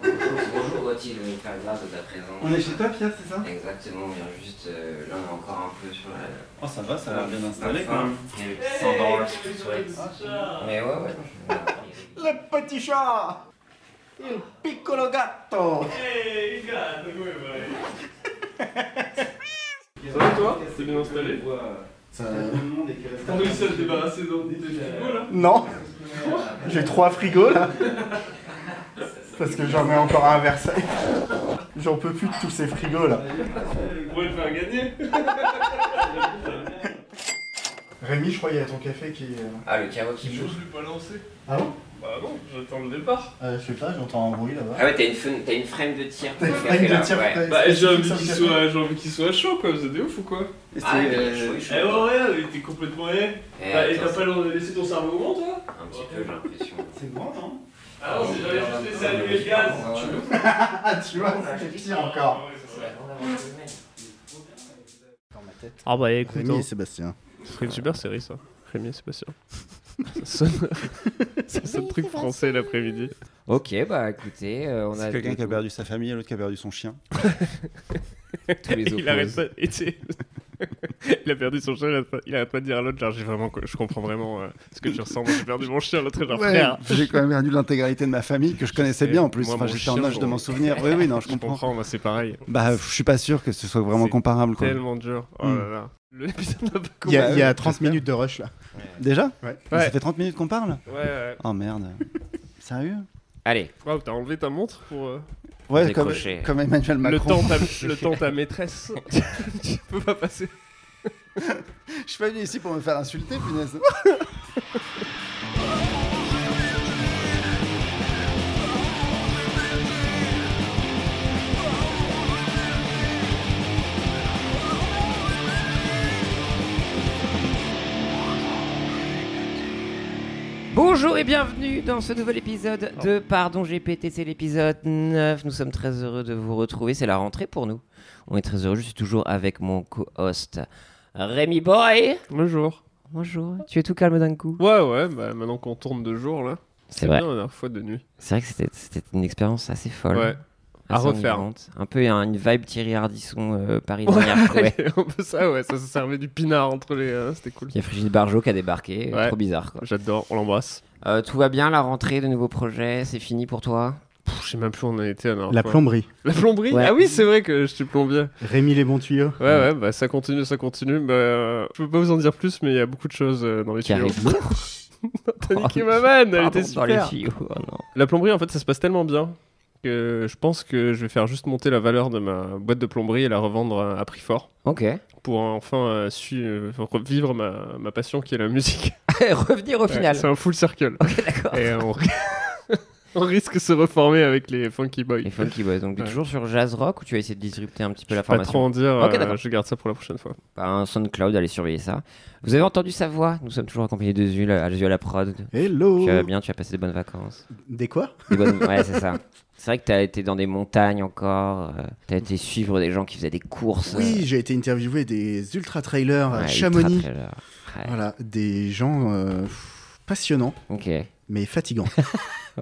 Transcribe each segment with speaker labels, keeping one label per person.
Speaker 1: Bonjour Gauthier, le Carglass est à présent.
Speaker 2: On est chez toi, Pierre, c'est ça
Speaker 1: Exactement, on vient juste. euh, là, on est encore un peu sur la.
Speaker 2: Oh, ça va, ça a l'air bien
Speaker 1: la
Speaker 2: installé
Speaker 1: fin.
Speaker 2: quand même.
Speaker 1: Il y a le petit sandal, tout Mais ouais, ouais.
Speaker 2: Le petit chat Il piccolo gatto
Speaker 3: Ça va toi T'es bien installé T'as réussi à te débarrasser d'un- de frigo là
Speaker 2: Non J'ai trois frigos là Parce que j'en ai encore un à Versailles. J'en peux plus de tous ces frigos là.
Speaker 3: On pourrait le faire gagner
Speaker 2: Rémi, je crois qu'il y a ton café qui. est-
Speaker 1: Ah, le carreau qui
Speaker 3: Je
Speaker 1: bouge.
Speaker 3: l'ai pas lancé.
Speaker 2: Ah bon
Speaker 3: Bah non, j'attends le départ.
Speaker 2: euh, Je sais pas, j'entends un bruit là-bas.
Speaker 1: Ah ouais, t'as une, fun- t'as une frame de tir. pour
Speaker 2: T'as une
Speaker 1: le
Speaker 2: frame
Speaker 1: café,
Speaker 2: de
Speaker 1: là,
Speaker 2: tir,
Speaker 1: ouais.
Speaker 2: t'as-
Speaker 3: Bah j'ai envie
Speaker 2: c'est
Speaker 3: qu'il
Speaker 2: ça,
Speaker 3: soit, j'ai envie qu'il soit chaud quoi, vous êtes des ouf ou quoi
Speaker 1: Ah, mais il
Speaker 2: euh,
Speaker 1: est chaud, il est chaud.
Speaker 3: Eh ouais, regarde, il était complètement hé.
Speaker 1: Eh,
Speaker 3: Bah, Et
Speaker 1: attends,
Speaker 3: t'as pas l'air de laisser ton cerveau au vent toi
Speaker 1: Un petit peu, j'ai l'impression.
Speaker 2: C'est grand, non
Speaker 3: Ah non, c'est- j'avais juste laissé allumer le gaz.
Speaker 1: Ouais, ouais.
Speaker 2: Ah, tu vois, c'est pire encore.
Speaker 3: Ouais, c'est ça.
Speaker 4: Ah bah écoute, hein,
Speaker 2: Sébastien.
Speaker 4: c'est une super série ça. Rémi et Sébastien. ça sonne, ça sonne truc français l'après-midi.
Speaker 1: Ok, bah écoutez, euh, on a
Speaker 5: C'est quelqu'un
Speaker 1: de-
Speaker 5: qui a perdu sa famille et l'autre qui a perdu son chien.
Speaker 1: tous les
Speaker 4: Il arrête
Speaker 1: opposés.
Speaker 4: pas. et tu sais, il a perdu son chien, il arrête pas, il arrête pas de dire à l'autre genre j'ai vraiment, je comprends vraiment euh, ce que tu ressens. J'ai perdu mon chien, l'autre est genre frère.
Speaker 5: j'ai quand même perdu l'intégralité de ma famille que je connaissais bien en plus.
Speaker 4: Moi,
Speaker 5: Enfin,
Speaker 4: mon
Speaker 5: j'étais en
Speaker 4: chien,
Speaker 5: âge de
Speaker 4: mon-
Speaker 5: m'en souvenir. Oui, oui, non, je
Speaker 4: Je comprends,
Speaker 5: comprends.
Speaker 4: moi c'est pareil.
Speaker 5: Bah, je suis pas sûr que ce soit vraiment
Speaker 4: C'est
Speaker 5: comparable. Quoi.
Speaker 4: Tellement dur. Oh
Speaker 5: Hmm.
Speaker 4: là là. Le- L'épisode n'a pas
Speaker 5: Il y a- il y a
Speaker 2: 30 minutes de rush là.
Speaker 5: Déjà
Speaker 2: Ouais.
Speaker 5: Ça fait 30 minutes qu'on parle
Speaker 4: Ouais, ouais.
Speaker 5: Oh merde. Sérieux
Speaker 1: Allez,
Speaker 4: Wow, t'as enlevé ta montre pour. euh,
Speaker 5: Ouais, comme,
Speaker 1: Décroché.
Speaker 5: comme Emmanuel
Speaker 4: Le
Speaker 5: Macron.
Speaker 4: temps, ta, le temps ta maîtresse. tu peux pas passer.
Speaker 5: Je suis pas venu ici pour me faire insulter, punaise.
Speaker 1: Bonjour et bienvenue dans ce nouvel épisode de Pardon GPT, c'est l'épisode 9. Nous sommes très heureux de vous retrouver, c'est la rentrée pour nous. On est très heureux, je suis toujours avec mon co-host Rémi Boy.
Speaker 4: Bonjour.
Speaker 1: Bonjour, tu es tout calme d'un coup.
Speaker 4: Ouais, ouais, bah maintenant qu'on tourne de jour là.
Speaker 1: C'est vrai.
Speaker 4: bien la dernière fois de nuit.
Speaker 1: C'est vrai que c'était- c'était une expérience assez folle.
Speaker 4: Ouais. À
Speaker 1: assez
Speaker 4: refaire.
Speaker 1: enivrante. Un peu hein, une vibe Thierry Hardisson euh, Paris dernière. Ouais.
Speaker 4: un peu ça, ouais, ça se servait du pinard entre les. euh, C'était cool.
Speaker 1: Il y a Frigide Barjot qui a débarqué, euh,
Speaker 4: Ouais.
Speaker 1: trop bizarre quoi.
Speaker 4: J'adore, on l'embrasse.
Speaker 1: Euh, tout va bien, la rentrée, de nouveaux projets, c'est fini pour toi
Speaker 4: Pff, Je sais même plus où on en était. alors,
Speaker 2: La
Speaker 4: quoi.
Speaker 2: plomberie.
Speaker 4: La plomberie
Speaker 1: Ouais.
Speaker 4: Ah oui, c'est vrai que je suis plombier.
Speaker 2: Rémi les bons tuyaux.
Speaker 4: Ouais, ouais, bah ça continue, ça continue. Bah, euh, je peux pas vous en dire plus, mais il y a beaucoup de choses euh, dans les
Speaker 1: Qui
Speaker 4: tuyaux.
Speaker 1: arrive
Speaker 4: T'as niqué ma man, elle
Speaker 1: Pardon,
Speaker 4: était
Speaker 1: dans les
Speaker 4: super.
Speaker 1: tuyaux. Oh non.
Speaker 4: La plomberie, en fait, ça se passe tellement bien que je pense que je vais faire juste monter la valeur de ma boîte de plomberie et la revendre à, à prix fort
Speaker 1: Ok.
Speaker 4: pour enfin euh, su- euh, revivre ma, ma passion qui est la musique.
Speaker 1: Revenir au final.
Speaker 4: Ouais, c'est un full circle.
Speaker 1: D'accord.
Speaker 4: et euh, on... on risque de se reformer avec les Funky Boys.
Speaker 1: Les Funky Boys. Donc,
Speaker 4: Ouais.
Speaker 1: toujours sur Jazz Rock ou tu vas essayer de disrupter un petit peu la
Speaker 4: Pas trop
Speaker 1: formation
Speaker 4: en dire,
Speaker 1: Ok,
Speaker 4: euh,
Speaker 1: d'accord.
Speaker 4: je garde ça pour la prochaine fois.
Speaker 1: Bah, Un SoundCloud, allez surveiller ça. Vous avez entendu sa voix Nous sommes toujours accompagnés de Zul, à Zul à la prod.
Speaker 4: Oh.
Speaker 2: Hello
Speaker 1: Tu vas bien, tu as passé de bonnes vacances.
Speaker 2: Des quoi
Speaker 1: Des bonnes- Ouais, c'est ça. C'est vrai que t'as été dans des montagnes encore. euh, t'as été suivre des gens qui faisaient des courses.
Speaker 2: Oui, j'ai été interviewé des ultra trailers
Speaker 1: euh,
Speaker 2: à
Speaker 1: ouais,
Speaker 2: Chamonix.
Speaker 1: ultra trailer. Ouais.
Speaker 2: Voilà, des gens euh, pff, passionnants,
Speaker 1: Ok,
Speaker 2: mais fatigants.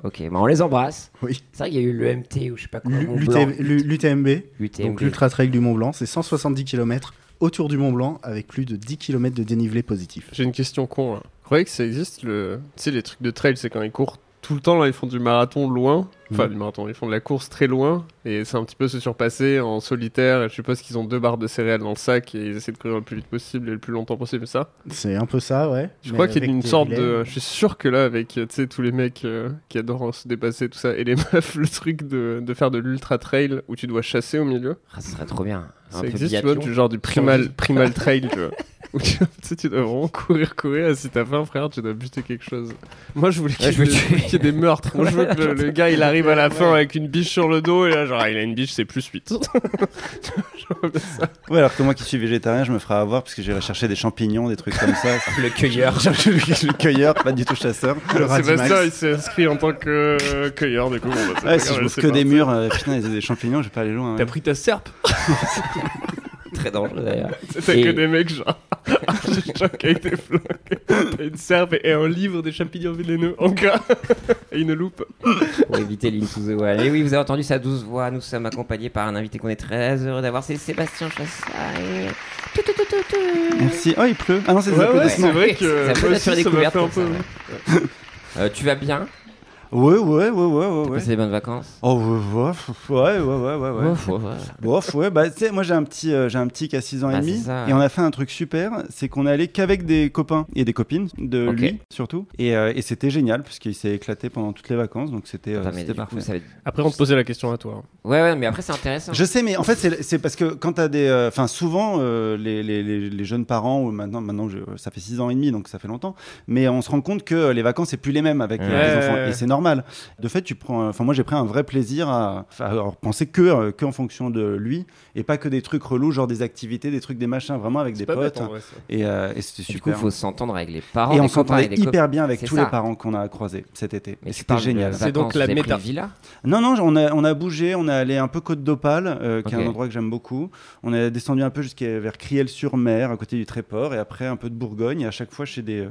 Speaker 1: ok. Bah, on les embrasse.
Speaker 2: Oui.
Speaker 1: C'est vrai qu'il y a eu l'EMT ou je sais pas quoi. Mont Blanc.
Speaker 2: L'UTMB,
Speaker 1: UTMB.
Speaker 2: donc l'Ultra Trail du Mont Blanc, c'est 170 km autour du Mont Blanc avec plus de 10 km de dénivelé positif.
Speaker 4: J'ai une question con là. Vous croyez que ça existe le. Tu sais, les trucs de trail, c'est quand ils courent tout le temps, là, ils font du marathon loin. Enfin,
Speaker 2: Mhm.
Speaker 4: du marathon, ils font de la course très loin. Et c'est un petit peu se surpasser en solitaire. Et je suppose qu'ils ont deux barres de céréales dans le sac et ils essaient de courir le plus vite possible et le plus longtemps possible, ça.
Speaker 2: C'est un peu ça, ouais.
Speaker 4: Je
Speaker 2: mais
Speaker 4: crois qu'il y a
Speaker 2: avec
Speaker 4: une
Speaker 2: des
Speaker 4: sorte
Speaker 2: relais.
Speaker 4: de. Je suis sûr que là, avec euh, tu sais, tous les mecs euh, qui adorent se dépasser, tout ça, et les meufs, le truc de, de faire de l'ultra trail où tu dois chasser au milieu,
Speaker 1: Ah, ça serait trop bien. Un
Speaker 4: ça
Speaker 1: peu
Speaker 4: existe, tu
Speaker 1: biathlon.
Speaker 4: vois, du genre du primal, primal trail, tu vois. Ou tu, tu sais, tu dois vraiment courir, courir. Et si t'as faim, frère, tu dois buter quelque chose. Moi, je voulais qu'il y,
Speaker 1: Ouais,
Speaker 4: ait
Speaker 1: je veux
Speaker 4: des-
Speaker 1: tuer.
Speaker 4: qu'il y ait des meurtres. Moi, je veux que le, le gars, il arrive à la fin avec une biche sur le dos. Et là, genre, ah, il a une biche, c'est plus 8.
Speaker 6: Ouais, alors que moi qui suis végétarien, je me ferai avoir parce que j'irai chercher des champignons, des trucs comme ça.
Speaker 1: Le cueilleur.
Speaker 6: Chercher le, le cueilleur, pas du tout chasseur. Le radimax.
Speaker 4: Sébastien, il s'est inscrit en tant que euh, cueilleur, du coup. bon, bah, c'est pas
Speaker 6: Ouais, si
Speaker 4: grave,
Speaker 6: je bouffe
Speaker 4: c'est
Speaker 6: que
Speaker 4: parti.
Speaker 6: des murs, euh, putain, des, des champignons, je vais pas aller loin. ouais.
Speaker 4: T'as pris ta serpe
Speaker 1: Très dangereux d'ailleurs.
Speaker 4: T'as
Speaker 1: Et-
Speaker 4: que des mecs, genre. Artichoc avec des flingues. T'as une serpe et un livre des champignons vénéneux en cas. et une loupe.
Speaker 1: pour éviter l'Into the Wild. Et oui, vous avez entendu sa douce voix. Nous sommes accompagnés par un invité qu'on est très heureux d'avoir. C'est Sébastien Chassal. Tout, tout, tout, tout, tout.
Speaker 6: Merci. Oh, il pleut. Ah non, c'est des applaudissements.
Speaker 4: c'est vrai que.
Speaker 1: Ça peut être sur
Speaker 4: moi aussi,
Speaker 1: la
Speaker 4: ça m'a
Speaker 1: découverte
Speaker 4: fait un
Speaker 1: comme ça,
Speaker 4: peu.
Speaker 1: ouais. Euh, tu vas bien
Speaker 6: Ouais, ouais, ouais, ouais, ouais.
Speaker 1: T'as
Speaker 6: ouais.
Speaker 1: passé des bonnes vacances
Speaker 6: Oh, ouais, ouais, pff, ouais, ouais, ouais, ouais, ouais.
Speaker 1: Ouf, ouf, ouais.
Speaker 6: Bof, ouais, bah, tu sais, moi j'ai un petit, euh, j'ai un petit qui a 6 ans
Speaker 1: Bah,
Speaker 6: et demi,
Speaker 1: c'est ça.
Speaker 6: et on a fait un truc super, c'est qu'on est allé qu'avec des copains et des copines de
Speaker 1: Ok.
Speaker 6: lui surtout, et, euh, et c'était génial parce qu'il s'est éclaté pendant toutes les vacances, donc c'était, euh,
Speaker 1: Attends, mais
Speaker 6: c'était
Speaker 1: du coup,
Speaker 6: parfait.
Speaker 1: ça va être-
Speaker 4: Après, on te posait la question à toi. hein.
Speaker 1: Ouais, ouais, mais après, c'est intéressant.
Speaker 6: Je sais, mais en fait, c'est c'est parce que quand t'as des. euh, Enfin, souvent, euh, les, les- les- les jeunes parents, ou maintenant, maintenant je- ça fait 6 ans et demi, donc ça fait longtemps, mais on se rend compte que euh, les vacances, c'est plus les mêmes avec euh,
Speaker 4: Ouais.
Speaker 6: les enfants. Et c'est normal. De fait, tu prends. euh, Enfin, moi, j'ai pris un vrai plaisir à, à alors, penser que, euh, que en fonction de lui, et pas que des trucs relous, genre des activités, des trucs, des machins, vraiment avec des
Speaker 4: C'est pas bête
Speaker 6: potes.
Speaker 4: en vrai. ça.
Speaker 6: et euh, et c'était
Speaker 1: Et Du coup,
Speaker 6: super.
Speaker 1: faut s'entendre avec les parents.
Speaker 6: et on
Speaker 1: les copains les
Speaker 6: s'entendait
Speaker 1: copains.
Speaker 6: hyper bien avec
Speaker 1: C'est
Speaker 6: tous
Speaker 1: ça.
Speaker 6: les parents qu'on a croisés cet été.
Speaker 1: Mais
Speaker 6: Et
Speaker 1: tu
Speaker 6: C'était
Speaker 1: parles de
Speaker 6: génial.
Speaker 4: C'est
Speaker 1: vacances,
Speaker 4: donc la
Speaker 1: vous avez pris
Speaker 4: méta.
Speaker 1: une villa
Speaker 6: Non, non, on a, on a bougé, on est allé un peu Côte d'Opale, euh, qui est
Speaker 1: Ok.
Speaker 6: un endroit que j'aime beaucoup. On est descendu un peu jusqu'à vers Criel-sur-Mer, à côté du Tréport, et après un peu de Bourgogne, et à chaque fois chez des. euh,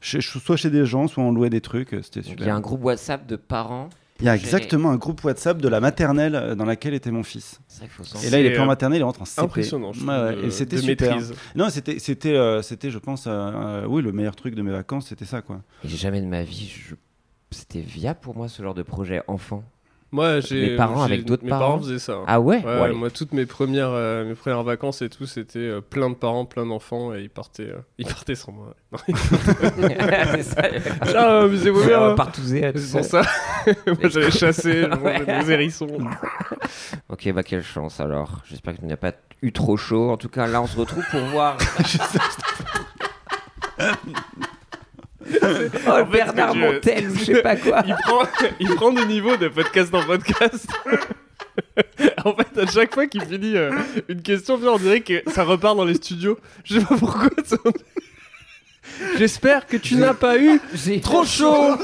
Speaker 6: chez- soit chez des gens, soit on louait des trucs, euh, c'était
Speaker 1: Il y a
Speaker 6: super.
Speaker 1: un groupe WhatsApp de parents.
Speaker 6: Il y a
Speaker 1: gérer.
Speaker 6: exactement un groupe WhatsApp de la maternelle euh, dans laquelle était mon fils.
Speaker 1: C'est vrai qu'il faut
Speaker 6: Et
Speaker 1: s'entendre.
Speaker 6: là, il est
Speaker 4: C'est,
Speaker 6: plus en
Speaker 4: euh,
Speaker 6: maternelle, il rentre en CP.
Speaker 4: Impressionnant, je
Speaker 6: Ouais,
Speaker 4: trouve,
Speaker 6: ouais,
Speaker 4: de-
Speaker 6: et c'était
Speaker 4: de
Speaker 6: super.
Speaker 4: maîtrise.
Speaker 6: Non, c'était, c'était, euh, c'était, je pense, euh, euh, oui, le meilleur truc de mes vacances, c'était ça, quoi.
Speaker 1: Et Jamais de ma vie, je- c'était viable pour moi ce genre de projet enfant.
Speaker 4: Moi, j'ai.
Speaker 1: Mes parents
Speaker 4: j'ai-
Speaker 1: avec d'autres
Speaker 4: mes
Speaker 1: parents
Speaker 4: faisaient ça. hein.
Speaker 1: Ah ouais,
Speaker 4: Ouais,
Speaker 1: Ouais.
Speaker 4: moi, toutes mes premières, euh, mes premières vacances et tout, c'était euh, plein de parents, plein d'enfants, et ils partaient, euh, ils partaient sans moi. Non,
Speaker 1: C'est ça.
Speaker 4: ils- Ah, euh, amusez-vous bien, hein.
Speaker 1: On part tous et à
Speaker 4: C'est
Speaker 1: tous.
Speaker 4: pour ça. moi, j'allais chasser, je mangeais des hérissons.
Speaker 1: Ok, bah quelle chance alors. J'espère que tu n'as pas eu trop chaud. En tout cas, là, on se retrouve pour voir. oh, le
Speaker 4: fait,
Speaker 1: Bernard
Speaker 4: ce que tu-
Speaker 1: Montel ou je sais pas quoi.
Speaker 4: Il prend, il prend des niveaux de podcast en podcast. en fait, à chaque fois qu'il finit euh, une question, on dirait que ça repart dans les studios. Je sais pas pourquoi. ça- J'espère que tu n'as pas eu
Speaker 1: J'ai
Speaker 4: trop chaud.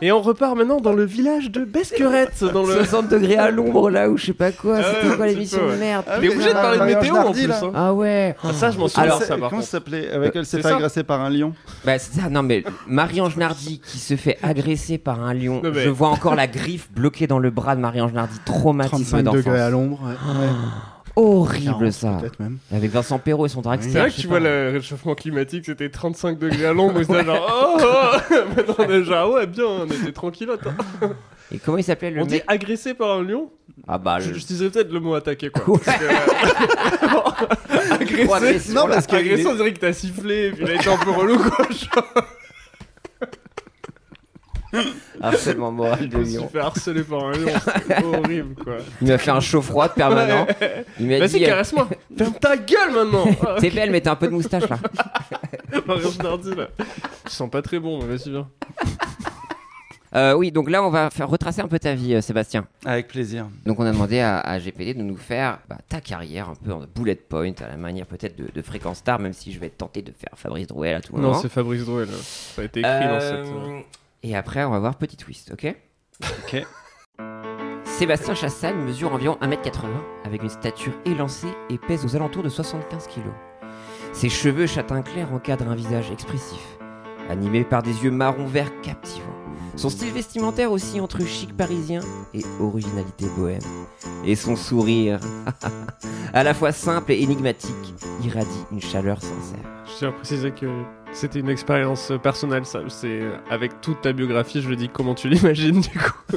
Speaker 4: Et on repart maintenant dans le village de Besquerette. Dans le...
Speaker 1: 60 degrés à l'ombre là ou je sais pas quoi.
Speaker 4: Ah ouais,
Speaker 1: C'était quoi
Speaker 4: un
Speaker 1: l'émission
Speaker 4: petit peu,
Speaker 1: de
Speaker 4: ouais.
Speaker 1: merde
Speaker 6: Ah
Speaker 4: T'es obligé de parler de
Speaker 6: Marion
Speaker 4: météo en
Speaker 6: Jardy,
Speaker 4: plus.
Speaker 6: là.
Speaker 4: hein.
Speaker 1: Ah ouais.
Speaker 4: Ah, ça, je m'en souviens.
Speaker 1: Alors,
Speaker 4: ça, par
Speaker 6: comment ça
Speaker 4: contre.
Speaker 6: s'appelait Avec elle s'est
Speaker 4: c'est
Speaker 6: fait
Speaker 4: ça.
Speaker 6: agresser par un lion.
Speaker 1: Bah c'est ça. Non mais Marie-Ange Nardi qui se fait agresser par un lion.
Speaker 4: Non, mais-
Speaker 1: Je vois encore la griffe bloquée dans le bras de Marie-Ange Nardi. Traumatisme
Speaker 5: 35 degrés à
Speaker 1: d'enfance.
Speaker 5: l'ombre. ouais.
Speaker 1: Horrible
Speaker 5: 40
Speaker 1: ça.
Speaker 5: Peut-être même.
Speaker 1: Avec Vincent Perrault et son Dark
Speaker 4: C'est vrai que tu vois le réchauffement climatique, c'était 35 degrés à l'ombre, c'était genre oh, oh Maintenant déjà, ouais, bien, on était tranquillote. hein.
Speaker 1: Et comment il s'appelait le
Speaker 4: On dit
Speaker 1: mec
Speaker 4: agressé par un lion
Speaker 1: Ah bah
Speaker 4: Je
Speaker 1: le...
Speaker 4: j'utiliserais peut-être le mot attaquer quoi.
Speaker 1: Ouais.
Speaker 4: Parce que, euh,
Speaker 1: Trois
Speaker 4: agressé.
Speaker 1: agressions,
Speaker 6: Non,
Speaker 1: là.
Speaker 6: parce que.
Speaker 4: Agressé, on dirait que t'as sifflé, et puis il a été un peu relou quoi. Genre,
Speaker 1: Harcèlement moral de
Speaker 4: je me suis
Speaker 1: Lyon.
Speaker 4: fait harceler par un lion, c'est horrible quoi.
Speaker 1: Il m'a fait un chaud froid permanent. Il m'a
Speaker 4: Vas-y,
Speaker 1: dit euh,
Speaker 4: caresse-moi Ferme ta gueule maintenant Ah,
Speaker 1: T'es belle, mais t'as un peu de moustache là.
Speaker 4: Marion Schnardi, là. Je sens pas très bon, mais vas-y, viens.
Speaker 1: Euh, oui, donc là, on va faire retracer un peu ta vie, euh, Sébastien.
Speaker 6: Avec plaisir.
Speaker 1: Donc, on a demandé à, à GPD de nous faire bah, ta carrière un peu en bullet point, à la manière peut-être de, de Fréquence Star, même si je vais tenter de faire Fabrice Drouel à tout moment.
Speaker 4: Non, c'est Fabrice Drouel. là. Ça a été écrit dans
Speaker 1: Euh,
Speaker 4: cette. euh,
Speaker 1: Et après, on va voir petit twist, ok
Speaker 6: Ok.
Speaker 1: Sébastien Chassagne mesure environ 1m80, avec une stature élancée et pèse aux alentours de 75 kg. Ses cheveux châtain clair encadrent un visage expressif, animé par des yeux marron-vert captivants. Son style vestimentaire aussi entre chic parisien et originalité bohème. Et son sourire, à la fois simple et énigmatique, irradie une chaleur sincère.
Speaker 4: Je tiens à préciser que c'était une expérience euh, personnelle, ça. C'est euh, avec toute ta biographie, je le dis comment tu l'imagines du coup.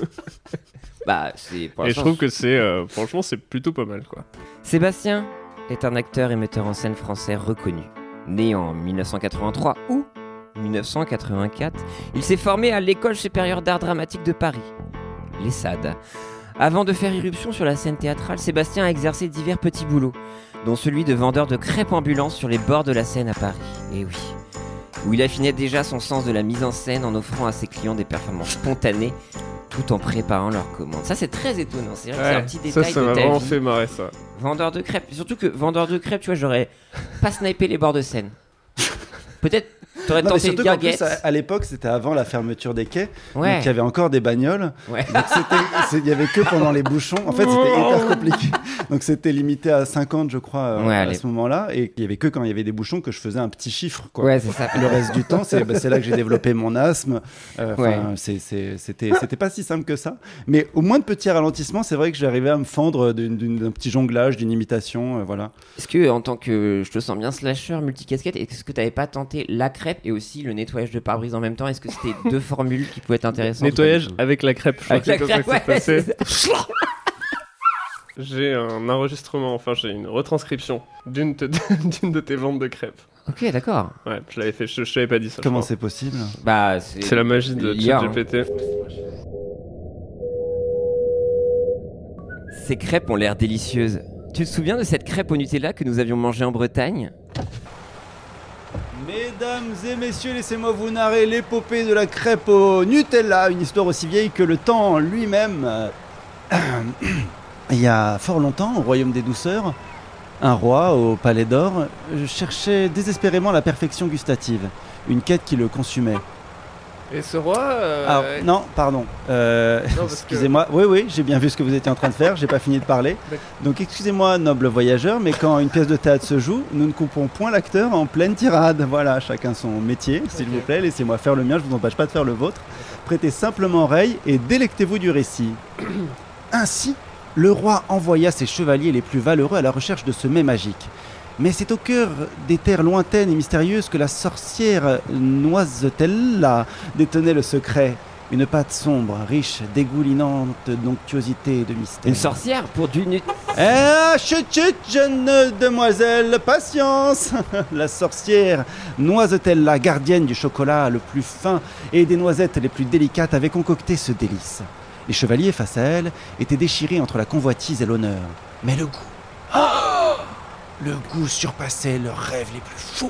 Speaker 1: Bah, c'est pour
Speaker 4: Et je
Speaker 1: l'instant,
Speaker 4: trouve que c'est, euh, franchement, c'est plutôt pas mal quoi.
Speaker 1: Sébastien est un acteur et metteur en scène français reconnu. Né en 1983 ou 1984, il s'est formé à l'École supérieure d'art dramatique de Paris, l'ESAD, Avant de faire irruption sur la scène théâtrale, Sébastien a exercé divers petits boulots, dont celui de vendeur de crêpes ambulants sur les bords de la Seine à Paris. Et oui. Où il affinait déjà son sens de la mise en scène en offrant à ses clients des performances spontanées tout en préparant leurs commandes. Ça, c'est très étonnant. C'est vrai que c'est un petit
Speaker 4: ça,
Speaker 1: détail
Speaker 4: ça
Speaker 1: de
Speaker 4: m'a
Speaker 1: ta
Speaker 4: vraiment
Speaker 1: vie.
Speaker 4: fait marrer ça.
Speaker 1: Vendeur de crêpes. Surtout que vendeur de crêpes, tu vois, j'aurais pas snipé les bords de Seine. Peut-être t'aurais
Speaker 6: Non, mais
Speaker 1: tenté
Speaker 6: surtout
Speaker 1: le
Speaker 6: qu'en plus,
Speaker 1: garguette.
Speaker 6: à, à l'époque, c'était avant la fermeture des quais.
Speaker 1: Ouais.
Speaker 6: Donc il y avait encore des bagnoles.
Speaker 1: Ouais.
Speaker 6: Donc c'était- c'est- il y avait que pendant les bouchons. En fait, c'était hyper compliqué. Donc c'était limité à 50, je crois, euh,
Speaker 1: Oh. Ouais,
Speaker 6: à
Speaker 1: allez.
Speaker 6: ce moment-là. Et il y avait que quand il y avait des bouchons que je faisais un petit chiffre. Quoi.
Speaker 1: Ouais, c'est ça.
Speaker 6: Le reste du temps, c'est bah, c'est là que j'ai développé mon asthme. Euh, enfin,
Speaker 1: Ouais.
Speaker 6: c'est- c'est- C'était c'était pas si simple que ça. Mais au moins de petits ralentissements, c'est vrai que j'arrivais à me fendre d'une- d'une- d'un petit jonglage, d'une imitation. euh, voilà.
Speaker 1: Est-ce que, en tant que je te sens bien slasher, multicasquette, est-ce que t'avais pas tenté la crêpe et aussi le nettoyage de pare-brise en même temps Est-ce que c'était deux formules qui pouvaient être intéressantes
Speaker 4: Nettoyage avec la crêpe, je crois
Speaker 1: Avec
Speaker 4: que c'est
Speaker 1: la
Speaker 4: comme ça que ça
Speaker 1: crêpe, ouais,
Speaker 4: se passait. J'ai un enregistrement, enfin j'ai une retranscription d'une te- d'une de tes ventes de crêpes.
Speaker 1: Ok, d'accord.
Speaker 4: Ouais, je l'avais fait, je, je t'avais pas dit ça. je
Speaker 6: Comment
Speaker 4: crois.
Speaker 6: c'est possible
Speaker 1: Bah, c'est.
Speaker 4: C'est la magie de
Speaker 1: L'IA,
Speaker 4: ChatGPT.
Speaker 1: Ces crêpes ont l'air délicieuses. Tu te souviens de cette crêpe au Nutella que nous avions mangée en Bretagne
Speaker 6: Mesdames et messieurs, laissez-moi vous narrer l'épopée de la crêpe au Nutella, une histoire aussi vieille que le temps lui-même. Euh, Il y a fort longtemps, au royaume des douceurs, un roi au palais d'or euh, cherchait désespérément la perfection gustative, une quête qui le consumait.
Speaker 4: Et ce roi. euh,
Speaker 6: Ah non, pardon. Euh,
Speaker 4: parce que-
Speaker 6: excusez-moi. Oui, oui, j'ai bien vu ce que vous étiez en train de faire. J'ai pas fini de parler.
Speaker 4: D'accord.
Speaker 6: Donc, excusez-moi, noble voyageur, mais quand une pièce de théâtre se joue, nous ne coupons point l'acteur en pleine tirade. Voilà, chacun son métier. S'il vous plaît, laissez-moi faire le mien. Je vous empêche pas de faire le vôtre. Prêtez simplement oreille et délectez-vous du récit. Ainsi, le roi envoya ses chevaliers les plus valeureux à la recherche de ce mets magique. Mais c'est au cœur des terres lointaines et mystérieuses que la sorcière Noisetella détenait le secret. Une pâte sombre, riche, dégoulinante d'onctuosité et de mystère.
Speaker 1: Une sorcière pour du nut.
Speaker 6: Eh, chut, chut, jeune demoiselle, patience La sorcière Noisetella, gardienne du chocolat le plus fin et des noisettes les plus délicates, avait concocté ce délice. Les chevaliers, face à elle, étaient déchirés entre la convoitise et l'honneur. Mais le goût... Ah le goût surpassait leurs rêves les plus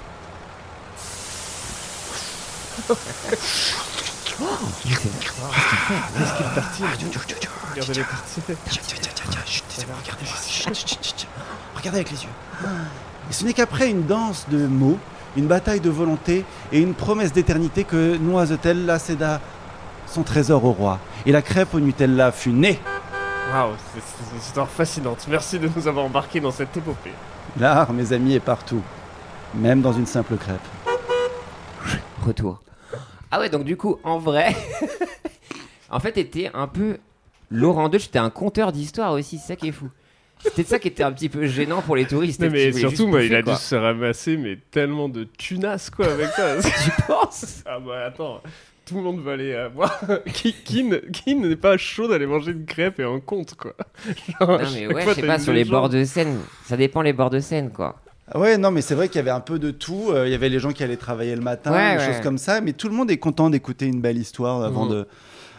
Speaker 6: fous. Ah,
Speaker 4: regardez les parties.
Speaker 6: Tiens, tiens, tiens, tiens, tiens, chut, laissez-moi regarder. Chut, chut, chut, chut. Regardez avec les yeux. Et ce n'est qu'après une danse de mots, une bataille de volonté et une promesse d'éternité que Noisetella céda son trésor au roi. Et la crêpe au Nutella fut née.
Speaker 4: Waouh, c'est- c'est une histoire fascinante. Merci de nous avoir embarqués dans cette épopée.
Speaker 6: L'art, mes amis, est partout. Même dans une simple crêpe.
Speaker 1: Retour. Ah ouais, donc du coup, en vrai, en fait, t'étais un peu Laurent II, j'étais un conteur d'histoire aussi, c'est ça qui est fou. C'était ça qui était un petit peu gênant pour les touristes.
Speaker 4: Non,
Speaker 1: qui
Speaker 4: mais
Speaker 1: voulaient
Speaker 4: surtout,
Speaker 1: juste
Speaker 4: moi, il
Speaker 1: bouffer,
Speaker 4: a
Speaker 1: quoi.
Speaker 4: dû se ramasser, mais tellement de tunas, quoi, avec ça.
Speaker 1: Tu penses
Speaker 4: ah bah attends, tout le monde va aller euh, voir. qui qui ne- qui n'est pas chaud d'aller manger une crêpe et un conte, quoi Genre, à
Speaker 1: Non, mais
Speaker 4: chaque
Speaker 1: ouais,
Speaker 4: fois,
Speaker 1: je sais
Speaker 4: t'as
Speaker 1: pas,
Speaker 4: une
Speaker 1: sur les
Speaker 4: légende.
Speaker 1: bords de Seine, ça dépend les bords de Seine, quoi.
Speaker 6: Ah Ouais, non, mais c'est vrai qu'il y avait un peu de tout. Euh, Il y avait les gens qui allaient travailler le matin,
Speaker 1: Ouais,
Speaker 6: des
Speaker 1: ouais.
Speaker 6: choses comme ça. Mais tout le monde est content d'écouter une belle histoire avant de.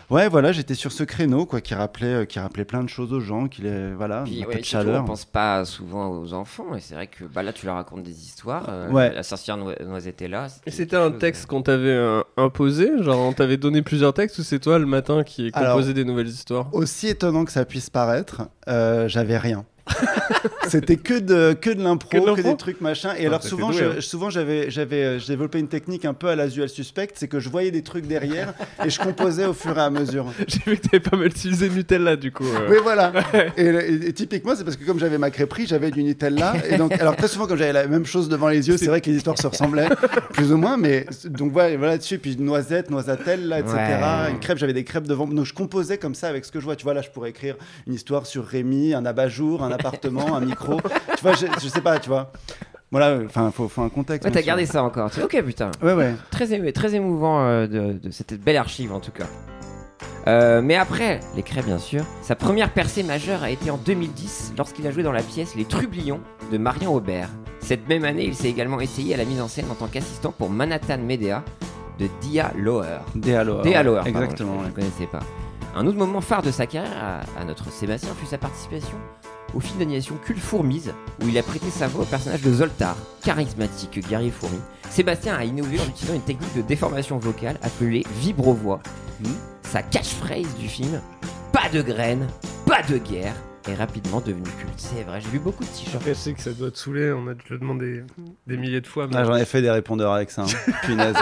Speaker 6: Ouais, voilà, j'étais sur ce créneau, quoi, qui rappelait, euh, qui rappelait plein de choses aux gens, qui les, voilà,
Speaker 1: Puis,
Speaker 6: un
Speaker 1: ouais,
Speaker 6: peu de
Speaker 1: surtout, on
Speaker 6: chaleur. hein.
Speaker 1: pense pas souvent aux enfants, et c'est vrai que bah, là, tu leur racontes des histoires. euh,
Speaker 6: Ouais.
Speaker 1: La sorcière Noi- Noisette est là.
Speaker 4: Et c'était un texte qu'on t'avait euh, imposé Genre, on t'avait donné plusieurs textes ou c'est toi le matin qui composais
Speaker 6: Alors-
Speaker 4: des nouvelles histoires
Speaker 6: Aussi étonnant que ça puisse paraître, euh, j'avais rien. C'était que de que de
Speaker 4: Que de
Speaker 6: l'impro, que,
Speaker 4: l'impro
Speaker 6: des trucs machin. Et alors
Speaker 4: t'étais
Speaker 6: souvent,
Speaker 4: doué,
Speaker 6: je- souvent j'avais j'avais euh, j'ai développé une technique un peu à l'Asual Suspect, c'est que je voyais des trucs derrière et je composais au fur et à mesure.
Speaker 4: J'ai vu que t'avais pas mal utilisé Nutella, du coup. euh.
Speaker 6: Oui, voilà. Et, et- et typiquement, c'est parce que comme j'avais ma crêperie, j'avais du Nutella. Et donc, alors très souvent, quand j'avais la même chose devant les yeux, c'est vrai que les histoires se ressemblaient, plus ou moins. Mais donc voilà, voilà dessus. Puis noisette, noisatel, là, etc.
Speaker 1: Ouais.
Speaker 6: Une crêpe, j'avais des crêpes devant. Donc je composais comme ça avec ce que je vois. Tu vois, là, je pourrais écrire une histoire sur Rémi, un abat-jour, un appartement, un micro. Tu vois, je, je sais pas, tu vois. Voilà, enfin, faut, faut un contexte.
Speaker 1: Ouais,
Speaker 6: bien
Speaker 1: t'as
Speaker 6: sûr.
Speaker 1: gardé ça encore. Tu- Ok, putain.
Speaker 6: Ouais, ouais.
Speaker 1: Très, ému- très émouvant euh, de, de cette belle archive en tout cas. Euh, mais après, les crêpes bien sûr, sa première percée majeure a été en 2010 lorsqu'il a joué dans la pièce Les Trublions de Marion Aubert. Cette même année, il s'est également essayé à la mise en scène en tant qu'assistant pour Manhattan Medea de Dia Loher.
Speaker 6: Des alors.
Speaker 1: Dia Loher, pardon,
Speaker 6: Exactement.
Speaker 1: je ne
Speaker 6: ouais.
Speaker 1: connaissais pas. Un autre moment phare de sa carrière à, à notre Sébastien fut sa participation au film d'animation Cul Fourmise, où il a prêté sa voix au personnage de Zoltar, charismatique guerrier fourmi. Sébastien a innové en utilisant une technique de déformation vocale appelée vibrovoix. Sa catchphrase du film Pas de graines, pas de guerre est rapidement devenue culte. C'est vrai, j'ai vu beaucoup de t-shirts.
Speaker 4: Je sais que ça doit te saouler, on a, je le demande des, des milliers de fois, mais
Speaker 6: Ah, J'en ai fait des répondeurs avec ça. hein. Punaise.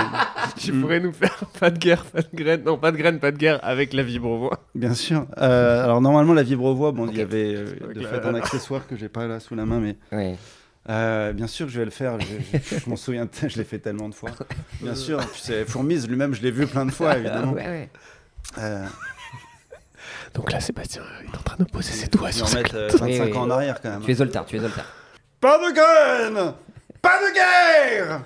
Speaker 4: tu pourrais nous faire pas de guerre, pas de graine, non, pas de graine, pas de guerre avec la vibrovoix.
Speaker 6: Bien sûr. Euh, alors normalement la vibrovoix, bon, il y avait euh,
Speaker 4: Avec
Speaker 6: de
Speaker 4: la-
Speaker 6: fait un accessoire que j'ai pas là sous la main, mais
Speaker 1: Ouais.
Speaker 6: euh, bien sûr que je vais le faire. Je, je- je m'en souviens, t- je l'ai fait tellement de fois. Bien sûr. Tu sais, Fourmise lui-même, je l'ai vu plein de fois évidemment.
Speaker 1: Ah Ouais, ouais.
Speaker 6: Euh,
Speaker 4: Donc là, Sébastien, il est en train de poser ses doigts
Speaker 6: ils en mettent euh,
Speaker 1: Oui,
Speaker 6: 25
Speaker 1: oui.
Speaker 6: ans en arrière quand même.
Speaker 1: Tu es Zoltar, tu es Zoltar.
Speaker 6: Pas de graines, pas de guerre.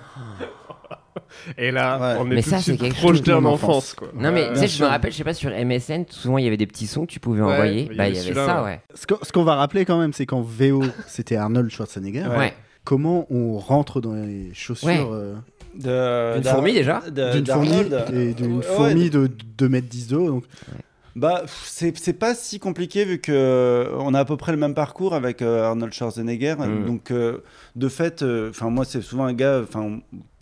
Speaker 4: Et là,
Speaker 6: Ouais.
Speaker 4: on est
Speaker 1: Mais
Speaker 4: tout
Speaker 1: ça,
Speaker 4: de suite
Speaker 1: c'est quelque
Speaker 4: proche
Speaker 1: chose
Speaker 6: de
Speaker 4: d'un
Speaker 6: mon
Speaker 4: enfance, quoi.
Speaker 1: Non mais
Speaker 6: Ouais,
Speaker 1: tu
Speaker 6: bien
Speaker 1: sais, je me
Speaker 6: sûr.
Speaker 1: rappelle, je sais pas, sur MSN, souvent il y avait des petits sons que tu pouvais
Speaker 4: Ouais,
Speaker 1: envoyer.
Speaker 4: il y
Speaker 1: bah
Speaker 4: avait
Speaker 1: il y avait
Speaker 4: celui-là,
Speaker 1: ça,
Speaker 4: ouais.
Speaker 1: ouais.
Speaker 5: Ce qu'on ce qu'on va rappeler quand même, c'est qu'en VO, c'était Arnold Schwarzenegger.
Speaker 1: Ouais.
Speaker 5: Comment on rentre dans les chaussures
Speaker 1: Ouais.
Speaker 5: euh,
Speaker 6: De-
Speaker 1: D'une
Speaker 6: d'Ar-
Speaker 1: fourmi, déjà
Speaker 6: de-
Speaker 5: d'une fourmi,
Speaker 6: Euh, d'Arnold.
Speaker 5: et d'une
Speaker 6: Ouais,
Speaker 5: fourmi de 2 mètres 10 de haut donc,
Speaker 6: Bah, pff, c'est c'est pas si compliqué vu que euh, on a à peu près le même parcours avec euh, Arnold Schwarzenegger.
Speaker 1: Mm.
Speaker 6: Donc, euh, de fait, euh, enfin moi c'est souvent un gars. Enfin,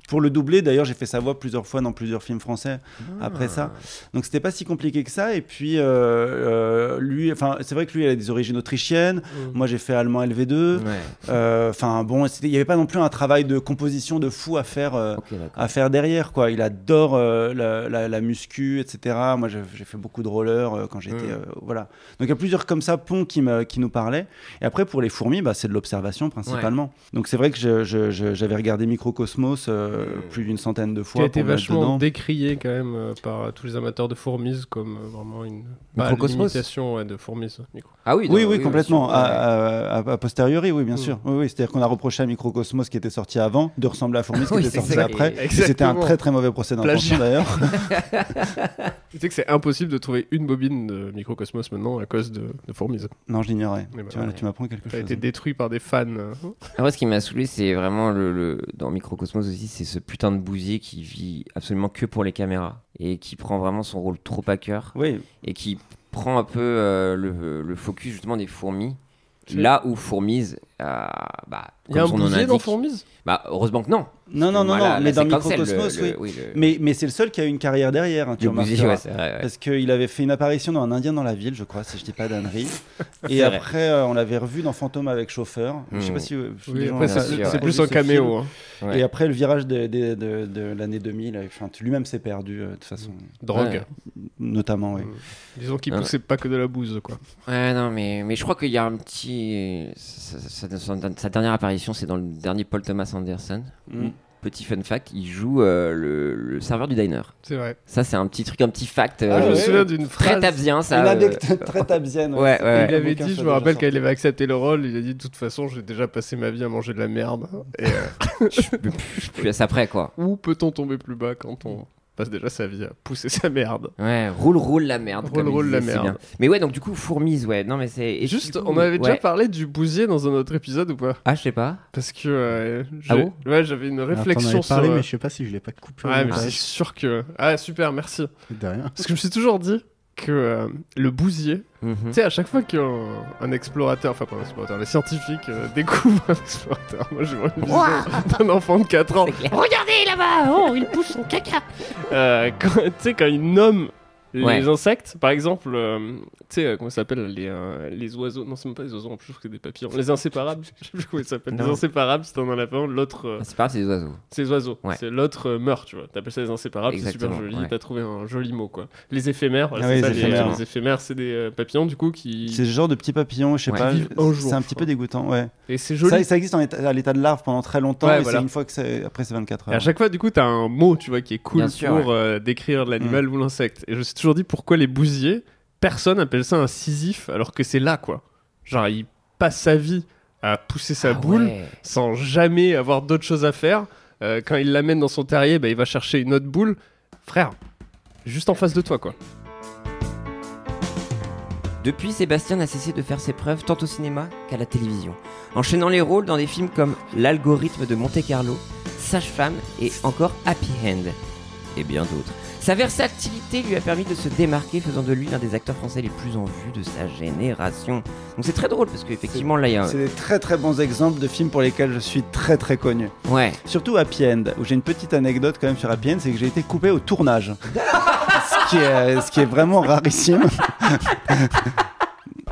Speaker 6: pour le doubler, d'ailleurs, j'ai fait sa voix plusieurs fois dans plusieurs films français après ça. Donc, c'était pas si compliqué que ça. Et puis, euh, euh, lui, enfin, c'est vrai que lui, il a des origines autrichiennes. Moi, j'ai fait allemand LV2.
Speaker 1: Ouais,
Speaker 6: Euh, Enfin, bon, c'était- il y avait pas non plus un travail de composition de fou à faire. euh,
Speaker 1: ok, d'accord.
Speaker 6: à faire derrière quoi il adore euh, la, la- la muscu etc moi j'ai j'ai fait beaucoup de roller euh, quand j'étais
Speaker 4: Mmh.
Speaker 1: Mm.
Speaker 6: euh, voilà donc il y a plusieurs comme ça ponts qui me qui nous parlaient et après pour les fourmis bah, c'est de l'observation principalement donc c'est vrai que je- je- je- j'avais regardé Microcosmos
Speaker 4: Mmh.
Speaker 6: euh, plus d'une centaine de
Speaker 4: Qui a
Speaker 6: fois
Speaker 4: été
Speaker 6: pour me mettre
Speaker 4: vachement
Speaker 6: dedans.
Speaker 4: décrié quand même euh, par tous les amateurs de fourmis comme euh, vraiment une bah,
Speaker 1: Microcosmos.
Speaker 4: l'imitation, ouais, de fourmis. ouais, micro.
Speaker 1: Ah oui,
Speaker 6: oui,
Speaker 1: dans-
Speaker 6: oui, complètement. Ah,
Speaker 1: bien
Speaker 6: à,
Speaker 1: sûr. Ouais.
Speaker 6: à- à- a posteriori, oui, bien
Speaker 4: Mm.
Speaker 6: sûr. Oui, oui, C'est-à-dire qu'on a reproché à Microcosmos qui était sorti avant de ressembler à Fourmis qui
Speaker 1: Oui,
Speaker 6: était
Speaker 1: c'est
Speaker 6: sorti
Speaker 1: ça.
Speaker 6: après. Et
Speaker 4: Exactement.
Speaker 6: C'était un très très mauvais procès d'intention
Speaker 4: Plagiat.
Speaker 6: d'ailleurs.
Speaker 4: Tu sais que c'est impossible de trouver une bobine de Microcosmos maintenant à cause de, de fourmis.
Speaker 6: Non, je l'ignorais.
Speaker 4: Mais bah,
Speaker 6: tu vois, là,
Speaker 1: ouais.
Speaker 6: tu m'apprends quelque
Speaker 4: Ça a
Speaker 6: chose.
Speaker 4: été détruit par des fans. euh.
Speaker 6: ah.
Speaker 1: Après, ce qui m'a saoulé, c'est vraiment le, le- dans Microcosmos aussi, c'est ce putain de bousier qui vit absolument que pour les caméras et qui prend vraiment son rôle trop à cœur
Speaker 6: Oui,
Speaker 1: et qui prend un peu euh, le, le focus justement des fourmis.
Speaker 4: C'est-
Speaker 1: Là où fourmise, euh, bah,
Speaker 4: Il y a un
Speaker 1: comme son nom
Speaker 4: bousier dans
Speaker 1: l'indique-
Speaker 4: fourmis
Speaker 1: Bah, heureusement que non.
Speaker 6: Non, non, non,
Speaker 1: Moi, la-
Speaker 6: non, mais
Speaker 1: la
Speaker 6: dans
Speaker 1: séquence, c'est le-
Speaker 6: Microcosmos,
Speaker 1: le-
Speaker 6: oui.
Speaker 1: le-
Speaker 6: Mais, mais c'est le seul qui a eu une carrière derrière, hein, tu
Speaker 1: le bousier,
Speaker 6: remarqueras.
Speaker 1: ouais, c'est vrai. ouais.
Speaker 6: Parce qu'il avait fait une apparition dans Un Indien dans la ville, je crois, si je dis pas d'ânerie. Et
Speaker 1: C'est vrai.
Speaker 6: après, euh, on l'avait revu dans Fantôme avec chauffeur. Je sais
Speaker 1: Mm.
Speaker 6: pas si euh, les
Speaker 4: Oui,
Speaker 6: gens
Speaker 4: après,
Speaker 6: ont-
Speaker 4: c'est
Speaker 1: sûr,
Speaker 6: ont
Speaker 4: c'est
Speaker 6: vu
Speaker 4: plus
Speaker 6: ce
Speaker 4: un caméo.
Speaker 6: film.
Speaker 4: hein.
Speaker 1: Ouais.
Speaker 6: Et après, le virage de, de- de- de l'année 2000, enfin, tu- lui-même s'est perdu, euh, de toute façon,
Speaker 4: hein. Drogue.
Speaker 1: Ouais.
Speaker 6: notamment, oui.
Speaker 4: Disons qu'il
Speaker 1: Ah ouais.
Speaker 4: poussait pas que de la bouse, quoi.
Speaker 1: Ouais, non, mais, mais je crois qu'il y a un petit. Sa, sa- sa- sa dernière apparition, c'est dans le dernier Paul Thomas Anderson.
Speaker 6: Mm.
Speaker 1: Petit fun fact, il joue euh, le, le serveur du diner.
Speaker 4: C'est vrai.
Speaker 1: Ça, c'est un petit truc, un petit fact. euh,
Speaker 6: Ah,
Speaker 4: je me
Speaker 6: ouais.
Speaker 4: souviens d'une
Speaker 1: Très
Speaker 4: phrase.
Speaker 1: tabzien, ça.
Speaker 6: Une
Speaker 1: euh,
Speaker 6: anecdote très tabzienne.
Speaker 1: Ouais, ouais, ouais.
Speaker 4: Il avait
Speaker 6: Aucun
Speaker 4: dit, je
Speaker 6: seul
Speaker 4: me rappelle
Speaker 6: genre
Speaker 4: quand il avait accepté le rôle, il a dit de toute façon, j'ai déjà passé ma vie à manger de la merde. Et, euh,
Speaker 1: je suis plus à ça près, quoi.
Speaker 4: où peut-on tomber plus bas quand on passe déjà sa vie à pousser sa merde
Speaker 1: Ouais, roule, roule la merde.
Speaker 4: Roule,
Speaker 1: comme il
Speaker 4: roule la
Speaker 1: disait si bien.
Speaker 4: merde.
Speaker 1: Mais ouais, donc du coup, fourmise, ouais. Non, mais c'est. et
Speaker 4: Et juste,
Speaker 1: du coup,
Speaker 4: on avait déjà
Speaker 1: ouais.
Speaker 4: parlé du bousier dans un autre épisode ou pas
Speaker 1: Ah, je sais pas.
Speaker 4: Parce que euh, j'ai-
Speaker 1: Ah bon
Speaker 4: ouais, j'avais une
Speaker 5: alors, t'en
Speaker 4: réflexion
Speaker 5: avais parlé,
Speaker 4: sur. euh,
Speaker 5: mais je sais pas si je l'ai pas coupé.
Speaker 4: Ouais, mais
Speaker 5: Ah,
Speaker 4: c'est sûr que. Ah, super, merci.
Speaker 5: de rien.
Speaker 4: Parce que je me suis toujours dit que euh, le bousier,
Speaker 1: Mhm.
Speaker 4: Tu sais, à chaque fois qu'un un explorateur, enfin pas un explorateur, les scientifiques euh, découvrent un explorateur, moi j'ai vraiment une vision d'un enfant de 4 ans.
Speaker 1: C'est clair.
Speaker 4: Regardez là-bas, oh, il pousse son caca. Euh, quand- tu sais, quand ils nomment les
Speaker 1: Ouais.
Speaker 4: insectes, par exemple, euh, tu sais, euh, comment ça s'appelle les, euh, les oiseaux, non, c'est même pas les oiseaux, en plus, je trouve que c'est des papillons, les inséparables, je sais plus comment ils s'appellent, les
Speaker 1: Non.
Speaker 4: inséparables, c'est un en avant, l'autre, euh,
Speaker 1: Ah, C'est pas grave, c'est des oiseaux.
Speaker 4: c'est les oiseaux,
Speaker 1: Ouais.
Speaker 4: c'est l'autre euh, meurt, tu vois, t'appelles ça les inséparables, c'est super
Speaker 1: Exactement,
Speaker 4: joli,
Speaker 1: ouais.
Speaker 4: t'as trouvé un joli mot, quoi. Les éphémères, voilà,
Speaker 6: Ah
Speaker 4: c'est
Speaker 6: oui,
Speaker 4: ça,
Speaker 6: les
Speaker 4: les
Speaker 6: éphémères.
Speaker 4: les éphémères, c'est des euh, papillons, du coup, qui.
Speaker 6: C'est ce genre de petit papillon, je sais
Speaker 1: Ouais.
Speaker 6: pas.
Speaker 4: Qui vivent un jour,
Speaker 6: C'est un
Speaker 4: je
Speaker 6: petit
Speaker 4: crois.
Speaker 6: peu dégoûtant, ouais.
Speaker 4: Et c'est
Speaker 6: Ça,
Speaker 4: joli.
Speaker 6: ça existe en état- à l'état de larve pendant très longtemps,
Speaker 4: Ouais,
Speaker 6: mais
Speaker 4: voilà.
Speaker 6: c'est une fois que c'est après c'est 24
Speaker 4: Et à
Speaker 6: heures.
Speaker 4: chaque fois, du coup, t'as un mot, tu vois, qui est cool
Speaker 1: Bien
Speaker 4: pour
Speaker 1: sûr, ouais. Mm.
Speaker 4: euh, décrire l'animal ou l'insecte. Et je me suis toujours dit pourquoi les bousiers, personne appelle ça un scisif alors que c'est là, quoi. Genre, il passe sa vie à pousser sa
Speaker 1: Ah
Speaker 4: boule
Speaker 1: ouais.
Speaker 4: sans jamais avoir d'autre chose à faire. Euh, quand il l'amène dans son terrier, bah, il va chercher une autre boule. Frère, juste en face de toi, quoi.
Speaker 1: Depuis, Sébastien n'a cessé de faire ses preuves tant au cinéma qu'à la télévision, enchaînant les rôles dans des films comme L'algorithme de Monte Carlo, Sage-femme et encore Happy Hand. et bien d'autres. Sa versatilité lui a permis de se démarquer, faisant de lui l'un des acteurs français les plus en vue de sa génération. Donc c'est très drôle parce qu'effectivement là il y a un...
Speaker 6: C'est des très très bons exemples de films pour lesquels je suis très très connu.
Speaker 1: Ouais.
Speaker 6: Surtout Happy End, où j'ai une petite anecdote quand même sur Happy End, c'est que j'ai été coupé au tournage. ce, qui est, ce qui est vraiment rarissime.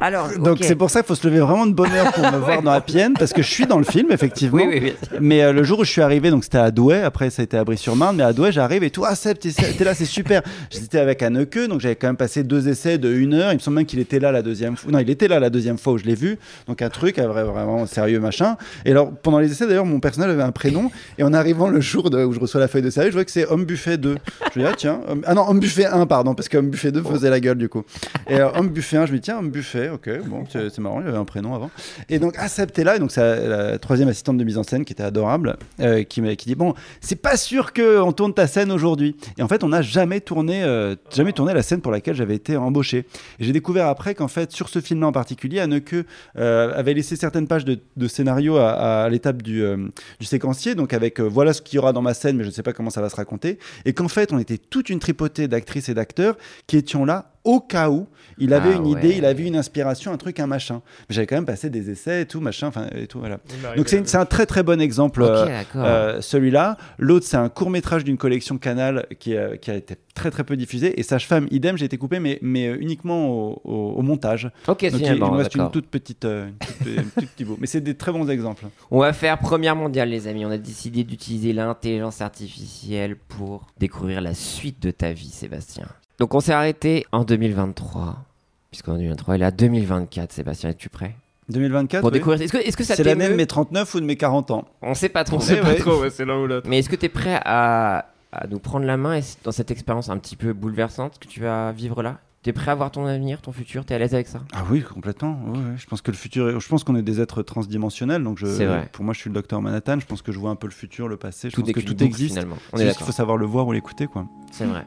Speaker 1: Alors,
Speaker 6: Donc
Speaker 1: ok.
Speaker 6: c'est pour ça qu'il faut se lever vraiment de bonne heure pour me voir dans Happy End, parce que je suis dans le film, effectivement.
Speaker 1: Oui, oui, oui.
Speaker 6: Mais euh, le jour où je suis arrivé, donc c'était à Douai, après ça a été à Brie-sur-Marne, mais à Douai j'arrive et tout, ah Seb, t'es t'es là, c'est super. J'étais avec un queue, donc j'avais quand même passé deux essais de une heure. Il me semble même qu'il était là la deuxième fois. Non, il était là la deuxième fois où je l'ai vu, donc un truc un vrai- vraiment sérieux machin. Et alors pendant les essais d'ailleurs, mon personnel avait un prénom, et en arrivant le jour de- où je reçois la feuille de service, je vois que c'est Homme Buffet 2. Je me dis, ah tiens, Homme- ah non, Homme Buffet 1, pardon, parce que Homme Buffet 2 faisait la gueule du coup. Et euh, Homme Buffet 1, je me dis, tiens, Homme Buffet, ok, bon, c'est c'est marrant, il y avait un prénom avant. Et donc, ah, Seb, t'es là. Et donc, c'est la la troisième assistante de mise en scène qui était adorable, euh, qui, m'a- qui dit Bon, c'est pas sûr qu'on tourne ta scène aujourd'hui. Et en fait, on n'a jamais, tourné, euh, jamais tourné la scène pour laquelle j'avais été embauché. Et J'ai découvert après qu'en fait, sur ce film-là en particulier, Anneke euh, avait laissé certaines pages de, de scénario à, à l'étape du, euh, du séquencier, donc avec euh, voilà ce qu'il y aura dans ma scène, mais je ne sais pas comment ça va se raconter. Et qu'en fait, on était toute une tripotée d'actrices et d'acteurs qui étions là au cas où il avait
Speaker 1: Ah
Speaker 6: une
Speaker 1: ouais.
Speaker 6: idée, il avait une inspiration, un truc, un machin. Mais j'avais quand même passé des essais et tout, machin, enfin, et tout, voilà. Donc c'est une- c'est un très très bon exemple,
Speaker 1: Ok,
Speaker 6: euh,
Speaker 1: d'accord.
Speaker 6: euh, celui-là. L'autre, c'est un court métrage d'une collection Canal qui, euh, qui a été très très peu diffusé. Et Sage-Femme, idem, j'ai été coupé, mais, mais euh, uniquement au, au- au montage.
Speaker 1: ok,
Speaker 6: Donc il, il
Speaker 1: finalement,
Speaker 6: me reste une
Speaker 1: d'accord.
Speaker 6: toute petite, euh, une toute- un tout petit bout. Mais c'est des très bons exemples.
Speaker 1: On va faire première mondiale, les amis. On a décidé d'utiliser l'intelligence artificielle pour découvrir la suite de ta vie, Sébastien. Donc, on s'est arrêté en 2023. Puisqu'on est en 2023, et là, 2024, Sébastien, es-tu prêt
Speaker 6: 2024,
Speaker 1: Pour
Speaker 6: Ah, oui.
Speaker 1: découvrir. Est-ce que, est-ce que ça
Speaker 6: c'est l'année de
Speaker 1: t'émeut
Speaker 6: mes 39 ou de mes 40 ans.
Speaker 1: On sait pas trop.
Speaker 4: On sait
Speaker 6: Eh
Speaker 4: pas
Speaker 6: ouais.
Speaker 4: trop, ouais, c'est l'un ou l'autre.
Speaker 1: Mais est-ce que t'es prêt à, à nous prendre la main et- dans cette expérience un petit peu bouleversante que tu vas vivre là T'es prêt à voir ton avenir, ton futur T'es à l'aise avec ça
Speaker 6: Ah oui, complètement. Ouais, ouais. Je pense que le futur, est- je pense qu'on est des êtres transdimensionnels. Donc je,
Speaker 1: C'est vrai.
Speaker 6: pour moi, je suis le docteur Manhattan. Je pense que je vois un peu le futur, le passé. Je pense
Speaker 1: est
Speaker 6: que
Speaker 1: qu'une
Speaker 6: tout
Speaker 1: boucle,
Speaker 6: existe.
Speaker 1: finalement. On
Speaker 6: C'est
Speaker 1: est
Speaker 6: juste qu'il
Speaker 1: d'accord.
Speaker 6: faut savoir le voir ou l'écouter, quoi.
Speaker 1: C'est vrai.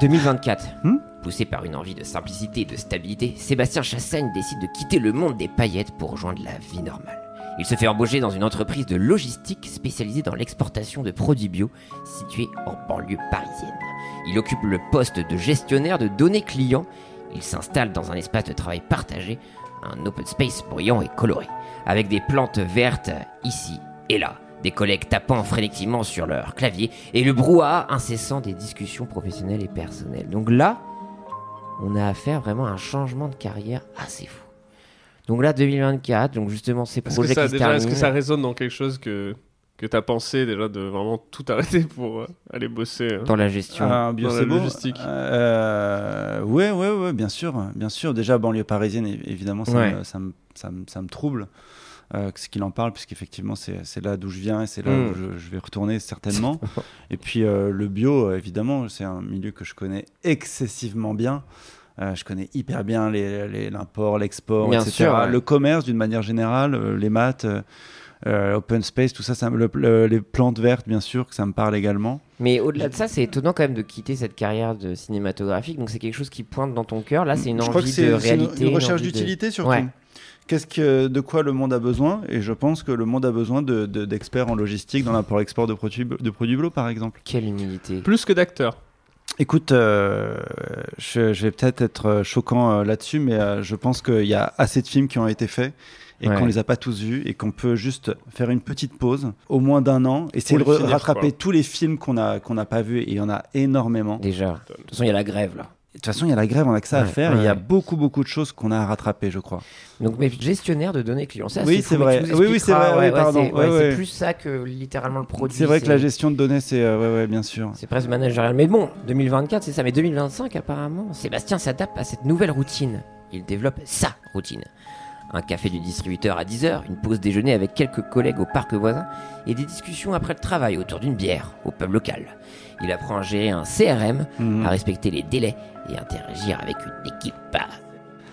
Speaker 1: 2024.
Speaker 6: Hmm
Speaker 1: Poussé par une envie de simplicité et de stabilité, Sébastien Chassagne décide de quitter le monde des paillettes pour rejoindre la vie normale. Il se fait embaucher dans une entreprise de logistique spécialisée dans l'exportation de produits bio située en banlieue parisienne. Il occupe le poste de gestionnaire de données clients. Il s'installe dans un espace de travail partagé, un open space brillant et coloré, avec des plantes vertes ici et là, des collègues tapant frénétiquement sur leur clavier et le brouhaha incessant des discussions professionnelles et personnelles. Donc là, on a affaire vraiment à un changement de carrière assez fou. Donc là, 2024, donc justement ces
Speaker 4: Est-ce que,
Speaker 1: projets
Speaker 4: ça,
Speaker 1: qui se
Speaker 4: déjà, est-ce que
Speaker 1: terminent.
Speaker 4: ça résonne dans quelque chose que, que t'as pensé déjà de vraiment tout arrêter pour euh, aller bosser euh,
Speaker 1: dans la gestion.
Speaker 6: Ah,
Speaker 4: dans la
Speaker 6: c'est beau.
Speaker 4: logistique.
Speaker 6: Euh, ouais, ouais, ouais, bien sûr, bien sûr. Déjà banlieue parisienne, é- évidemment, ça,
Speaker 1: Ouais.
Speaker 6: me, ça, me, ça me- ça me trouble. Euh, ce qu'il en parle, puisqu'effectivement, c'est c'est là d'où je viens et c'est là
Speaker 4: Mm.
Speaker 6: où je, je vais retourner certainement. et puis euh, le bio, euh, évidemment, c'est un milieu que je connais excessivement bien. Euh, je connais hyper bien les- les- l'import, l'export,
Speaker 1: Bien
Speaker 6: etc.
Speaker 1: sûr, ouais.
Speaker 6: Le commerce, d'une manière générale, euh, les maths, euh, euh, open space, tout ça, ça me- le- le- les plantes vertes, bien sûr, que ça me parle également.
Speaker 1: Mais au-delà de ça, c'est étonnant quand même de quitter cette carrière de cinématographique. Donc c'est quelque chose qui pointe dans ton cœur. Là, c'est une
Speaker 6: Je
Speaker 1: envie
Speaker 6: crois que c'est
Speaker 1: de
Speaker 6: c'est une-
Speaker 1: réalité.
Speaker 6: une, recherche
Speaker 1: envie de-
Speaker 6: d'utilité surtout.
Speaker 1: Ouais.
Speaker 6: Qu'est-ce que, de quoi le monde a besoin Et je pense que le monde a besoin de- de- d'experts en logistique dans l'import-export de produits, de produits bio, par exemple.
Speaker 1: Quelle humilité.
Speaker 4: Plus que d'acteurs.
Speaker 6: Écoute, euh, je, je vais peut-être être euh, choquant euh, là-dessus, mais euh, je pense qu'il y a assez de films qui ont été faits et
Speaker 1: Ouais.
Speaker 6: qu'on les a pas tous vus et qu'on peut juste faire une petite pause, au moins d'un an, essayer de
Speaker 4: Pour les
Speaker 6: re-
Speaker 4: finir,
Speaker 6: rattraper
Speaker 4: quoi.
Speaker 6: tous les films qu'on a qu'on n'a pas vus et il y en a énormément.
Speaker 1: Déjà. De toute façon, il y a la grève là.
Speaker 6: De toute façon, il y a la grève, on a que ça à
Speaker 1: Ouais,
Speaker 6: faire. et Il y
Speaker 1: ouais.
Speaker 6: a beaucoup beaucoup de choses qu'on a à rattraper, je crois.
Speaker 1: Donc, mais gestionnaire de données clients, c'est assez
Speaker 6: Oui,
Speaker 1: fou,
Speaker 6: c'est
Speaker 1: mais
Speaker 6: vrai.
Speaker 1: tu nous
Speaker 6: Oui, oui,
Speaker 1: expliqueras.
Speaker 6: c'est vrai, oui,
Speaker 1: Ouais, ouais,
Speaker 6: pardon.
Speaker 1: c'est- ouais,
Speaker 6: Ouais,
Speaker 1: c'est
Speaker 6: ouais.
Speaker 1: plus ça que littéralement le produit.
Speaker 6: C'est vrai que la gestion de données, c'est euh, ouais, ouais, bien sûr.
Speaker 1: C'est presque managérial. Mais bon, 2024, c'est ça. Mais 2025, apparemment, Sébastien s'adapte à cette nouvelle routine. Il développe sa routine. Un café du distributeur à 10h, une pause déjeuner avec quelques collègues au parc voisin et des discussions après le travail autour d'une bière au pub local. Il apprend à gérer un CRM,
Speaker 6: Mhm.
Speaker 1: à respecter les délais et interagir avec une équipe.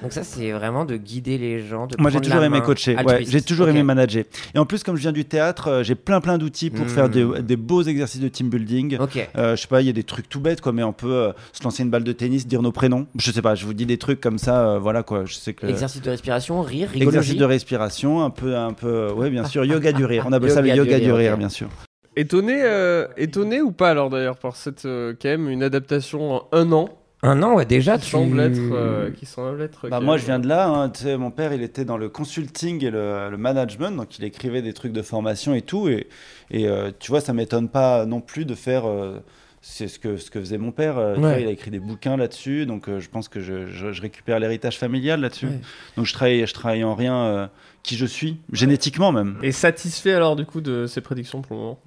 Speaker 1: Donc ça, c'est vraiment de guider les gens. De
Speaker 6: Moi, j'ai
Speaker 1: prendre
Speaker 6: toujours
Speaker 1: la
Speaker 6: aimé
Speaker 1: main,
Speaker 6: coacher. Ouais,
Speaker 1: altruiste.
Speaker 6: j'ai toujours
Speaker 1: Ok.
Speaker 6: aimé manager. Et en plus, comme je viens du théâtre, euh, j'ai plein plein d'outils pour
Speaker 1: Mm.
Speaker 6: faire des, des beaux exercices de team building.
Speaker 1: Ok.
Speaker 6: Euh, je sais pas, il y a des trucs tout bêtes, quoi, mais on peut euh, se lancer une balle de tennis, dire nos prénoms. Je sais pas, je vous dis des trucs comme ça, euh, voilà quoi. Je sais que.
Speaker 1: Exercice de respiration, rire, rigologie.
Speaker 6: Exercice de respiration, un peu, un peu, ouais, bien sûr, yoga du rire. On appelle ça le
Speaker 1: Yoga
Speaker 6: yoga
Speaker 1: du
Speaker 6: du
Speaker 1: rire,
Speaker 6: rire,
Speaker 1: ok.
Speaker 6: bien sûr.
Speaker 4: Étonné, euh, étonné ou pas alors d'ailleurs par cette euh, quand même une adaptation en un an
Speaker 1: Un an, ouais, déjà,
Speaker 4: qui
Speaker 1: tu...
Speaker 4: semble être euh, qui semble être.
Speaker 6: Bah,
Speaker 4: quand
Speaker 6: moi,
Speaker 4: même,
Speaker 6: je viens de là. hein, tu sais, mon père, il était dans le consulting et le, le management, donc il écrivait des trucs de formation et tout. Et, et, euh, tu vois, ça m'étonne pas non plus de faire. euh, c'est ce que, ce que faisait mon père. euh, tu
Speaker 1: Ouais.
Speaker 6: vois, il a écrit des bouquins là-dessus, donc euh, je pense que je, je- je récupère l'héritage familial là-dessus.
Speaker 1: Ouais.
Speaker 6: Donc je travaille, je travaille en rien euh, qui je suis, génétiquement même.
Speaker 4: euh, Et satisfait alors du coup de ses prédictions pour le moment.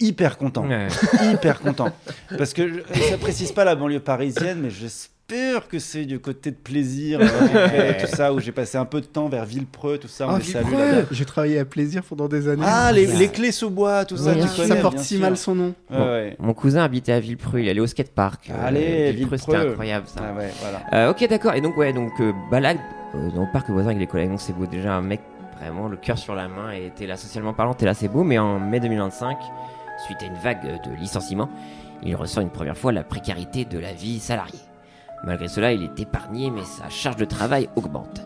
Speaker 6: Hyper content.
Speaker 1: Ouais.
Speaker 6: hyper content. Parce que je- ça précise pas la banlieue parisienne, mais j'espère que c'est du côté de plaisir, euh, Montréal, tout ça, où j'ai passé un peu de temps vers Villepreux, tout ça. on
Speaker 2: Ah,
Speaker 6: les salue,
Speaker 2: Villepreux
Speaker 6: là-bas.
Speaker 7: J'ai travaillé à plaisir pendant des années.
Speaker 6: Ah, les, les clés sous bois, tout ça,
Speaker 1: Oui,
Speaker 6: tu
Speaker 1: ça
Speaker 6: connais.
Speaker 2: Ça porte
Speaker 6: bien
Speaker 2: si
Speaker 6: sûr.
Speaker 2: mal son nom.
Speaker 6: Ouais, ouais.
Speaker 1: Mon cousin habitait à Villepreux, il allait au skatepark. Euh,
Speaker 6: Allez,
Speaker 1: c'était
Speaker 6: Villepreux.
Speaker 1: incroyable ça.
Speaker 6: Ah ouais, voilà.
Speaker 1: Euh, ok, d'accord. Et donc, ouais, donc, euh, balade euh, dans le parc voisin avec les collègues. Donc, c'est beau. Déjà, un mec vraiment le cœur sur la main. Et t'es là, socialement parlant, t'es là, c'est beau. Mais en mai 2025, suite à une vague euh, de licenciements, il ressent une première fois la précarité de la vie salariée. Malgré cela, il est épargné, mais sa charge de travail augmente.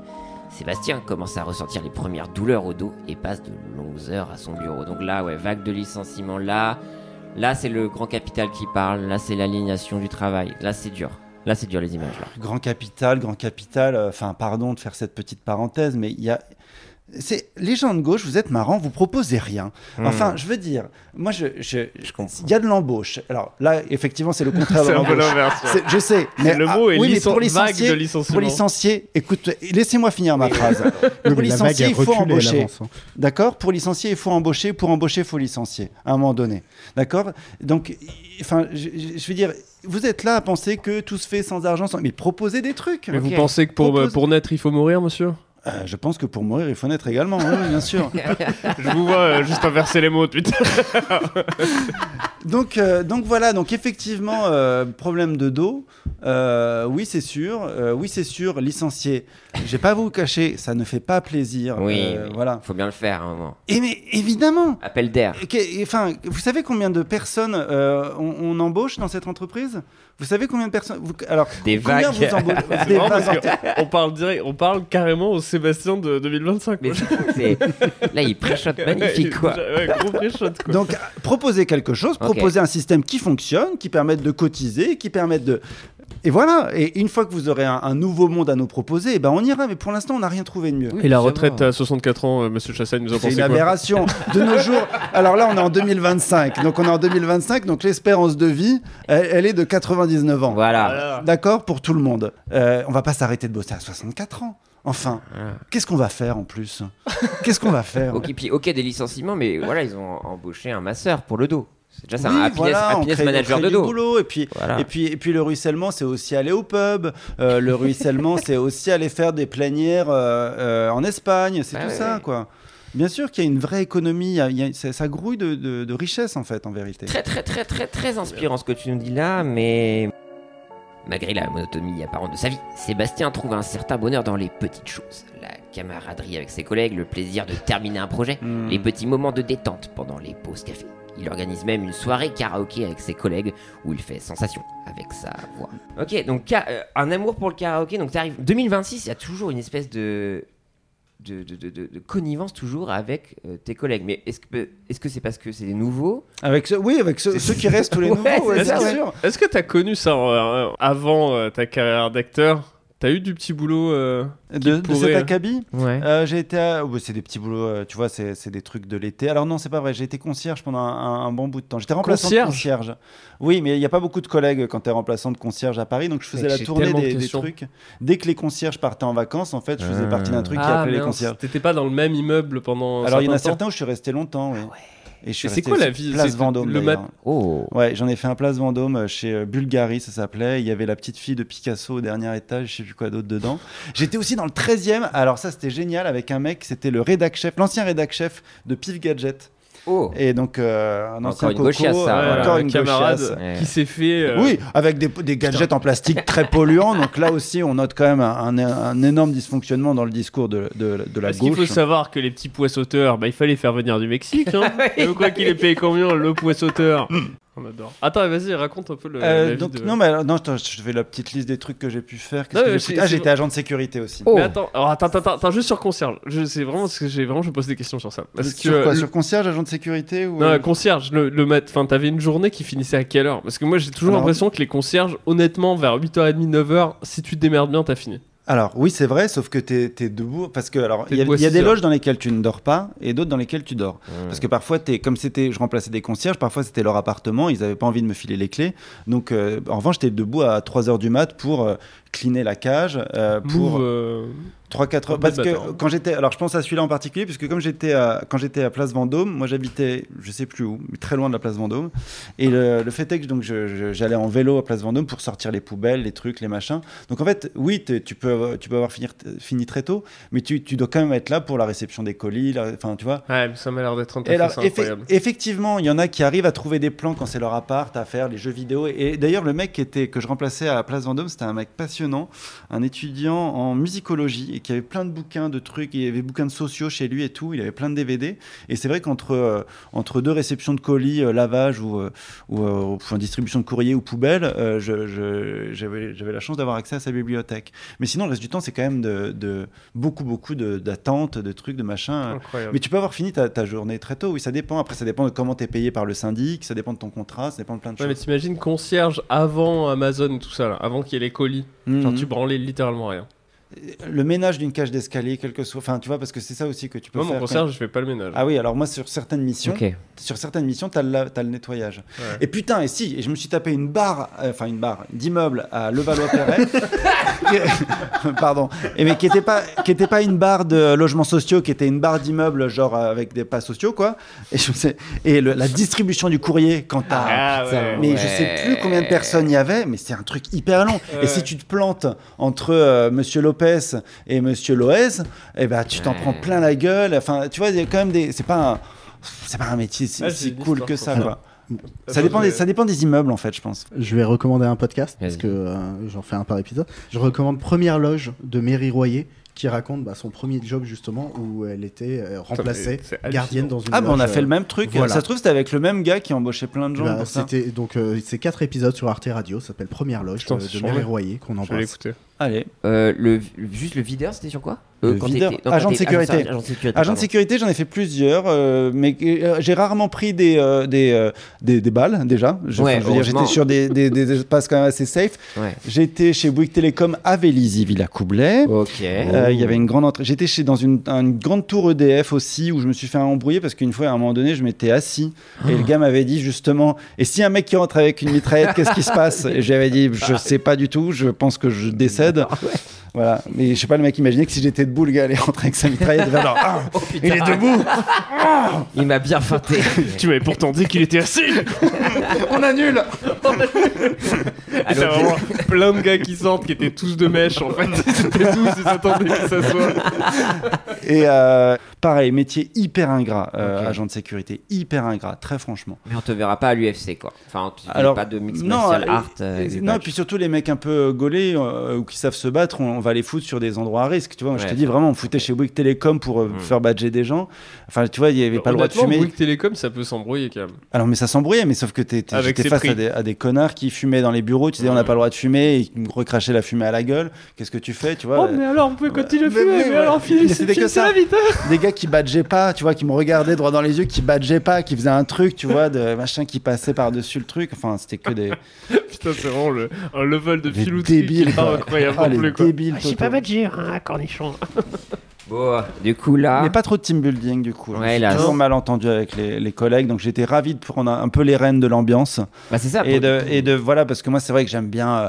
Speaker 1: Sébastien commence à ressentir les premières douleurs au dos et passe de longues heures à son bureau. Donc là, ouais, vague de licenciements. Là, là, c'est le grand capital qui parle. Là, c'est l'alignation du travail. Là, c'est dur. Là, c'est dur les images. Là.
Speaker 6: Grand capital, grand capital. euh, Enfin, pardon de faire cette petite parenthèse, mais il y a. C'est les gens de gauche, vous êtes marrants, vous proposez rien. Enfin, je veux dire, moi, je, je,
Speaker 1: Je comprends.
Speaker 6: il y a de l'embauche. Alors là, effectivement, c'est le contraire de
Speaker 4: bah, C'est un peu
Speaker 6: l'embauche.
Speaker 4: l'inverse. ouais.
Speaker 6: C'est- Je sais, mais
Speaker 4: Le
Speaker 6: ah,
Speaker 4: mot est
Speaker 6: oui, mais
Speaker 4: licen-
Speaker 6: pour
Speaker 4: vague
Speaker 6: licencier,
Speaker 4: de licenciement.
Speaker 6: Pour licencier, écoute, laissez-moi finir ma phrase.
Speaker 7: Oui,
Speaker 6: pour
Speaker 7: mais la vague
Speaker 6: licencier,
Speaker 7: a
Speaker 6: il faut
Speaker 7: reculé, elle
Speaker 6: embaucher.
Speaker 7: avance, hein.
Speaker 6: D'accord Pour licencier, il faut embaucher. Pour embaucher, il faut licencier, à un moment donné. D'accord Donc, y- enfin, je, je- je veux dire, vous êtes là à penser que tout se fait sans argent, sans... mais proposez des trucs.
Speaker 4: Mais
Speaker 1: Ok.
Speaker 4: vous pensez que pour, euh,
Speaker 6: Propose-
Speaker 4: pour naître il faut mourir, monsieur
Speaker 6: Euh, je pense que pour mourir, il faut naître également, hein, oui, bien sûr.
Speaker 4: Je vous vois euh, juste inverser les mots, putain.
Speaker 6: Donc, euh, donc voilà, donc effectivement, euh, problème de dos, Euh, oui c'est sûr, Euh, oui c'est sûr, licencié. Je vais pas vous cacher, ça ne fait pas plaisir.
Speaker 1: Oui,
Speaker 6: Euh,
Speaker 1: oui.
Speaker 6: voilà.
Speaker 1: Hein, Faut bien le faire à un moment.
Speaker 6: Et mais évidemment.
Speaker 1: Appel d'air.
Speaker 6: Que- Enfin, vous savez combien de personnes euh, on, on embauche dans cette entreprise Vous savez combien de personnes vous- Alors,
Speaker 1: Des
Speaker 6: combien
Speaker 1: vagues.
Speaker 6: vous embauchez
Speaker 4: C'est marrant parce que on parle direct, on parle carrément au Sébastien de 2025.
Speaker 1: Mais c'est- là, il préchote magnifique, quoi.
Speaker 4: Ouais, gros pré-shot, quoi.
Speaker 6: Donc, proposer quelque chose,
Speaker 1: Ok.
Speaker 6: proposer un système qui fonctionne, qui permette de cotiser, qui permette de. Et voilà. Et une fois que vous aurez un, un nouveau monde à nous proposer, eh ben on ira. Mais pour l'instant, on n'a rien trouvé de mieux.
Speaker 4: Et la retraite à 64 ans, euh, monsieur Chassagne, nous en
Speaker 6: C'est
Speaker 4: pensez
Speaker 6: une
Speaker 4: quoi
Speaker 6: aberration. De nos jours, alors là, on est en 2025. Donc, on est en 2025. Donc, l'espérance de vie, elle, elle est de 99 ans.
Speaker 1: Voilà.
Speaker 4: Ah.
Speaker 6: D'accord Pour tout le monde. Euh, on va pas s'arrêter de bosser à 64 ans. Enfin, qu'est-ce qu'on va faire en plus Qu'est-ce qu'on va faire
Speaker 1: Ah. Ok, puis ok des licenciements, mais voilà, ils ont embauché un masseur pour le dos. C'est déjà ça,
Speaker 6: Oui,
Speaker 1: un happiness,
Speaker 6: voilà, on
Speaker 1: happiness
Speaker 6: crée- on
Speaker 1: manager
Speaker 6: crée
Speaker 1: de
Speaker 6: du
Speaker 1: dos.
Speaker 6: boulot, et puis
Speaker 1: Voilà.
Speaker 4: Ah.
Speaker 6: et puis et puis le ruissellement c'est aussi aller au pub euh, le ruissellement c'est aussi aller faire des plénières euh, euh, en Espagne c'est
Speaker 1: Bah
Speaker 6: tout
Speaker 1: ouais,
Speaker 6: ça
Speaker 1: ouais.
Speaker 6: quoi bien sûr qu'il y a une vraie économie il y a- il y a- ça, ça grouille de, de- de richesse en fait en vérité
Speaker 1: Très très très très très inspirant ce que tu nous dis là, mais malgré la monotonie apparente de sa vie, Sébastien trouve un certain bonheur dans les petites choses. La camaraderie avec ses collègues, le plaisir de terminer un projet,
Speaker 6: Hmm.
Speaker 1: les petits moments de détente pendant les pauses café. Il organise même une soirée karaoké avec ses collègues où il fait sensation avec sa voix. Ok, donc ka- euh, un amour pour le karaoké, donc t'arrives 2026, il y a toujours une espèce de de, de- de- de- de connivence toujours avec euh, tes collègues. Mais est-ce que est-ce que c'est parce que c'est des nouveaux
Speaker 6: avec ce- oui avec ce- ceux qui restent tous les
Speaker 1: Ouais,
Speaker 6: nouveaux ouais,
Speaker 1: c'est
Speaker 6: bien
Speaker 1: ça, ouais.
Speaker 6: sûr
Speaker 4: Est-ce que t'as connu ça euh, avant euh, ta carrière d'acteur T'as eu du petit boulot euh,
Speaker 6: de,
Speaker 4: qui
Speaker 6: de
Speaker 4: pourrait-
Speaker 6: cet acabit
Speaker 1: Ouais.
Speaker 6: Euh, j'ai été à- ouais, c'est des petits boulots, euh, tu vois, c'est c'est des trucs de l'été. Alors non, c'est pas vrai, j'ai été concierge pendant un, un- un bon bout de temps. J'étais remplaçant de
Speaker 4: Concierge
Speaker 6: concierge. Oui, mais il n'y a pas beaucoup de collègues quand t'es remplaçant de concierge à Paris, donc je faisais
Speaker 4: Mec,
Speaker 6: la
Speaker 4: j'ai
Speaker 6: tournée
Speaker 4: tellement de
Speaker 6: des, des
Speaker 4: questions.
Speaker 6: trucs. Dès que les concierges partaient en vacances, en fait, je faisais
Speaker 1: Ah.
Speaker 6: partie d'un truc qui
Speaker 4: Ah,
Speaker 6: appelait les
Speaker 4: mince,
Speaker 6: concierges.
Speaker 4: T'étais pas dans le même immeuble pendant. un
Speaker 6: Alors il y en
Speaker 4: certain temps
Speaker 6: a
Speaker 4: Ah
Speaker 6: certains où je suis resté longtemps, oui. Et je suis
Speaker 4: Mais c'est
Speaker 6: resté
Speaker 4: quoi la
Speaker 6: sur
Speaker 4: vie
Speaker 6: Place
Speaker 4: C'est
Speaker 6: Vendôme.
Speaker 4: le
Speaker 6: d'ailleurs.
Speaker 4: mat-
Speaker 1: Oh.
Speaker 6: Ouais, j'en ai fait un place Vendôme euh, chez euh, Bulgarie, ça s'appelait. Il y avait la petite fille de Picasso au dernier étage, je sais plus quoi d'autre dedans. J'étais aussi dans le 13e, alors ça c'était génial, avec un mec, c'était le rédac chef, l'ancien rédac chef de Pif Gadget.
Speaker 1: Oh.
Speaker 6: Et donc, euh, un ancien
Speaker 1: Encore une
Speaker 6: coco,
Speaker 1: gauchiasse, ça,
Speaker 6: euh,
Speaker 1: voilà.
Speaker 6: encore
Speaker 4: un
Speaker 6: une
Speaker 4: camarade
Speaker 6: gauchiasse.
Speaker 1: gauchiasse.
Speaker 4: qui s'est fait. euh,
Speaker 6: Oui, avec des, des gadgets en plastique très polluants. Donc là aussi, on note quand même un, un énorme dysfonctionnement dans le discours de, de- de la
Speaker 4: Parce qu'il
Speaker 6: gauche.
Speaker 4: faut savoir que les petits poissoteurs, bah, il fallait faire venir du Mexique. Hein. Euh, quoi qu'il ait payé combien le poissauteur On adore. Attends, vas-y, raconte un peu le.
Speaker 6: Mm. Euh,
Speaker 4: la vie
Speaker 6: donc,
Speaker 4: de-
Speaker 6: non, mais alors, non, attends, je je fais la petite liste des trucs que j'ai pu faire. Qu'est-ce
Speaker 4: Non,
Speaker 6: que
Speaker 4: mais
Speaker 6: j'ai
Speaker 4: c'est-
Speaker 6: pu- Ah,
Speaker 4: c'est-
Speaker 6: j'étais agent de sécurité aussi.
Speaker 1: Oh.
Speaker 4: Mais attends, alors attends, attends, attends, attends, juste sur concierge. Je, c'est vraiment ce que j'ai vraiment, je me pose des questions sur ça. Parce
Speaker 6: sur
Speaker 4: que
Speaker 6: quoi
Speaker 4: le-
Speaker 6: Sur concierge, agent de sécurité ou... euh
Speaker 4: Non, la concierge, le, le mat, enfin, t'avais une journée qui finissait à quelle heure Parce que moi, j'ai toujours
Speaker 6: Alors-
Speaker 4: l'impression que les concierges, honnêtement, vers 8h30, 9h, si tu te démerdes bien, t'as fini.
Speaker 6: Alors oui, c'est vrai, sauf que t'es es debout parce que alors
Speaker 4: T'es
Speaker 6: il y a,
Speaker 4: debout hein. à
Speaker 6: il y a
Speaker 4: six
Speaker 6: des
Speaker 4: heures.
Speaker 6: loges dans lesquelles tu ne dors pas et d'autres dans lesquelles tu dors. Parce que parfois t'es comme c'était, je remplaçais des concierges, parfois c'était leur appartement, ils avaient pas envie de me filer les clés. Donc euh, en revanche, t'es debout à 3 heures du mat pour euh, cleaner la cage, euh, pour
Speaker 4: Move, euh,
Speaker 6: 3 4
Speaker 4: Pour
Speaker 6: parce
Speaker 4: le bâtard.
Speaker 6: que quand j'étais alors je pense à celui-là en particulier puisque comme j'étais à quand j'étais à Place Vendôme, moi j'habitais je sais plus où, mais très loin de la Place Vendôme et le, le fait est que donc je- je- j'allais en vélo à Place Vendôme pour sortir les poubelles, les trucs, les machins. Donc en fait, oui, t'es- tu peux avoir- tu peux avoir fini, fini très tôt, mais tu, tu dois quand même être là pour la réception des colis, la- enfin tu vois.
Speaker 4: Ouais, mais ça m'a l'air d'être un
Speaker 6: Et alors,
Speaker 4: taf, c'est
Speaker 6: effe-
Speaker 4: incroyable.
Speaker 6: effectivement, il y en a qui arrivent à trouver des plans quand c'est leur appart, à faire les jeux vidéo. Et d'ailleurs, le mec qui était, que je remplaçais à Place Vendôme, c'était un mec passionnant, un étudiant en musicologie, et qui avait plein de bouquins, de trucs. Il y avait des bouquins de sociaux chez lui et tout. Il avait plein de DVD. Et c'est vrai qu'entre euh, entre deux réceptions de colis, euh, lavage ou, euh, ou euh, enfin, distribution de courrier ou poubelle, euh, je- je- j'avais j'avais la chance d'avoir accès à sa bibliothèque. Mais sinon, le reste du temps, c'est quand même de, de- beaucoup, beaucoup de- d'attentes, de, trucs, de machins.
Speaker 4: Incroyable.
Speaker 6: Mais tu peux avoir fini ta, ta journée très tôt, oui, ça dépend. Après, ça dépend de comment tu es payé par le syndic, ça dépend de ton contrat, ça dépend de plein de
Speaker 4: Ouais, mais
Speaker 6: choses.
Speaker 4: t'imagines concierge avant Amazon, tout ça, là, avant qu'il y ait les colis. Genre,
Speaker 6: Mhm.
Speaker 4: tu branlais littéralement rien.
Speaker 6: Le ménage d'une cage d'escalier, quel que soit. Enfin, tu vois, parce que c'est ça aussi que tu peux
Speaker 4: Moi,
Speaker 6: faire.
Speaker 4: mon
Speaker 6: quand-
Speaker 4: concierge, je fais pas le ménage.
Speaker 6: Ah oui, alors moi, sur certaines missions,
Speaker 1: Ok.
Speaker 6: sur certaines missions, t'as le, la- t'as le nettoyage.
Speaker 4: Ouais.
Speaker 6: Et putain, et si, et je me suis tapé une barre, euh, enfin une barre, d'immeuble à Levallois-Perret, qui- pardon, et mais qui était pas, qui était pas une barre de logements sociaux, qui était une barre d'immeuble genre euh, avec des pas sociaux quoi. Et je me sais, et le- la distribution du courrier quand t'as,
Speaker 4: Ah,
Speaker 6: ça-
Speaker 4: ouais.
Speaker 6: mais je sais plus combien de personnes il y avait, mais c'est un truc hyper long. Et si tu te plantes entre euh, Monsieur Lopez et Monsieur Loez, eh ben tu t'en prends plein la gueule. Enfin, tu vois, il y a quand même des, c'est pas un, c'est pas un métier si,
Speaker 4: Ah,
Speaker 6: si
Speaker 4: c'est une
Speaker 6: cool
Speaker 4: histoire,
Speaker 6: que ça
Speaker 7: quoi.
Speaker 6: quoi. Ça dépend, des, ça dépend des immeubles en fait, je pense.
Speaker 7: Je vais recommander un podcast parce
Speaker 1: Vas-y.
Speaker 7: que euh, j'en fais un par épisode. Je recommande Première Loge de Mary Royer qui raconte bah, son premier job justement où elle était euh, remplacée
Speaker 4: mais c'est hallucinant.
Speaker 7: gardienne dans une
Speaker 6: Ah, bah on a
Speaker 7: loge,
Speaker 6: fait le
Speaker 7: euh,
Speaker 6: même truc.
Speaker 7: voilà.
Speaker 6: Ça se trouve, c'était avec le même gars qui embauchait plein de gens.
Speaker 7: bah,
Speaker 6: pour ça.
Speaker 7: c'était donc euh, c'est quatre épisodes sur Arte Radio, ça s'appelle Première Loge
Speaker 4: Putain,
Speaker 7: euh,
Speaker 4: c'est
Speaker 7: de
Speaker 4: chambé.
Speaker 7: Mary Royer qu'on
Speaker 4: Je vais
Speaker 7: embrasse.
Speaker 4: l'écouter.
Speaker 6: Allez.
Speaker 1: Euh, le, le- juste le videur, c'était sur quoi Euh,
Speaker 6: Le videur. Agent de sécurité.
Speaker 1: Agent de sécurité.
Speaker 6: Agent de
Speaker 1: pardon.
Speaker 6: sécurité, j'en ai fait plusieurs, euh, mais euh, j'ai rarement pris des, euh, des, euh, des, des balles déjà. Je,
Speaker 1: Ouais,
Speaker 6: enfin, je veux dire,
Speaker 1: heureusement.
Speaker 6: j'étais sur des, des, des espaces quand même assez safe.
Speaker 1: Ouais.
Speaker 6: J'étais chez Bouygues Télécom à Vélizy, Villa Coublet.
Speaker 1: Ok.
Speaker 6: Euh, Il
Speaker 1: Oh.
Speaker 6: y avait une grande entrée. J'étais chez dans une, une grande tour EDF aussi où je me suis fait embrouiller parce qu'une fois à un moment donné je m'étais assis et le gars m'avait dit justement et si un mec qui rentre avec une mitraillette qu'est-ce qui se passe Et J'avais dit je sais pas du tout. Je pense que je décède. Voilà. Mais je sais pas le mec imaginait que si j'étais debout le gars allait rentrer avec sa mitraillette. Il va dire, Ah,
Speaker 1: Oh, putain,
Speaker 6: il est debout.
Speaker 1: Il m'a bien feinté.
Speaker 4: Tu m'avais pourtant dit qu'il était assis
Speaker 6: On annule.
Speaker 4: Et t'as vraiment plein de gars qui sortent qui étaient tous de mèche en fait. Ils étaient tous, ils attendaient que ça soit.
Speaker 6: Et euh, pareil métier hyper ingrat euh,
Speaker 1: Ok.
Speaker 6: agent de sécurité hyper ingrat très franchement.
Speaker 1: Mais on te verra pas à l'UFC quoi. Enfin, tu fais
Speaker 6: Alors,
Speaker 1: pas de mix
Speaker 6: non,
Speaker 1: martial
Speaker 6: et-
Speaker 1: art.
Speaker 6: et-
Speaker 1: euh, avec des
Speaker 6: non, et
Speaker 1: patchs.
Speaker 6: puis surtout les mecs un peu euh, gaulés euh, ou qui savent se battre, on, on va les foutre sur des endroits à risque. Tu vois, Moi, je
Speaker 1: Ouais. Mm.
Speaker 6: te dis vraiment, on me foutait chez Bouygues Télécom pour euh, faire badger des gens. Enfin, tu vois, il n'y avait pas le droit de
Speaker 4: Euh, Honnêtement,
Speaker 6: fumer.
Speaker 4: Bouygues Télécom, ça peut s'embrouiller quand même.
Speaker 6: Alors, mais ça s'embrouillait, mais sauf que t'es- t'es-
Speaker 4: Avec
Speaker 6: j'étais
Speaker 4: ses
Speaker 6: face
Speaker 4: prix.
Speaker 6: à des, à des connards qui fumaient dans les bureaux. Tu disais, on
Speaker 1: Mm.
Speaker 6: n'a pas le droit de fumer, et ils me recrachaient la fumée à la gueule. Qu'est-ce que tu fais, tu vois
Speaker 4: Oh,
Speaker 6: Euh,
Speaker 4: alors, vous pouvez continuer
Speaker 6: Mais- mais- mais- mais c'était que ça.
Speaker 4: vite hein.
Speaker 6: Des gars qui badgeaient pas, tu vois, qui me regardaient droit dans les yeux, qui badgeaient pas, qui faisaient un truc, tu vois, de machin qui passait par-dessus le truc. Enfin, c'était que des,
Speaker 4: Putain, c'est vraiment le, un level de
Speaker 6: des
Speaker 4: filouterie qui
Speaker 6: débiles.
Speaker 4: est
Speaker 6: quoi.
Speaker 4: pas incroyable
Speaker 6: Ah,
Speaker 4: non
Speaker 6: les
Speaker 4: plus quoi.
Speaker 6: débiles, totaux.
Speaker 4: badger, hein, cornichon.
Speaker 1: Bon, du coup là.
Speaker 4: Hein
Speaker 6: Mais pas trop de team building du coup. Je
Speaker 1: Ouais,
Speaker 6: me suis
Speaker 1: là,
Speaker 6: toujours
Speaker 1: non.
Speaker 6: mal entendu avec les, les collègues, donc j'étais ravi de prendre un un peu les rênes de l'ambiance
Speaker 1: Bah c'est ça.
Speaker 6: et
Speaker 1: pour-
Speaker 6: de, et de voilà parce que moi c'est vrai que j'aime bien. euh,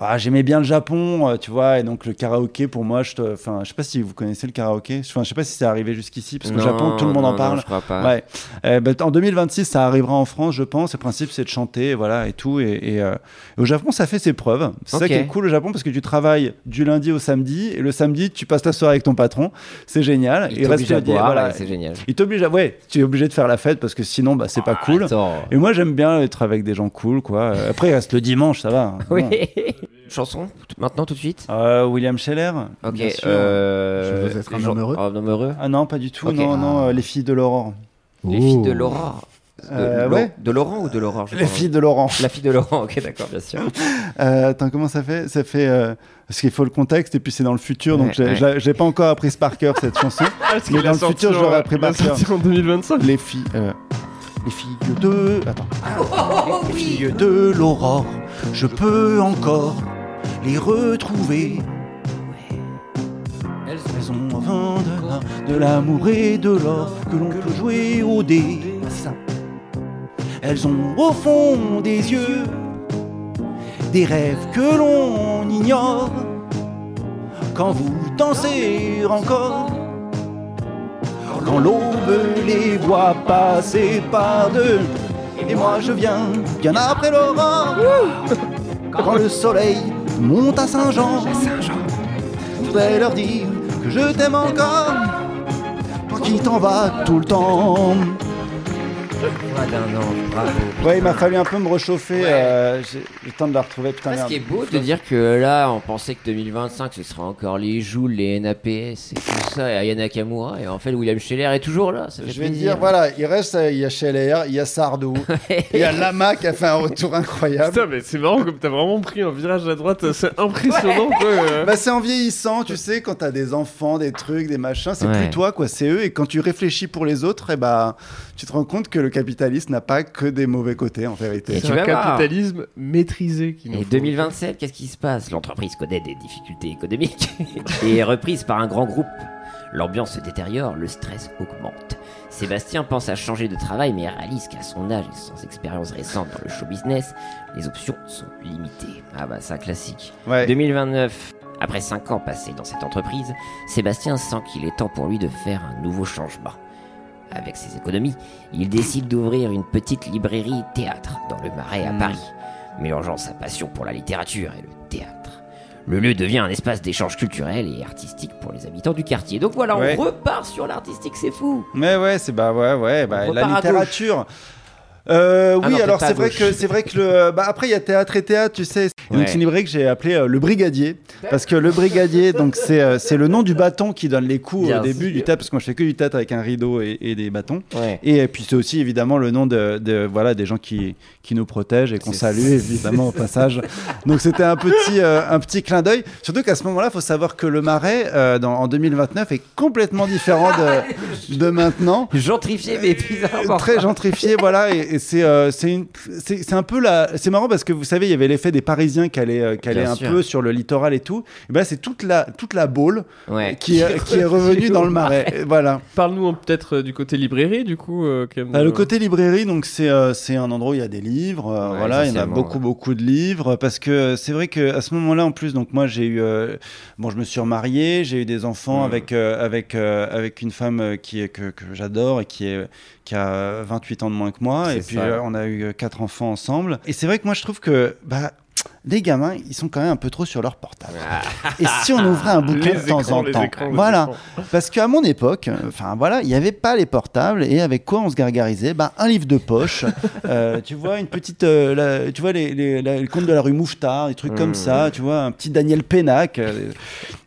Speaker 6: ah, J'aimais bien le Japon, euh, tu vois, et donc le karaoké pour moi, je, te- enfin, je sais pas si vous connaissez le karaoké, enfin, je sais pas si c'est arrivé jusqu'ici, parce qu'au
Speaker 1: Non,
Speaker 6: Japon tout le monde
Speaker 1: non,
Speaker 6: en
Speaker 1: non,
Speaker 6: parle.
Speaker 1: je crois pas.
Speaker 6: Ouais. Euh, bah, t- en 2026, ça arrivera en France, je pense. Le principe, c'est de chanter, voilà, et tout. Et, et, euh, au Japon, ça fait ses preuves. C'est
Speaker 1: Ok.
Speaker 6: ça qui est cool au Japon, parce que tu travailles du lundi au samedi, et le samedi, tu passes la soirée avec ton patron. C'est génial.
Speaker 1: Il
Speaker 6: Et reste
Speaker 1: t'oblige à
Speaker 6: le-
Speaker 1: boire,
Speaker 6: voilà.
Speaker 1: et c'est génial.
Speaker 6: Il t'oblige à, ouais, tu es obligé de faire la fête, parce que sinon, bah, c'est pas cool.
Speaker 1: Ah, Attends.
Speaker 6: Et moi, j'aime bien être avec des gens cool, quoi. Euh, Après, il reste le dimanche, ça va.
Speaker 1: Oui.
Speaker 6: Ouais.
Speaker 1: Chanson t- maintenant tout de suite.
Speaker 6: Euh, William Scheller
Speaker 1: Ok.
Speaker 6: bien sûr.
Speaker 1: euh,
Speaker 7: Je veux être un
Speaker 1: jour-
Speaker 7: homme heureux.
Speaker 1: Un homme heureux.
Speaker 6: Ah non, pas du tout.
Speaker 1: Ok.
Speaker 6: Non, non,
Speaker 1: Ah.
Speaker 6: euh, les filles de l'aurore.
Speaker 1: Les filles de l'aurore. De,
Speaker 6: Euh,
Speaker 1: Lo-
Speaker 6: ouais.
Speaker 1: de Laurent ou de Laurent je
Speaker 6: La
Speaker 1: crois.
Speaker 6: fille de Laurent.
Speaker 1: La fille de Laurent, ok, d'accord, bien sûr.
Speaker 6: Euh, attends, comment ça fait Ça fait. euh, Parce qu'il faut le contexte, et puis c'est dans le futur,
Speaker 1: Ouais,
Speaker 6: donc j'ai-
Speaker 1: ouais.
Speaker 6: j'ai j'ai pas encore appris par cœur cette chanson.
Speaker 4: Parce
Speaker 6: Mais
Speaker 4: qu'il
Speaker 6: dans
Speaker 4: a
Speaker 6: le
Speaker 4: sorti
Speaker 6: futur,
Speaker 4: en-
Speaker 6: j'aurais appris
Speaker 4: il a
Speaker 6: par cœur.
Speaker 4: sorti en 2025.
Speaker 6: Les filles. euh, Les filles de. Attends. les filles de l'aurore, je peux encore les retrouver. Elles ont enfin de, de l'amour et de l'or que l'on peut jouer au dé. Elles ont au fond des yeux des rêves que l'on ignore. Quand vous dansez encore, quand l'aube les voit passer par deux, et moi je viens bien après l'aurore. Quand le soleil monte à Saint-Jean, je voudrais leur dire que je t'aime encore. Toi qui t'en vas tout le temps.
Speaker 1: Voix d'un ange, bravo.
Speaker 6: Ouais, il m'a fallu un peu me réchauffer. euh, J'ai le temps de la retrouver. Putain,
Speaker 1: Ce
Speaker 6: merde.
Speaker 1: qui est beau de dire que là, on pensait que 2025, ce serait encore les Joules, les NAPS et tout ça, et Aya Nakamura, et en fait, William Scheller est toujours là. Ça fait
Speaker 5: Je vais te
Speaker 1: plaisir.
Speaker 5: dire, voilà, il reste, euh, il y a Scheller, il y a Sardou, il y a Lama qui a fait un retour incroyable.
Speaker 1: Ah,
Speaker 4: Putain, mais c'est marrant comme t'as vraiment pris un virage à droite, euh, c'est impressionnant quoi. euh.
Speaker 6: Bah, c'est en vieillissant, tu sais, quand t'as des enfants, des trucs, des machins, c'est
Speaker 1: Ouais.
Speaker 6: plus toi, quoi, c'est eux. Et quand tu réfléchis pour les autres, et bah, tu te rends compte que le capitalisme n'a pas que des mauvais côtés, en vérité.
Speaker 1: Et
Speaker 4: C'est
Speaker 1: tu
Speaker 4: un
Speaker 1: vas voir.
Speaker 4: capitalisme maîtrisé qui nous
Speaker 1: Et
Speaker 4: faut.
Speaker 1: 2027, qu'est-ce qui se passe L'entreprise connaît des difficultés économiques et est reprise par un grand groupe. L'ambiance se détériore, le stress augmente. Sébastien pense à changer de travail mais réalise qu'à son âge et sans expérience récente dans le show business, les options sont limitées. Ah bah c'est un classique.
Speaker 6: Ouais.
Speaker 1: 2029. Après 5 ans passés dans cette entreprise, Sébastien sent qu'il est temps pour lui de faire un nouveau changement. Avec ses économies, il décide d'ouvrir une petite librairie théâtre dans le Marais
Speaker 6: Hmm.
Speaker 1: à Paris, mélangeant sa passion pour la littérature et le théâtre. Le lieu devient un espace d'échange culturel et artistique pour les habitants du quartier. Donc voilà,
Speaker 6: Ouais.
Speaker 1: on repart sur l'artistique, c'est fou.
Speaker 6: Mais ouais, c'est bah ouais, ouais, bah,
Speaker 1: On
Speaker 6: la
Speaker 1: repart à
Speaker 6: littérature. Euh,
Speaker 1: Ah
Speaker 6: oui,
Speaker 1: non, t'es
Speaker 6: alors
Speaker 1: pas
Speaker 6: c'est
Speaker 1: à
Speaker 6: vrai
Speaker 1: gauche.
Speaker 6: que c'est vrai que le euh, bah après il y a théâtre et théâtre, tu sais. Et
Speaker 1: Ouais.
Speaker 6: Donc c'est une librairie que j'ai appelée euh, le brigadier parce que le brigadier donc c'est euh, c'est le nom du bâton qui donne les coups
Speaker 1: Bien
Speaker 6: au début
Speaker 1: sûr.
Speaker 6: du théâtre parce que moi je fais que du théâtre avec un rideau et, et des bâtons. Et, euh, puis c'est aussi évidemment le nom de, de, voilà des gens qui qui nous protègent et qu'on
Speaker 1: C'est-
Speaker 6: salue évidemment au passage. Donc c'était un petit euh, un petit clin d'œil. Surtout qu'à ce moment-là, faut savoir que le marais euh, dans, en 2029 est complètement différent de de maintenant.
Speaker 1: Gentrifié mais bizarrement.
Speaker 6: Euh, Très gentrifié, voilà, et, et c'est euh, c'est une- c'est- c'est un peu la, c'est marrant parce que vous savez, il y avait l'effet des Parisiens qui allaient, euh, qui allaient
Speaker 1: Bien
Speaker 6: un
Speaker 1: sûr.
Speaker 6: peu sur le littoral et tout. Et ben là, c'est toute la toute la boule
Speaker 1: Ouais.
Speaker 6: qui, est- qui est revenue dans le marais. Et Voilà.
Speaker 4: Parle-nous euh, peut-être euh, du côté librairie du coup. euh, quand même,
Speaker 6: Euh, le
Speaker 4: euh,
Speaker 6: côté librairie, donc c'est euh, c'est un endroit où il y a des livres. euh,
Speaker 1: Ouais,
Speaker 6: voilà, il y en a
Speaker 1: essentiellement,
Speaker 6: beaucoup
Speaker 1: ouais.
Speaker 6: beaucoup de livres parce que euh, c'est vrai que à ce moment-là, en plus, donc moi j'ai eu, euh, bon, je me suis remarié, j'ai eu des enfants
Speaker 1: Mm.
Speaker 6: avec euh, avec euh, avec une femme euh, qui est que, que j'adore et qui est qui a euh, 28 ans de moins que moi. Et
Speaker 1: C'est
Speaker 6: puis
Speaker 1: ça.
Speaker 6: euh, on a eu euh, quatre enfants ensemble. Et c'est vrai que moi je trouve que bah les gamins, ils sont quand même un peu trop sur leur portable. Et si on ouvrait un bouquin
Speaker 4: Ah. les
Speaker 6: de temps
Speaker 4: écrans,
Speaker 6: en
Speaker 4: les
Speaker 6: temps,
Speaker 4: écrans, les
Speaker 6: voilà.
Speaker 4: écrans.
Speaker 6: Parce qu'à mon époque, euh, enfin voilà, il n'y avait pas les portables et avec quoi on se gargarisait bah, Un livre de poche, euh, tu vois, une petite, euh, la- tu vois, les, les- la- le conte de la rue Mouffetard, des trucs
Speaker 1: Mmh.
Speaker 6: comme ça, tu vois, un petit Daniel Pénac. euh,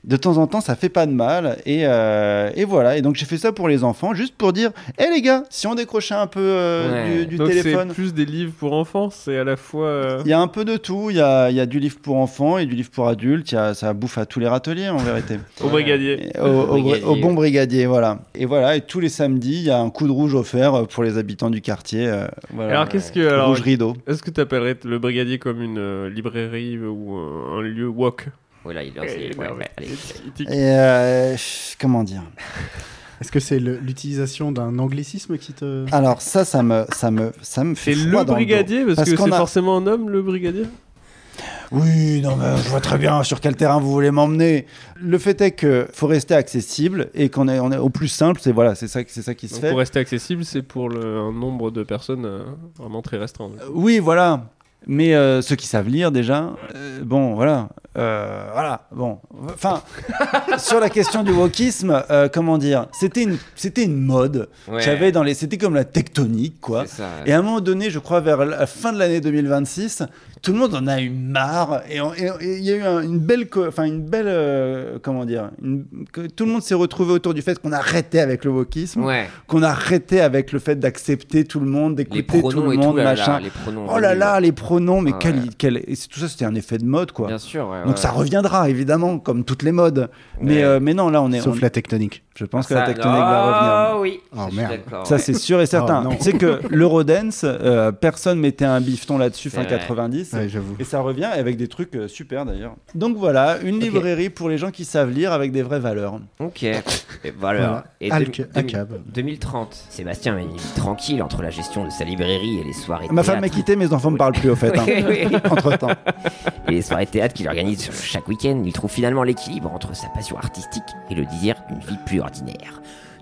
Speaker 6: de temps en temps, ça fait pas de mal. Et, euh, et voilà. Et donc j'ai fait ça pour les enfants, juste pour dire, hé les gars, si on décrochait un peu euh,
Speaker 1: Ouais.
Speaker 6: du, du
Speaker 4: Donc c'est
Speaker 6: téléphone.
Speaker 4: plus des livres pour enfants, c'est à la fois. euh,
Speaker 6: Il y a un peu de tout, il y a, il y a du livre pour enfants et du livre pour adultes, il y a, ça bouffe à tous les râteliers en vérité.
Speaker 4: Au brigadier.
Speaker 6: Et au, au-
Speaker 1: Brigadier.
Speaker 6: au bon brigadier, voilà. Et voilà, et tous les samedis, il y a un coup de rouge offert euh, pour les habitants du quartier. euh, voilà.
Speaker 4: Alors qu'est-ce que alors,
Speaker 6: rouge rideau.
Speaker 4: est-ce que t'appellerais le brigadier comme une euh, librairie ou euh, un lieu walk
Speaker 1: Voilà, Oh il est
Speaker 4: Eh,
Speaker 1: lancé. Ouais,
Speaker 4: merde.
Speaker 1: ouais, allez.
Speaker 6: Et euh, pff, comment dire
Speaker 7: Est-ce que c'est le- l'utilisation d'un anglicisme qui te.
Speaker 6: Alors ça, ça me, ça me, ça me fait
Speaker 4: C'est
Speaker 6: froid
Speaker 4: le
Speaker 6: dans
Speaker 4: brigadier parce,
Speaker 6: Parce
Speaker 4: que
Speaker 6: qu'on
Speaker 4: c'est
Speaker 6: a-
Speaker 4: forcément un homme le brigadier.
Speaker 6: dos. Oui, non, mais je vois très bien sur quel terrain vous voulez m'emmener. Le fait est que faut rester accessible et qu'on est, on est au plus simple. C'est voilà, c'est ça, c'est ça qui se
Speaker 4: Donc,
Speaker 6: fait.
Speaker 4: pour rester accessible, c'est pour le, un nombre de personnes euh, vraiment très restreint.
Speaker 6: Euh, Oui, voilà. Mais euh, ceux qui savent lire déjà, euh, bon, voilà. Euh, voilà, bon. Enfin, sur la question du wokisme, euh, comment dire C'était une, c'était une mode.
Speaker 1: Ouais.
Speaker 6: qu'il y avait dans les, c'était comme la tectonique, quoi.
Speaker 1: C'est ça, ouais.
Speaker 6: Et à un moment donné, je crois vers la fin de l'année 2026, tout le monde en a eu marre. Et on- et- et il y a eu un- une belle, co- enfin une belle, euh, comment dire une- que Tout le monde s'est retrouvé autour du fait qu'on arrêtait avec le wokisme,
Speaker 1: Ouais.
Speaker 6: qu'on arrêtait avec le fait d'accepter tout le monde,
Speaker 1: Les
Speaker 6: d'écouter tout
Speaker 1: pronoms
Speaker 6: le
Speaker 1: et tout,
Speaker 6: monde,
Speaker 1: là, là,
Speaker 6: machin.
Speaker 1: les pronoms.
Speaker 6: Oh là là, les pronoms, mais
Speaker 1: Ah
Speaker 6: quel,
Speaker 1: ouais.
Speaker 6: quel- et c'est- tout ça, c'était un effet de mode, quoi.
Speaker 1: Bien sûr, ouais,
Speaker 6: Donc
Speaker 1: ouais.
Speaker 6: ça reviendra évidemment, comme toutes les modes. Mais,
Speaker 1: Ouais.
Speaker 6: euh, mais non, là on est.
Speaker 7: Sauf
Speaker 6: on-
Speaker 7: la tectonique.
Speaker 6: Je pense que
Speaker 1: Ça-
Speaker 6: la tectonique va
Speaker 1: Ah
Speaker 6: revenir.
Speaker 1: oui.
Speaker 7: Oh,
Speaker 1: je suis
Speaker 7: merde.
Speaker 1: d'accord,
Speaker 6: Ça
Speaker 1: ouais.
Speaker 6: c'est sûr et certain.
Speaker 7: Ah, non.
Speaker 6: c'est que l'Eurodance, euh, personne mettait un bifton là-dessus fin
Speaker 1: C'est vrai.
Speaker 6: 90.
Speaker 7: Ouais, j'avoue.
Speaker 6: Et ça revient et avec des trucs euh, super d'ailleurs. Donc voilà, une librairie pour les gens qui savent lire avec des vraies valeurs.
Speaker 1: Ok. Et voilà. Et
Speaker 7: Alc-
Speaker 1: deux- deux-
Speaker 7: Acab.
Speaker 1: 2030. Sébastien mène une vie tranquille entre la gestion de sa librairie et les soirées
Speaker 6: Ma femme m'a
Speaker 1: théâtre.
Speaker 6: quitté, mes enfants me parlent plus au fait.
Speaker 1: Oui, oui.
Speaker 6: Entre temps.
Speaker 1: Et les soirées théâtre qu'il organise chaque week-end, il trouve finalement l'équilibre entre sa passion artistique et le désir d'une vie plus ordinaire.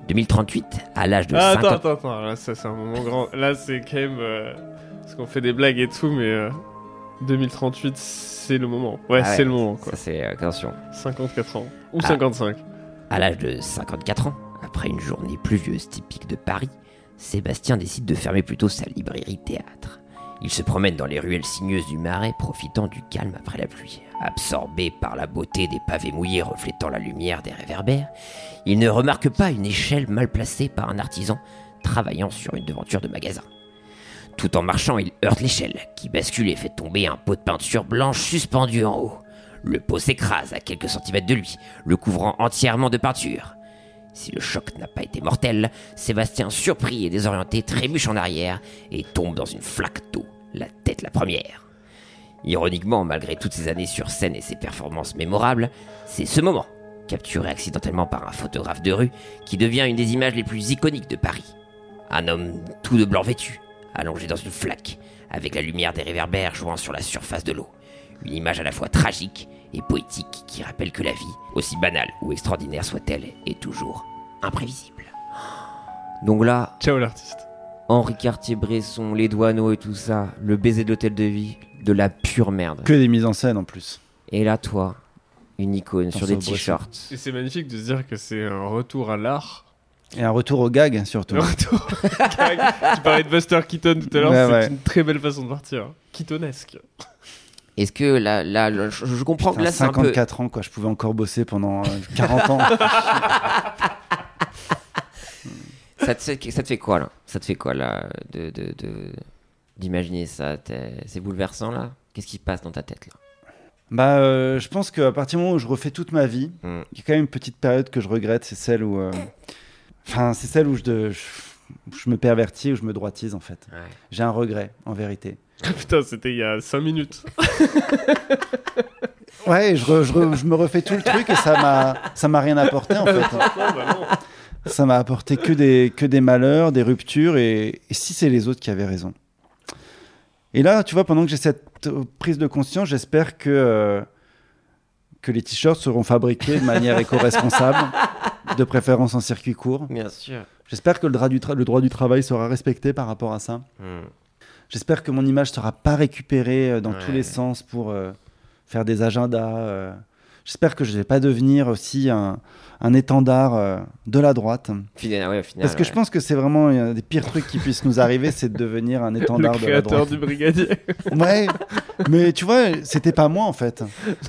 Speaker 1: 2038, à l'âge de
Speaker 4: Ah,
Speaker 1: 50
Speaker 4: attends, attends, attends, là ça c'est un moment grand. Là c'est quand même. euh, parce qu'on fait des blagues et tout, mais euh, 2038 c'est le moment. Ouais,
Speaker 1: Ah ouais.
Speaker 4: c'est le moment quoi.
Speaker 1: Ça, c'est euh, attention.
Speaker 4: 54 ans. Ou
Speaker 1: Ah.
Speaker 4: 55.
Speaker 1: À l'âge de 54 ans, après une journée pluvieuse typique de Paris, Sébastien décide de fermer plutôt sa librairie théâtre. Il se promène dans les ruelles sinueuses du marais, profitant du calme après la pluie. Absorbé par la beauté des pavés mouillés reflétant la lumière des réverbères, il ne remarque pas une échelle mal placée par un artisan travaillant sur une devanture de magasin. Tout en marchant, il heurte l'échelle, qui bascule et fait tomber un pot de peinture blanche suspendu en haut. Le pot s'écrase à quelques centimètres de lui, le couvrant entièrement de peinture. Si le choc n'a pas été mortel, Sébastien, surpris et désorienté, trébuche en arrière et tombe dans une flaque d'eau, la tête la première. Ironiquement, malgré toutes ses années sur scène et ses performances mémorables, c'est ce moment, capturé accidentellement par un photographe de rue, qui devient une des images les plus iconiques de Paris. Un homme tout de blanc vêtu, allongé dans une flaque, avec la lumière des réverbères jouant sur la surface de l'eau. Une image à la fois tragique et poétique qui rappelle que la vie, aussi banale ou extraordinaire soit-elle, est toujours imprévisible. Donc là,
Speaker 4: Ciao l'artiste.
Speaker 1: Henri Cartier-Bresson, les douaneaux et tout ça, le baiser de l'hôtel de vie, de la pure merde.
Speaker 6: Que des mises en scène en plus.
Speaker 1: Et là, toi, une icône sur
Speaker 6: Pensez
Speaker 1: des
Speaker 6: au
Speaker 1: t-shirts.
Speaker 4: Et c'est magnifique de se dire que c'est un retour à l'art.
Speaker 6: Et un retour au gag surtout.
Speaker 4: Le retour au gag. Tu parlais de Buster Keaton tout à l'heure,
Speaker 6: Ouais,
Speaker 4: c'est
Speaker 6: ouais.
Speaker 4: une très belle façon de partir. hein. Keatonesque.
Speaker 1: Est-ce que là, là, là, je, je comprends que
Speaker 6: Putain,
Speaker 1: là, c'est un peu.
Speaker 6: 54 ans quoi, je pouvais encore bosser pendant euh, 40 ans.
Speaker 1: Ça te, fait, ça te fait quoi là Ça te fait quoi là de, de, de- d'imaginer ça t'es- C'est bouleversant là Qu'est-ce qui se passe dans ta tête là
Speaker 6: Bah, euh, je pense qu'à partir du moment où je refais toute ma vie,
Speaker 1: Mm.
Speaker 6: il y a quand même une petite période que je regrette, c'est celle où, euh, enfin, c'est celle où je, de- je, je me pervertis, où je me droitise en fait.
Speaker 1: Ouais.
Speaker 6: J'ai un regret, en vérité.
Speaker 4: Putain, c'était il y a 5 minutes.
Speaker 6: Ouais, je, re- je re- je me refais tout le truc et ça m'a, ça m'a rien apporté en fait.
Speaker 4: Ah, bah non.
Speaker 6: Ça m'a apporté que des, que des malheurs, des ruptures et, et si c'est les autres qui avaient raison. Et là, tu vois, pendant que j'ai cette euh, prise de conscience, j'espère que, euh, que les t-shirts seront fabriqués de manière éco-responsable, de préférence en circuit court.
Speaker 1: Bien sûr.
Speaker 6: J'espère que le droit, du tra- le droit du travail sera respecté par rapport à ça.
Speaker 1: Hmm.
Speaker 6: J'espère que mon image sera pas récupérée euh, dans tous
Speaker 1: Ouais.
Speaker 6: les sens pour euh, faire des agendas. euh. J'espère que je vais pas devenir aussi un, un étendard euh, de la droite.
Speaker 1: Final, ouais, au final,
Speaker 6: Parce que je
Speaker 1: ouais.
Speaker 6: pense que c'est vraiment un des pires trucs qui puissent nous arriver, c'est de devenir un
Speaker 4: Le
Speaker 6: étendard de la
Speaker 4: créateur
Speaker 6: droite.
Speaker 4: du brigadier.
Speaker 6: Ouais, mais tu vois, c'était pas moi en fait.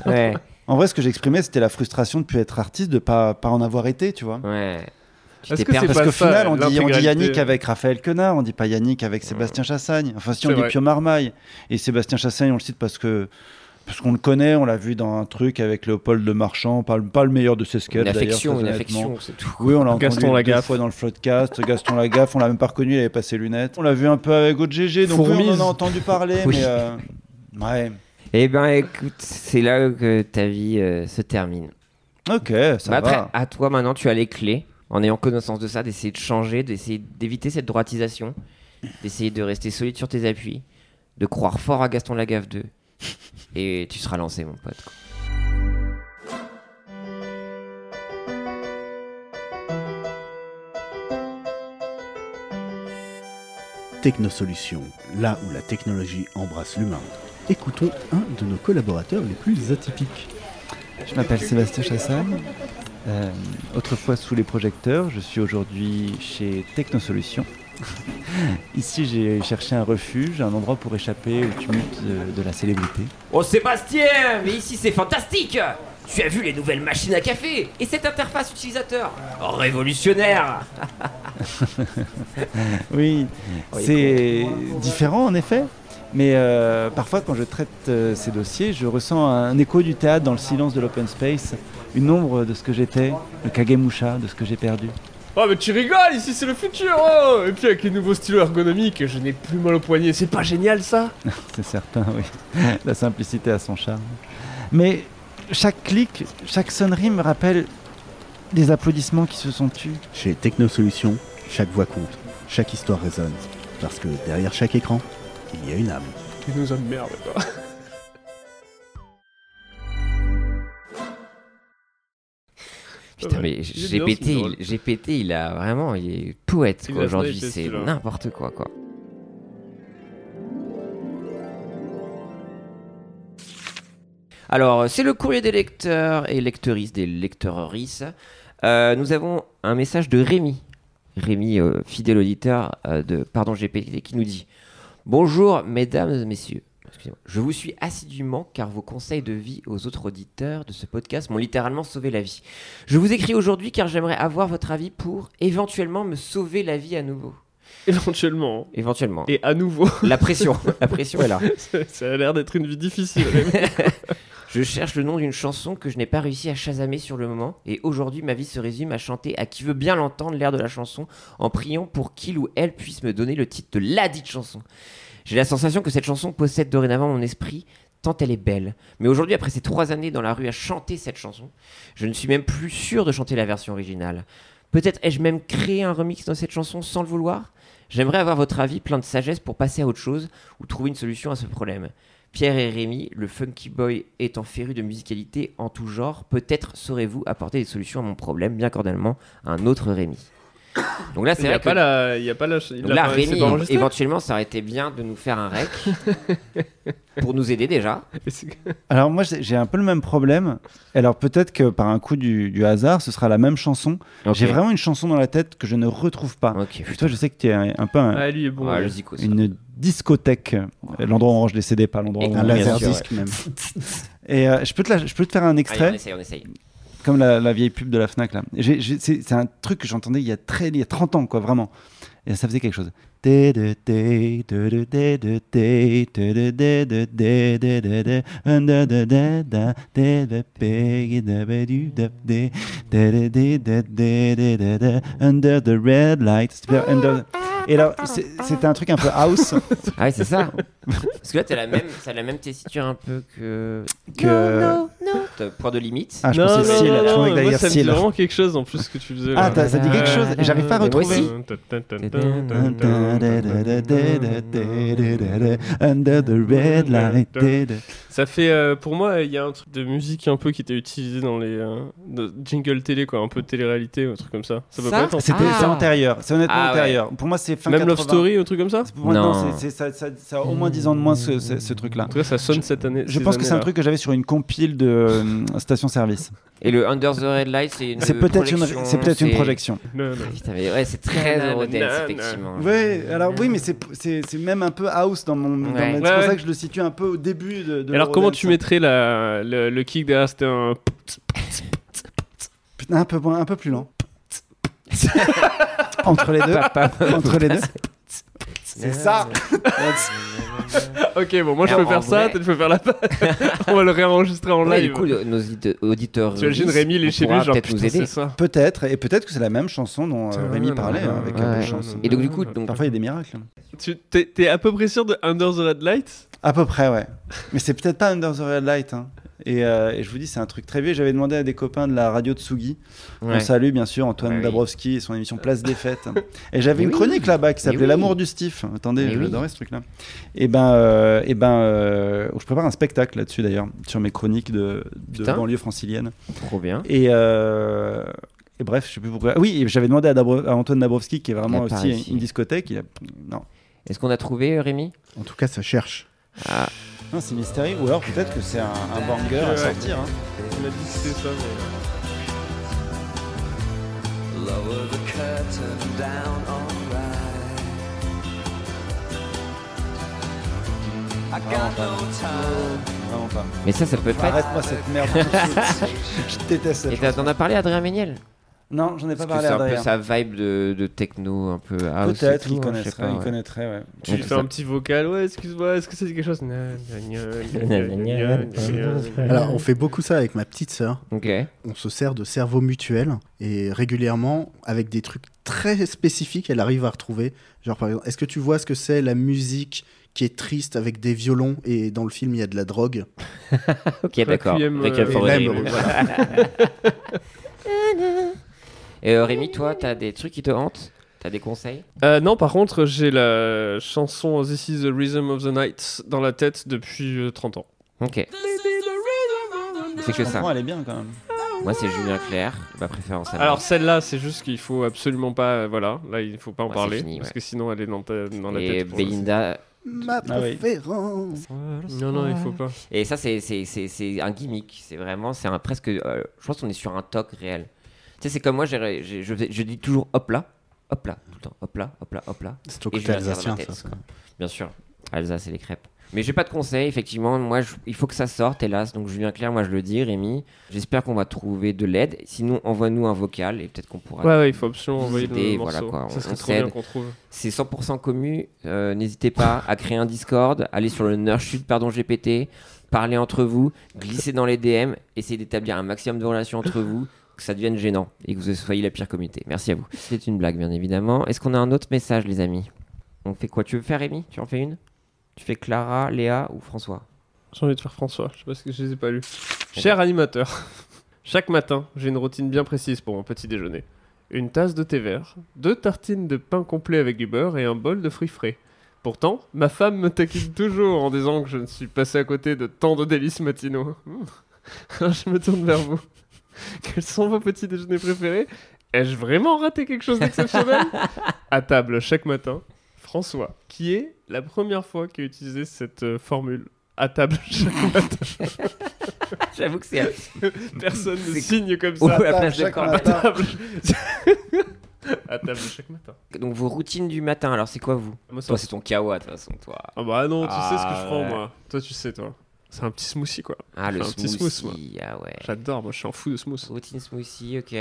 Speaker 1: Ouais,
Speaker 6: En vrai, ce que j'exprimais, c'était la frustration de ne plus être artiste, de pas, pas en avoir été, tu vois.
Speaker 1: ouais. Tu
Speaker 4: Est-ce
Speaker 1: t'es
Speaker 4: que c'est
Speaker 1: perdu.
Speaker 4: pas-
Speaker 6: Ah, Parce qu'au
Speaker 4: ça,
Speaker 6: final, on dit, on dit
Speaker 4: l'intégralité.
Speaker 6: Yannick avec Raphaël Quenard, on dit pas Yannick avec Sébastien Chassagne. Enfin, si on
Speaker 4: C'est
Speaker 6: dit
Speaker 4: vrai.
Speaker 6: Pio Marmaille. Et Sébastien Chassagne, on le cite parce que. Parce qu'on le connaît, on l'a vu dans un truc avec Léopold de Marchand, pas, le- pas le meilleur de ses sketchs.
Speaker 1: Une
Speaker 6: d'ailleurs,
Speaker 1: affection,
Speaker 6: très
Speaker 1: une
Speaker 6: honnêtement.
Speaker 1: affection, c'est tout.
Speaker 6: Oui, on l'a
Speaker 4: Gaston
Speaker 6: entendu deux
Speaker 4: Lagaffe.
Speaker 6: fois dans le floodcast. Gaston Lagaffe, on l'a même pas reconnu, il avait pas ses lunettes. On l'a vu un peu avec OGG, donc oui, on en
Speaker 4: Fourmise.
Speaker 6: a entendu parler,
Speaker 1: Oui.
Speaker 6: mais. euh, Ouais.
Speaker 1: Eh ben écoute, c'est là que ta vie euh, se termine.
Speaker 6: Ok, ça
Speaker 1: Bah, après,
Speaker 6: va.
Speaker 1: à toi maintenant, tu as les clés, en ayant connaissance de ça, d'essayer de changer, d'essayer d'éviter cette droitisation, d'essayer de rester solide sur tes appuis, de croire fort à Gaston Lagaffe 2. Et tu seras lancé, mon pote. quoi.
Speaker 7: Technosolution, là où la technologie embrasse l'humain. écoutons un de nos collaborateurs les plus atypiques.
Speaker 6: Je m'appelle Sébastien Chassagne. Euh, autrefois sous les projecteurs, je suis aujourd'hui chez Technosolutions. Ici, j'ai cherché un refuge, un endroit pour échapper au tumulte de, de la célébrité.
Speaker 1: Oh Sébastien, mais ici c'est fantastique Tu as vu les nouvelles machines à café et cette interface utilisateur Révolutionnaire
Speaker 6: Oui,
Speaker 1: Oui,
Speaker 6: c'est différent en effet. Mais euh, parfois, quand je traite euh, ces dossiers, je ressens un écho du théâtre dans le silence de l'open space, une ombre de ce que j'étais, le kagemusha de ce que j'ai perdu.
Speaker 4: Oh mais tu rigoles, ici c'est le futur oh Et puis avec les nouveaux stylos ergonomiques, je n'ai plus mal au poignet, c'est pas génial ça
Speaker 6: C'est certain, oui. La simplicité a son charme. Mais chaque clic, chaque sonnerie me rappelle des applaudissements qui se sont tus.
Speaker 7: Chez Technosolutions, chaque voix compte, chaque histoire résonne, parce que derrière chaque écran, il y a une âme.
Speaker 4: Tu nous emmerdes toi.
Speaker 1: Putain mais
Speaker 4: Il est
Speaker 1: j'ai
Speaker 4: bien, ce
Speaker 1: pété,
Speaker 4: drôle.
Speaker 1: j'ai pété, il a vraiment, il est poète
Speaker 4: Il
Speaker 1: quoi
Speaker 4: a
Speaker 1: aujourd'hui,
Speaker 4: fait,
Speaker 1: c'est
Speaker 4: celui-là.
Speaker 1: n'importe quoi quoi. Alors, c'est le courrier des lecteurs et lectrices des lecteuristes. Euh, nous avons un message de Rémi. Rémi, euh, fidèle auditeur euh, de Pardon GPT, qui nous dit Bonjour, mesdames et messieurs. Excusez-moi. Je vous suis assidûment car vos conseils de vie aux autres auditeurs de ce podcast m'ont littéralement sauvé la vie. Je vous écris aujourd'hui car j'aimerais avoir votre avis pour éventuellement me sauver la vie à nouveau.
Speaker 4: Éventuellement.
Speaker 1: Éventuellement.
Speaker 4: Et à nouveau,
Speaker 1: La pression, la pression est là.
Speaker 4: ça ça a l'air d'être une vie difficile. Rémi.
Speaker 1: Je cherche le nom d'une chanson que je n'ai pas réussi à chasamer sur le moment, et aujourd'hui ma vie se résume à chanter à qui veut bien l'entendre l'air de la chanson, en priant pour qu'il ou elle puisse me donner le titre de la dite chanson. J'ai la sensation que cette chanson possède dorénavant mon esprit, tant elle est belle. Mais aujourd'hui, après ces trois années dans la rue à chanter cette chanson, je ne suis même plus sûr de chanter la version originale. Peut-être ai-je même créé un remix dans cette chanson sans le vouloir J'aimerais avoir votre avis plein de sagesse pour passer à autre chose ou trouver une solution à ce problème. Pierre et Rémi, le funky boy étant féru de musicalité en tout genre, peut-être saurez-vous apporter des solutions à mon problème, bien cordialement, un autre Rémi. Donc là,
Speaker 4: Il
Speaker 1: c'est
Speaker 4: n'y
Speaker 1: vrai
Speaker 4: a,
Speaker 1: que...
Speaker 4: pas la... il y a pas la... il
Speaker 1: Donc
Speaker 4: a
Speaker 1: là,
Speaker 4: pas-
Speaker 1: Rémi,
Speaker 4: c'est pas enregistré
Speaker 1: éventuellement, ça aurait été bien de nous faire un rec pour nous aider déjà.
Speaker 6: Alors moi, j'ai j'ai un peu le même problème. Alors peut-être que par un coup du, du hasard, ce sera la même chanson. J'ai
Speaker 1: Ok.
Speaker 6: vraiment une chanson dans la tête que je ne retrouve pas.
Speaker 1: Ok.
Speaker 6: Et toi, je sais que tu es un, un peu un-
Speaker 4: Ah, lui il est bon.
Speaker 1: Ouais,
Speaker 4: lui.
Speaker 1: je dis quoi, ça.
Speaker 6: une discothèque, euh, l'endroit où on range les CD, pas l'endroit
Speaker 1: Et
Speaker 6: où
Speaker 7: Un
Speaker 6: on
Speaker 1: bien
Speaker 7: laser
Speaker 1: sûr,
Speaker 7: disque même.
Speaker 6: Et euh, je, peux te la- je peux te faire un
Speaker 1: Allez, on
Speaker 6: extrait,
Speaker 1: essaye, on essaye.
Speaker 6: comme la, la vieille pub de la FNAC là. J'ai- j'ai- C'est c'est un truc que j'entendais il, y a très- il y a 30 ans, quoi, vraiment. Et ça faisait quelque chose. Under the red light. Super, under- Et là, c'est- c'était un truc un peu house
Speaker 1: Ah ouais, c'est ça. Parce que là, t'as la même, t'as la même tessiture un peu que
Speaker 6: que.
Speaker 1: T'as point de limite.
Speaker 6: Ah, je
Speaker 4: Non, non,
Speaker 6: pensais
Speaker 4: non,
Speaker 6: Seal. Je
Speaker 4: non,
Speaker 6: croyais que
Speaker 4: moi,
Speaker 6: d'ailleurs
Speaker 4: ça me dit
Speaker 6: Seal.
Speaker 4: vraiment quelque chose en plus ce que tu faisais.
Speaker 6: Ah,
Speaker 4: là.
Speaker 6: t'as- ça dit quelque chose. et J'arrive pas à
Speaker 1: Mais moi
Speaker 6: retrouver.
Speaker 1: aussi.
Speaker 6: Under the red light.
Speaker 4: Ça fait, euh, pour moi, il y a un truc de musique un peu qui était utilisé dans les euh, de- jingles télé, quoi, un peu de télé-réalité, ou un truc comme ça. Ça peut
Speaker 1: Ça
Speaker 4: pas être. un-
Speaker 6: C'était
Speaker 1: Ah.
Speaker 6: c'est antérieur, c'est honnêtement
Speaker 1: Ah ouais.
Speaker 6: antérieur. Pour moi, c'est fin
Speaker 4: Même Love
Speaker 6: 80.
Speaker 4: Story, un truc comme ça.
Speaker 6: C'est- pour moi, non,
Speaker 1: Non.
Speaker 6: c'est- c'est- ça, ça- ça a au moins 10 ans de moins ce, ce- ce truc-là.
Speaker 4: En tout cas, ça sonne cette année.
Speaker 6: Je
Speaker 4: ces
Speaker 6: pense que c'est un
Speaker 4: années-là.
Speaker 6: truc que j'avais sur une compile de euh, station-service.
Speaker 1: Et le Under the Red Light, c'est une
Speaker 6: C'est peut-être une,
Speaker 1: projection,
Speaker 6: c'est peut-être une
Speaker 1: c'est-
Speaker 6: projection.
Speaker 4: Non, non.
Speaker 1: Putain, mais ouais, c'est très Eurodance, effectivement.
Speaker 6: Oui, alors oui, mais c'est, c'est, c'est même un peu house dans mon. dans
Speaker 1: Ouais.
Speaker 6: ma- c'est
Speaker 4: Ouais,
Speaker 6: pour
Speaker 4: ouais.
Speaker 6: ça que je le situe un peu au début de. de
Speaker 4: Alors, comment tu
Speaker 6: l'Eurodance.
Speaker 4: mettrais la, le, le kick derrière C'était un.
Speaker 6: Putain, un peu moins- un peu plus lent. Entre les deux.
Speaker 1: Ah,
Speaker 6: Entre les deux. C'est ça.
Speaker 4: Ah, ok, bon, moi je
Speaker 1: Alors,
Speaker 4: peux
Speaker 1: en
Speaker 4: faire ça,
Speaker 1: vrai-
Speaker 4: toi, tu peux faire la On va le réenregistrer en
Speaker 1: Ouais,
Speaker 4: live.
Speaker 1: du coup, le- nos audite- auditeurs.
Speaker 4: Tu imagines Rémi, il est
Speaker 1: on
Speaker 4: chez lui,
Speaker 1: pourra
Speaker 4: genre,
Speaker 1: peut-être nous
Speaker 4: putain,
Speaker 1: aider.
Speaker 4: c'est ça.
Speaker 6: Peut-être et peut-être que c'est la même chanson dont euh, Rémi parlait hein, avec euh,
Speaker 1: Ouais.
Speaker 6: des chansons.
Speaker 1: Et donc, du coup, donc,
Speaker 6: Parfois il y a des miracles. hein.
Speaker 4: Tu t'es t'es à peu près sûr de Under the Red Light
Speaker 6: À peu près, ouais. Mais c'est peut-être pas Under the Red Light. hein. Et, euh, et je vous dis, c'est un truc très vieux. J'avais demandé à des copains de la radio Tsugi.
Speaker 1: Ouais.
Speaker 6: On salue bien sûr Antoine
Speaker 1: Ouais, oui.
Speaker 6: Dabrowski et son émission Place des Fêtes. Et j'avais
Speaker 1: Mais
Speaker 6: une
Speaker 1: oui.
Speaker 6: chronique là-bas qui
Speaker 1: Mais
Speaker 6: s'appelait
Speaker 1: oui.
Speaker 6: L'amour du Stif. Attendez,
Speaker 1: Mais oui.
Speaker 6: j'adorais ce truc-là. Et ben, euh, et ben euh, je prépare un spectacle là-dessus d'ailleurs, sur mes chroniques de, de
Speaker 1: Putain.
Speaker 6: banlieue francilienne.
Speaker 1: Trop bien.
Speaker 6: Et, euh, et bref, je sais plus pourquoi. Ah Oui, et j'avais demandé à, Dabro- à Antoine Dabrowski, qui est vraiment
Speaker 1: Il a pas
Speaker 6: aussi
Speaker 1: réussi.
Speaker 6: une discothèque. Il a... Non.
Speaker 1: Est-ce qu'on a trouvé euh, Rémi
Speaker 7: En tout cas, ça cherche.
Speaker 6: Non, c'est mystérieux. Ou alors peut-être que c'est un, un banger à
Speaker 4: Ouais.
Speaker 6: sortir. hein.
Speaker 4: On a dit que c'était ça, mais.
Speaker 8: Lower the curtain down, alright. I got no time.
Speaker 6: Vraiment pas.
Speaker 1: Mais ça, ça peut pas être.
Speaker 6: Arrête-moi cette merde. tout de suite. je déteste
Speaker 1: Et
Speaker 6: cette
Speaker 1: t'as-
Speaker 6: chanson.
Speaker 1: t'en as parlé à Adrien Méniel
Speaker 6: Non, j'en ai pas
Speaker 1: Parce que c'est
Speaker 6: parlé à
Speaker 1: un peu
Speaker 6: Adrien.
Speaker 1: sa vibe de, de techno, un peu house. et
Speaker 6: Peut-être
Speaker 1: tout,
Speaker 6: qu'il
Speaker 1: hein, je sais
Speaker 6: connaîtrait,
Speaker 1: pas,
Speaker 6: il
Speaker 1: ouais.
Speaker 6: connaîtrait, ouais.
Speaker 4: Tu lui fais un petit vocal, ouais, excuse-moi, est-ce que c'est quelque chose Gna, gna, gna, gna, gna, gna, gna.
Speaker 7: Alors, on fait beaucoup ça avec ma petite sœur.
Speaker 1: Ok.
Speaker 7: On se sert de cerveau mutuel et régulièrement, avec des trucs très spécifiques, elle arrive à retrouver. Genre, par exemple, est-ce que tu vois ce que c'est la musique qui est triste avec des violons et dans le film il y a de la drogue
Speaker 1: Ok, d'accord.
Speaker 4: Requiem,
Speaker 1: Avec
Speaker 4: euh,
Speaker 1: Alpha
Speaker 7: et
Speaker 1: Rodrigue.
Speaker 7: l'aime, voilà.
Speaker 1: Et euh, Rémi, toi, t'as des trucs qui te hantent T'as des conseils
Speaker 4: Euh, non, par contre, j'ai la chanson This is the Rhythm of the Night dans la tête depuis euh, 30 ans.
Speaker 1: Ok. C'est que
Speaker 6: Je
Speaker 1: ça.
Speaker 6: comprends, elle est bien quand même.
Speaker 1: Moi, c'est Julien Clerc, ma préférence à moi.
Speaker 4: Alors celle-là, c'est juste qu'il faut absolument pas, euh, voilà, là il faut pas en
Speaker 1: Ouais,
Speaker 4: parler
Speaker 1: c'est fini,
Speaker 4: parce
Speaker 1: ouais.
Speaker 4: que sinon elle est dans, ta- dans la
Speaker 1: et
Speaker 4: tête. pour le-
Speaker 1: Belinda.
Speaker 7: Ma
Speaker 6: Ah oui.
Speaker 7: préférence
Speaker 4: Non non, il faut pas.
Speaker 1: Et ça, c'est- c'est c'est- c'est un gimmick. C'est vraiment, c'est un presque. euh, je pense qu'on est sur un toc réel. Tu sais, c'est comme moi, j'ai- j'ai- je, fais- je dis toujours hop là, hop là, tout le temps, hop là, hop là, hop là.
Speaker 7: C'est ton
Speaker 1: Et
Speaker 7: côté
Speaker 1: je vais la faire dans
Speaker 7: alsacien,
Speaker 1: la tête,
Speaker 7: ça.
Speaker 1: quoi. Bien sûr, Alsace et les crêpes. Mais j'ai pas de conseils, effectivement. Moi, je- il faut que ça sorte, hélas. Donc, Julien Clerc, moi, je le dis, Rémi. J'espère qu'on va trouver de l'aide. Sinon, envoie-nous un vocal et peut-être qu'on pourra.
Speaker 4: Ouais, ouais, il faut absolument
Speaker 1: Des
Speaker 4: envoyer
Speaker 1: idées,
Speaker 4: le
Speaker 1: voilà,
Speaker 4: morceau.
Speaker 1: quoi. On-
Speaker 4: Ça serait
Speaker 1: on
Speaker 4: trop bien
Speaker 1: cède.
Speaker 4: qu'on trouve.
Speaker 1: C'est 100% commu. euh, N'hésitez pas à créer un Discord, aller sur le Nerdchute, pardon GPT, parler entre vous, glisser dans les DM, essayer d'établir un maximum de relations entre vous, que ça devienne gênant et que vous soyez la pire communauté. Merci à vous. C'est une blague, bien évidemment. Est-ce qu'on a un autre message, les amis On fait quoi Tu veux faire, Rémi Tu en fais une Tu fais Clara, Léa ou François
Speaker 4: J'ai envie de faire François, je sais pas ce que je les ai pas lus. Cher animateur, chaque matin, j'ai une routine bien précise pour mon petit déjeuner. Une tasse de thé vert, deux tartines de pain complet avec du beurre et un bol de fruits frais. Pourtant, ma femme me taquine toujours en disant que je ne suis passé à côté de tant de délices matinaux. Hmm. Alors je me tourne vers vous. Quels sont vos petits déjeuners préférés Ai-je vraiment raté quelque chose d'exceptionnel À table chaque matin, François, qui est la première fois qu'il a utilisé cette euh, formule à table chaque matin.
Speaker 1: J'avoue que c'est.
Speaker 4: Personne ne
Speaker 1: C'est-
Speaker 4: signe comme ça.
Speaker 1: Ouais, à la place de
Speaker 5: chaque
Speaker 1: Clara.
Speaker 4: À
Speaker 5: matin.
Speaker 4: table. à table chaque matin.
Speaker 1: Donc, vos routines du matin, alors c'est quoi vous
Speaker 4: Moi, ça-
Speaker 1: Toi, c'est ton kawa, de toute façon, toi.
Speaker 4: Ah bah non, tu sais ce que
Speaker 1: Ah,
Speaker 4: je prends
Speaker 1: ouais.
Speaker 4: moi. Toi tu sais toi. C'est un petit smoothie quoi.
Speaker 1: Ah, le
Speaker 4: Fais un petit
Speaker 1: smoothie.
Speaker 4: smooth, moi.
Speaker 1: ah ouais.
Speaker 4: J'adore, moi je suis un fou de smoothie.
Speaker 1: Routine smoothie, ok.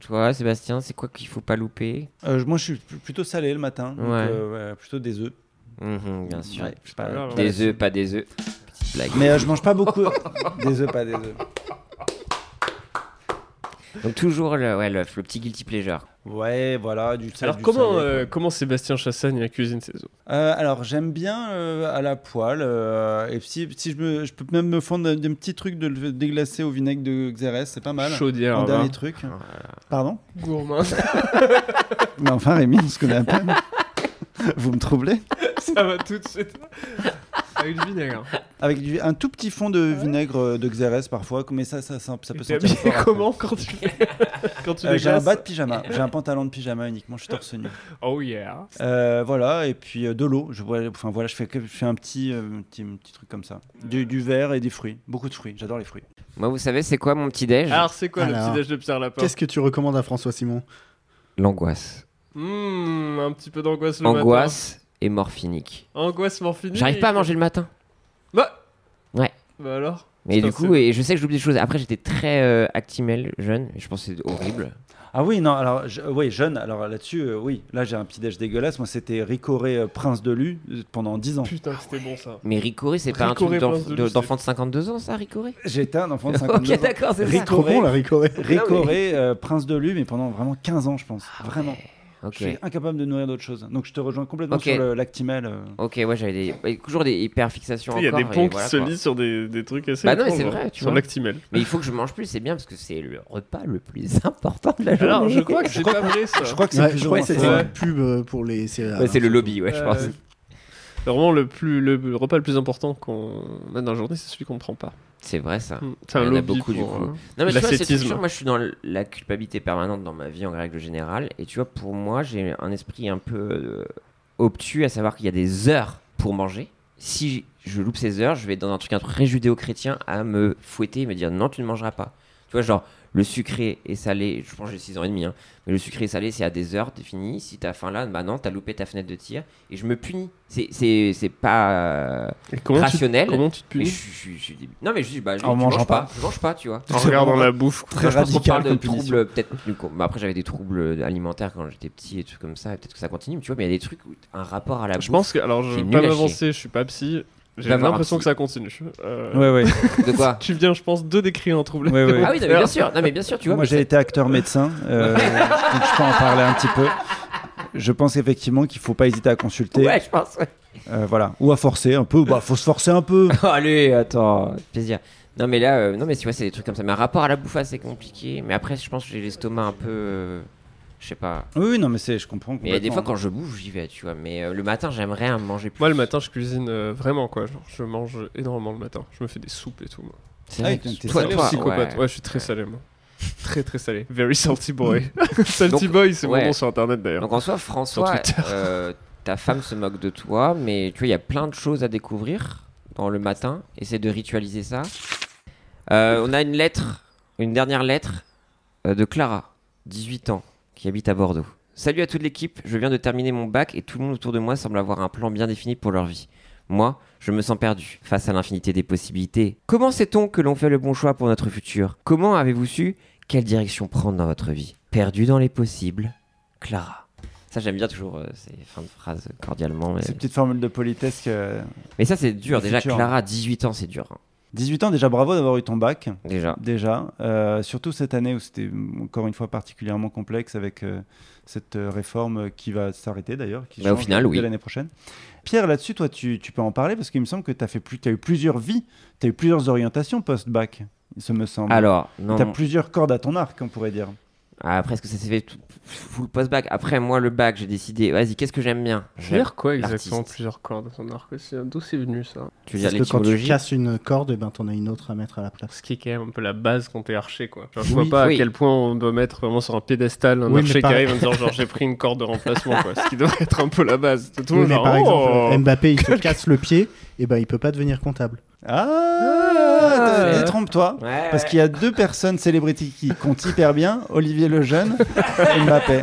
Speaker 1: Toi, Sébastien, c'est quoi qu'il faut pas louper
Speaker 6: Euh, moi, je suis pl- plutôt salé le matin, donc,
Speaker 1: Ouais.
Speaker 6: euh, ouais, plutôt des œufs.
Speaker 1: Mhm, Bien sûr.
Speaker 6: Ouais, je sais pas.
Speaker 4: Ah, ouais.
Speaker 1: Des œufs, pas des œufs. Petite blague.
Speaker 6: Mais euh, je mange pas beaucoup des œufs, pas des œufs.
Speaker 1: Donc toujours le, ouais, le, le petit guilty pleasure.
Speaker 6: Ouais, voilà, du sel,
Speaker 4: Alors
Speaker 6: du
Speaker 4: comment,
Speaker 6: salé,
Speaker 4: euh, comment Sébastien Chassagne la cuisine ses os
Speaker 6: Euh, alors j'aime bien euh, à la poêle euh, et si, si je, me- je peux même me fondre un, un petit truc de le déglacer au vinaigre de Xérès, c'est pas mal.
Speaker 4: Chaudière.
Speaker 6: Mon
Speaker 4: va.
Speaker 6: dernier truc. Pardon
Speaker 4: Gourmand.
Speaker 6: Mais enfin Rémi, on se connaît à peine. Vous me troublez
Speaker 4: ça va tout de suite. Avec du vinaigre.
Speaker 6: Avec du- un tout petit fond de vinaigre euh, de Xérès parfois, mais ça, ça, ça, ça peut
Speaker 4: T'es
Speaker 6: sentir
Speaker 4: habillé
Speaker 6: fort après.
Speaker 4: comment quand tu fais quand tu
Speaker 6: Euh,
Speaker 4: les
Speaker 6: J'ai un
Speaker 4: glaces
Speaker 6: bas de pyjama, j'ai un pantalon de pyjama uniquement, je suis torse nu.
Speaker 4: Oh yeah.
Speaker 6: Euh, voilà, et puis euh, de l'eau. Je vois, enfin voilà, je fais, que- je fais un petit, euh, petit, petit truc comme ça. Du, du verre et des fruits, beaucoup de fruits. J'adore les fruits.
Speaker 1: Moi, vous savez, c'est quoi mon petit déj
Speaker 4: Alors c'est quoi le
Speaker 7: Alors,
Speaker 4: petit déj de Pierre Lapin
Speaker 7: Qu'est-ce que tu recommandes à François Simon
Speaker 1: L'angoisse.
Speaker 4: Hmm, Un petit peu d'angoisse le matin.
Speaker 1: Angoisse et morphinique.
Speaker 4: Angoisse morphinique.
Speaker 1: J'arrive pas à manger le matin.
Speaker 4: Bah
Speaker 1: Ouais.
Speaker 4: Bah alors
Speaker 1: Mais
Speaker 4: Putain,
Speaker 1: du coup, et je sais que j'oublie des choses. Après, j'étais très euh, actimel, jeune. Et je pensais horrible.
Speaker 6: Ah oui, non, alors, je- euh, oui, jeune, alors là-dessus, euh, oui, là j'ai un petit déj dégueulasse. Moi, c'était Ricoré euh, Prince de Lu euh, pendant 10 ans.
Speaker 4: Putain, que c'était bon ça.
Speaker 1: Mais Ricoré, c'est pas un
Speaker 4: Ricoré,
Speaker 1: truc
Speaker 4: Prince
Speaker 1: d'enf-
Speaker 4: de
Speaker 1: de-
Speaker 4: Luce,
Speaker 1: d'enfant de 52 ans, ça, Ricoré
Speaker 6: J'étais un enfant de 52
Speaker 1: Ok,
Speaker 6: ans.
Speaker 1: d'accord, c'est ça.
Speaker 7: Trop bon, la Ricoré
Speaker 6: Ricoré euh, Prince de Lu, mais pendant vraiment 15 ans, je pense. vraiment.
Speaker 1: Ah Ok.
Speaker 6: Je suis incapable de nourrir d'autres choses. Donc je te rejoins complètement
Speaker 1: Ok.
Speaker 6: sur le l'actimel. euh.
Speaker 1: Ok, ouais, j'avais des... bah, toujours des hyperfixations.
Speaker 4: Il y a
Speaker 1: encore,
Speaker 4: des
Speaker 1: et
Speaker 4: ponts qui
Speaker 1: voilà,
Speaker 4: se
Speaker 1: quoi.
Speaker 4: lient sur des, des trucs assez.
Speaker 1: Bah non, mais
Speaker 4: étranges,
Speaker 1: c'est
Speaker 4: hein,
Speaker 1: vrai, tu
Speaker 4: Sur
Speaker 1: vois. Ah
Speaker 4: l'actimel.
Speaker 1: Mais il faut que je mange plus, c'est bien parce que c'est le repas le plus important de la journée.
Speaker 4: Alors, je crois que c'est pas vrai ça.
Speaker 6: Je crois que c'est
Speaker 7: Ouais,
Speaker 6: plus
Speaker 7: Je crois que
Speaker 6: ou moins
Speaker 7: c'était
Speaker 6: ça.
Speaker 4: Ouais.
Speaker 7: une pub euh, pour les céréales.
Speaker 1: Ouais, c'est le lobby, ouais, je
Speaker 4: Euh,
Speaker 1: pense.
Speaker 4: c'est Vraiment, le, plus, le, le repas le plus important qu'on a dans la journée, c'est celui qu'on ne prend pas.
Speaker 1: C'est vrai ça.
Speaker 4: Hmm, C'est
Speaker 1: Il
Speaker 4: un
Speaker 1: y en a
Speaker 4: lobby
Speaker 1: beaucoup, du
Speaker 4: pour,
Speaker 1: coup.
Speaker 4: euh,
Speaker 1: Non, mais tu vois, c'est
Speaker 4: l'ascétisme.
Speaker 1: toujours- moi je suis dans l- la culpabilité permanente dans ma vie en règle générale. Et tu vois, pour moi, j'ai un esprit un peu euh, obtus à savoir qu'il y a des heures pour manger. Si je loupe ces heures, je vais dans un truc un truc très judéo-chrétien à me fouetter et me dire non, tu ne mangeras pas. Tu vois, genre, le sucré et salé, je pense que j'ai 6 ans et demi, hein, mais le sucré et salé, c'est à des heures définies. Si t'as faim là, bah non, t'as loupé ta fenêtre de tir et je me punis. C'est- C'est c'est pas euh,
Speaker 4: Et comment tu-
Speaker 1: rationnel.
Speaker 4: comment tu te
Speaker 1: mais je,
Speaker 4: punis
Speaker 1: suis- je suis débile. Non, mais je dis, bah, je,
Speaker 5: En
Speaker 1: tu
Speaker 5: mangeant
Speaker 1: manges pas.
Speaker 5: pas.
Speaker 1: Je mange pas, tu vois.
Speaker 4: En regardant la bouffe.
Speaker 5: Très
Speaker 1: Moi, je pense qu'on
Speaker 5: radical
Speaker 1: parle de
Speaker 5: comme punition.
Speaker 1: troubles, peut-être. du coup, bah, après, j'avais des troubles alimentaires quand j'étais petit et tout comme ça. et Peut-être que ça continue, mais tu vois, mais il y a des trucs, où un rapport à la
Speaker 4: Je
Speaker 1: bouffe.
Speaker 4: pense que. Alors, je
Speaker 1: C'est
Speaker 4: vais
Speaker 1: nul
Speaker 4: pas
Speaker 1: à
Speaker 4: m'avancer, je suis pas psy. J'ai
Speaker 1: Va voir un
Speaker 4: l'impression
Speaker 1: psy.
Speaker 4: que ça continue. Euh,
Speaker 5: Ouais, ouais.
Speaker 1: De quoi
Speaker 4: Tu viens, je pense, de décrire un trouble.
Speaker 5: Ouais, ouais.
Speaker 1: Ah oui, non, mais bien sûr, non, mais bien sûr, tu vois.
Speaker 5: Moi,
Speaker 1: mais
Speaker 5: j'ai
Speaker 1: c'est-
Speaker 5: été acteur médecin, euh, donc je peux en parler un petit peu. Je pense effectivement qu'il faut pas hésiter à consulter,
Speaker 1: Ouais, je pense. ouais. Oh,
Speaker 5: euh, voilà, ou à forcer un peu. Bah, faut se forcer un peu.
Speaker 1: Allez, attends, plaisir. Non, mais là, euh, non, mais tu vois, c'est des trucs comme ça. Mais un rapport à la bouffe, ah, c'est compliqué. Mais après, je pense que j'ai l'estomac un peu. euh, je sais pas.
Speaker 5: Oui, oui, non, mais c'est, je comprends.
Speaker 1: Mais il y a des fois,
Speaker 5: complètement. hein.
Speaker 1: quand je bouffe, j'y vais, tu vois. Mais euh, le matin, j'aimerais euh, manger plus.
Speaker 4: Moi, le matin, je cuisine euh, vraiment, quoi. Genre, je mange énormément le matin. Je me fais des soupes et tout. Moi.
Speaker 1: C'est
Speaker 5: Ah,
Speaker 1: vrai
Speaker 5: et t'es
Speaker 1: que toi,
Speaker 5: salé
Speaker 1: toi,
Speaker 5: aussi,
Speaker 4: Psychopathe. Ouais,
Speaker 1: ouais.
Speaker 4: je suis très salé, moi. Très, très salé. Very salty boy. salty
Speaker 1: Donc,
Speaker 4: boy, c'est
Speaker 1: ouais.
Speaker 4: mon nom sur internet d'ailleurs.
Speaker 1: Donc en soi, François,
Speaker 4: Twitter.
Speaker 1: euh, ta femme se moque de toi, mais tu vois, il y a plein de choses à découvrir dans le matin. Essaie de ritualiser ça. Euh, on a une lettre, une dernière lettre euh, de Clara, 18 ans, qui habite à Bordeaux. Salut à toute l'équipe, je viens de terminer mon bac et tout le monde autour de moi semble avoir un plan bien défini pour leur vie. Moi, je me sens perdu face à l'infinité des possibilités. Comment sait-on que l'on fait le bon choix pour notre futur Comment avez-vous su quelle direction prendre dans votre vie Perdu dans les possibles, Clara. Ça, j'aime bien toujours euh, ces fins de phrase euh, cordialement. Mais,
Speaker 5: Ces petites formules de politesse que.
Speaker 1: mais ça, c'est dur.
Speaker 5: Le
Speaker 1: Déjà,
Speaker 5: futur.
Speaker 1: Clara, 18 ans, c'est dur. hein.
Speaker 5: 18 ans, déjà bravo d'avoir eu ton bac.
Speaker 1: Déjà.
Speaker 5: Déjà, Euh, surtout cette année où c'était mm, encore une fois particulièrement complexe avec euh, cette euh, réforme euh, qui va s'arrêter d'ailleurs, qui
Speaker 1: Bah, au
Speaker 5: change
Speaker 1: final,
Speaker 5: dès
Speaker 1: oui.
Speaker 5: l'année prochaine. Pierre, là-dessus, toi, tu, tu peux en parler parce qu'il me semble que tu as, as eu plusieurs vies, tu as eu plusieurs orientations post-bac, il se me semble.
Speaker 1: Alors, non.
Speaker 5: tu as
Speaker 1: non. Ah,
Speaker 5: plusieurs cordes à ton arc, on pourrait dire.
Speaker 1: Après, est-ce que ça s'est fait tout, full post-bac Après, moi, le bac, j'ai décidé, vas-y, qu'est-ce que j'aime bien
Speaker 4: Je veux dire quoi
Speaker 1: l'artiste.
Speaker 4: exactement Plusieurs cordes dans ton arc aussi. hein. D'où c'est venu ça
Speaker 1: Tu veux dire
Speaker 7: Parce que quand tu
Speaker 1: l'étymologie
Speaker 7: casses une corde, eh ben, t'en as une autre à mettre à la place.
Speaker 4: Ce qui est quand même un peu la base quand t'es archer, quoi. Genre, je
Speaker 1: Oui.
Speaker 4: vois pas
Speaker 1: Oui.
Speaker 4: à quel point on doit mettre vraiment sur un piédestal un
Speaker 7: Oui, mais
Speaker 4: archer qui
Speaker 7: par-
Speaker 4: arrive en disant genre j'ai pris une corde de remplacement, quoi. Ce qui devrait être un peu la base. Tout le
Speaker 7: Oui,
Speaker 4: monde
Speaker 7: mais
Speaker 4: genre,
Speaker 7: par
Speaker 4: oh
Speaker 7: exemple, euh, Mbappé, il se casse le pied, et ben, il peut pas devenir comptable.
Speaker 5: Ah,
Speaker 1: ouais.
Speaker 5: détrompe-toi.
Speaker 1: Ouais,
Speaker 5: Parce
Speaker 1: ouais.
Speaker 5: qu'il y a deux personnes célébrités qui comptent hyper bien, Olivier Lejeune et Mbappé.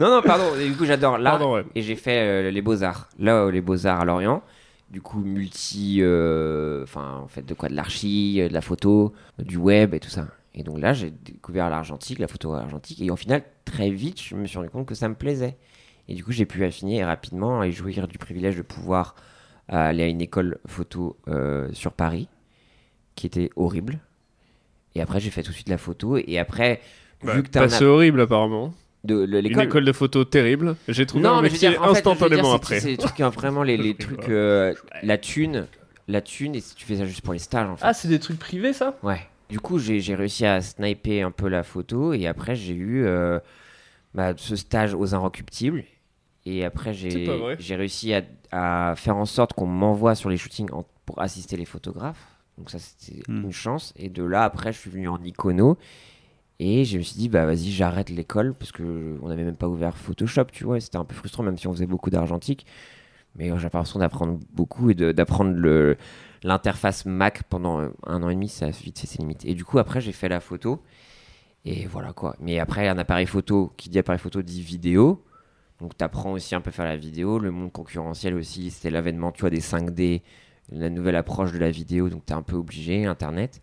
Speaker 1: Non, non, pardon, et du coup, j'adore l'art.
Speaker 4: Pardon, ouais.
Speaker 1: Et j'ai fait euh, les Beaux-Arts. Là, euh, les Beaux-Arts à Lorient. Du coup, multi. euh, Enfin, en fait, de quoi De l'archi, euh, de la photo, du web et tout ça. Et donc là, j'ai découvert l'argentique, la photo argentique. Et en final, très vite, je me suis rendu compte que ça me plaisait. Et du coup, j'ai pu affiner rapidement et jouir du privilège de pouvoir euh, aller à une école photo euh, sur Paris, qui était horrible. Et après, j'ai fait tout de suite la photo. Et après,
Speaker 4: Bah,
Speaker 1: vu que t'as
Speaker 4: pas
Speaker 1: un app-
Speaker 4: ce horrible apparemment.
Speaker 1: de le-
Speaker 4: Une école de photo terrible. J'ai trouvé un
Speaker 1: mais je veux
Speaker 4: métier
Speaker 1: dire, en fait,
Speaker 4: instantanément
Speaker 1: je veux dire, c'est-
Speaker 4: après.
Speaker 1: C'est des trucs, hein, vraiment, les, les
Speaker 4: Je rigole.
Speaker 1: trucs, euh, la thune, la thune, et si tu fais ça juste pour les stages, en fait.
Speaker 4: Ah, c'est des trucs privés ça
Speaker 1: Ouais. Du coup, j'ai j'ai réussi à sniper un peu la photo, et après, j'ai eu euh, bah, ce stage aux Inrecuptibles, et après,
Speaker 4: C'est pas
Speaker 1: j'ai
Speaker 4: vrai.
Speaker 1: j'ai réussi à, à faire en sorte qu'on m'envoie sur les shootings en- pour assister les photographes. Donc ça, c'était
Speaker 5: Hmm.
Speaker 1: une chance. Et de là, après, je suis venu en icono. Et je me suis dit, bah vas-y, j'arrête l'école parce que on n'avait même pas ouvert Photoshop, tu vois. et C'était un peu frustrant, même si on faisait beaucoup d'argentique. Mais euh, j'avais l'impression d'apprendre beaucoup et de- d'apprendre le- l'interface Mac pendant euh, un an et demi, ça a vite fait ses limites. Et du coup, après, j'ai fait la photo. Et voilà quoi. Mais après, un appareil photo, qui dit appareil photo, dit vidéo. Donc, t'apprends aussi un peu à faire la vidéo. Le monde concurrentiel aussi, c'était l'avènement, tu vois, des 5D, la nouvelle approche de la vidéo. Donc, t'es un peu obligé, Internet.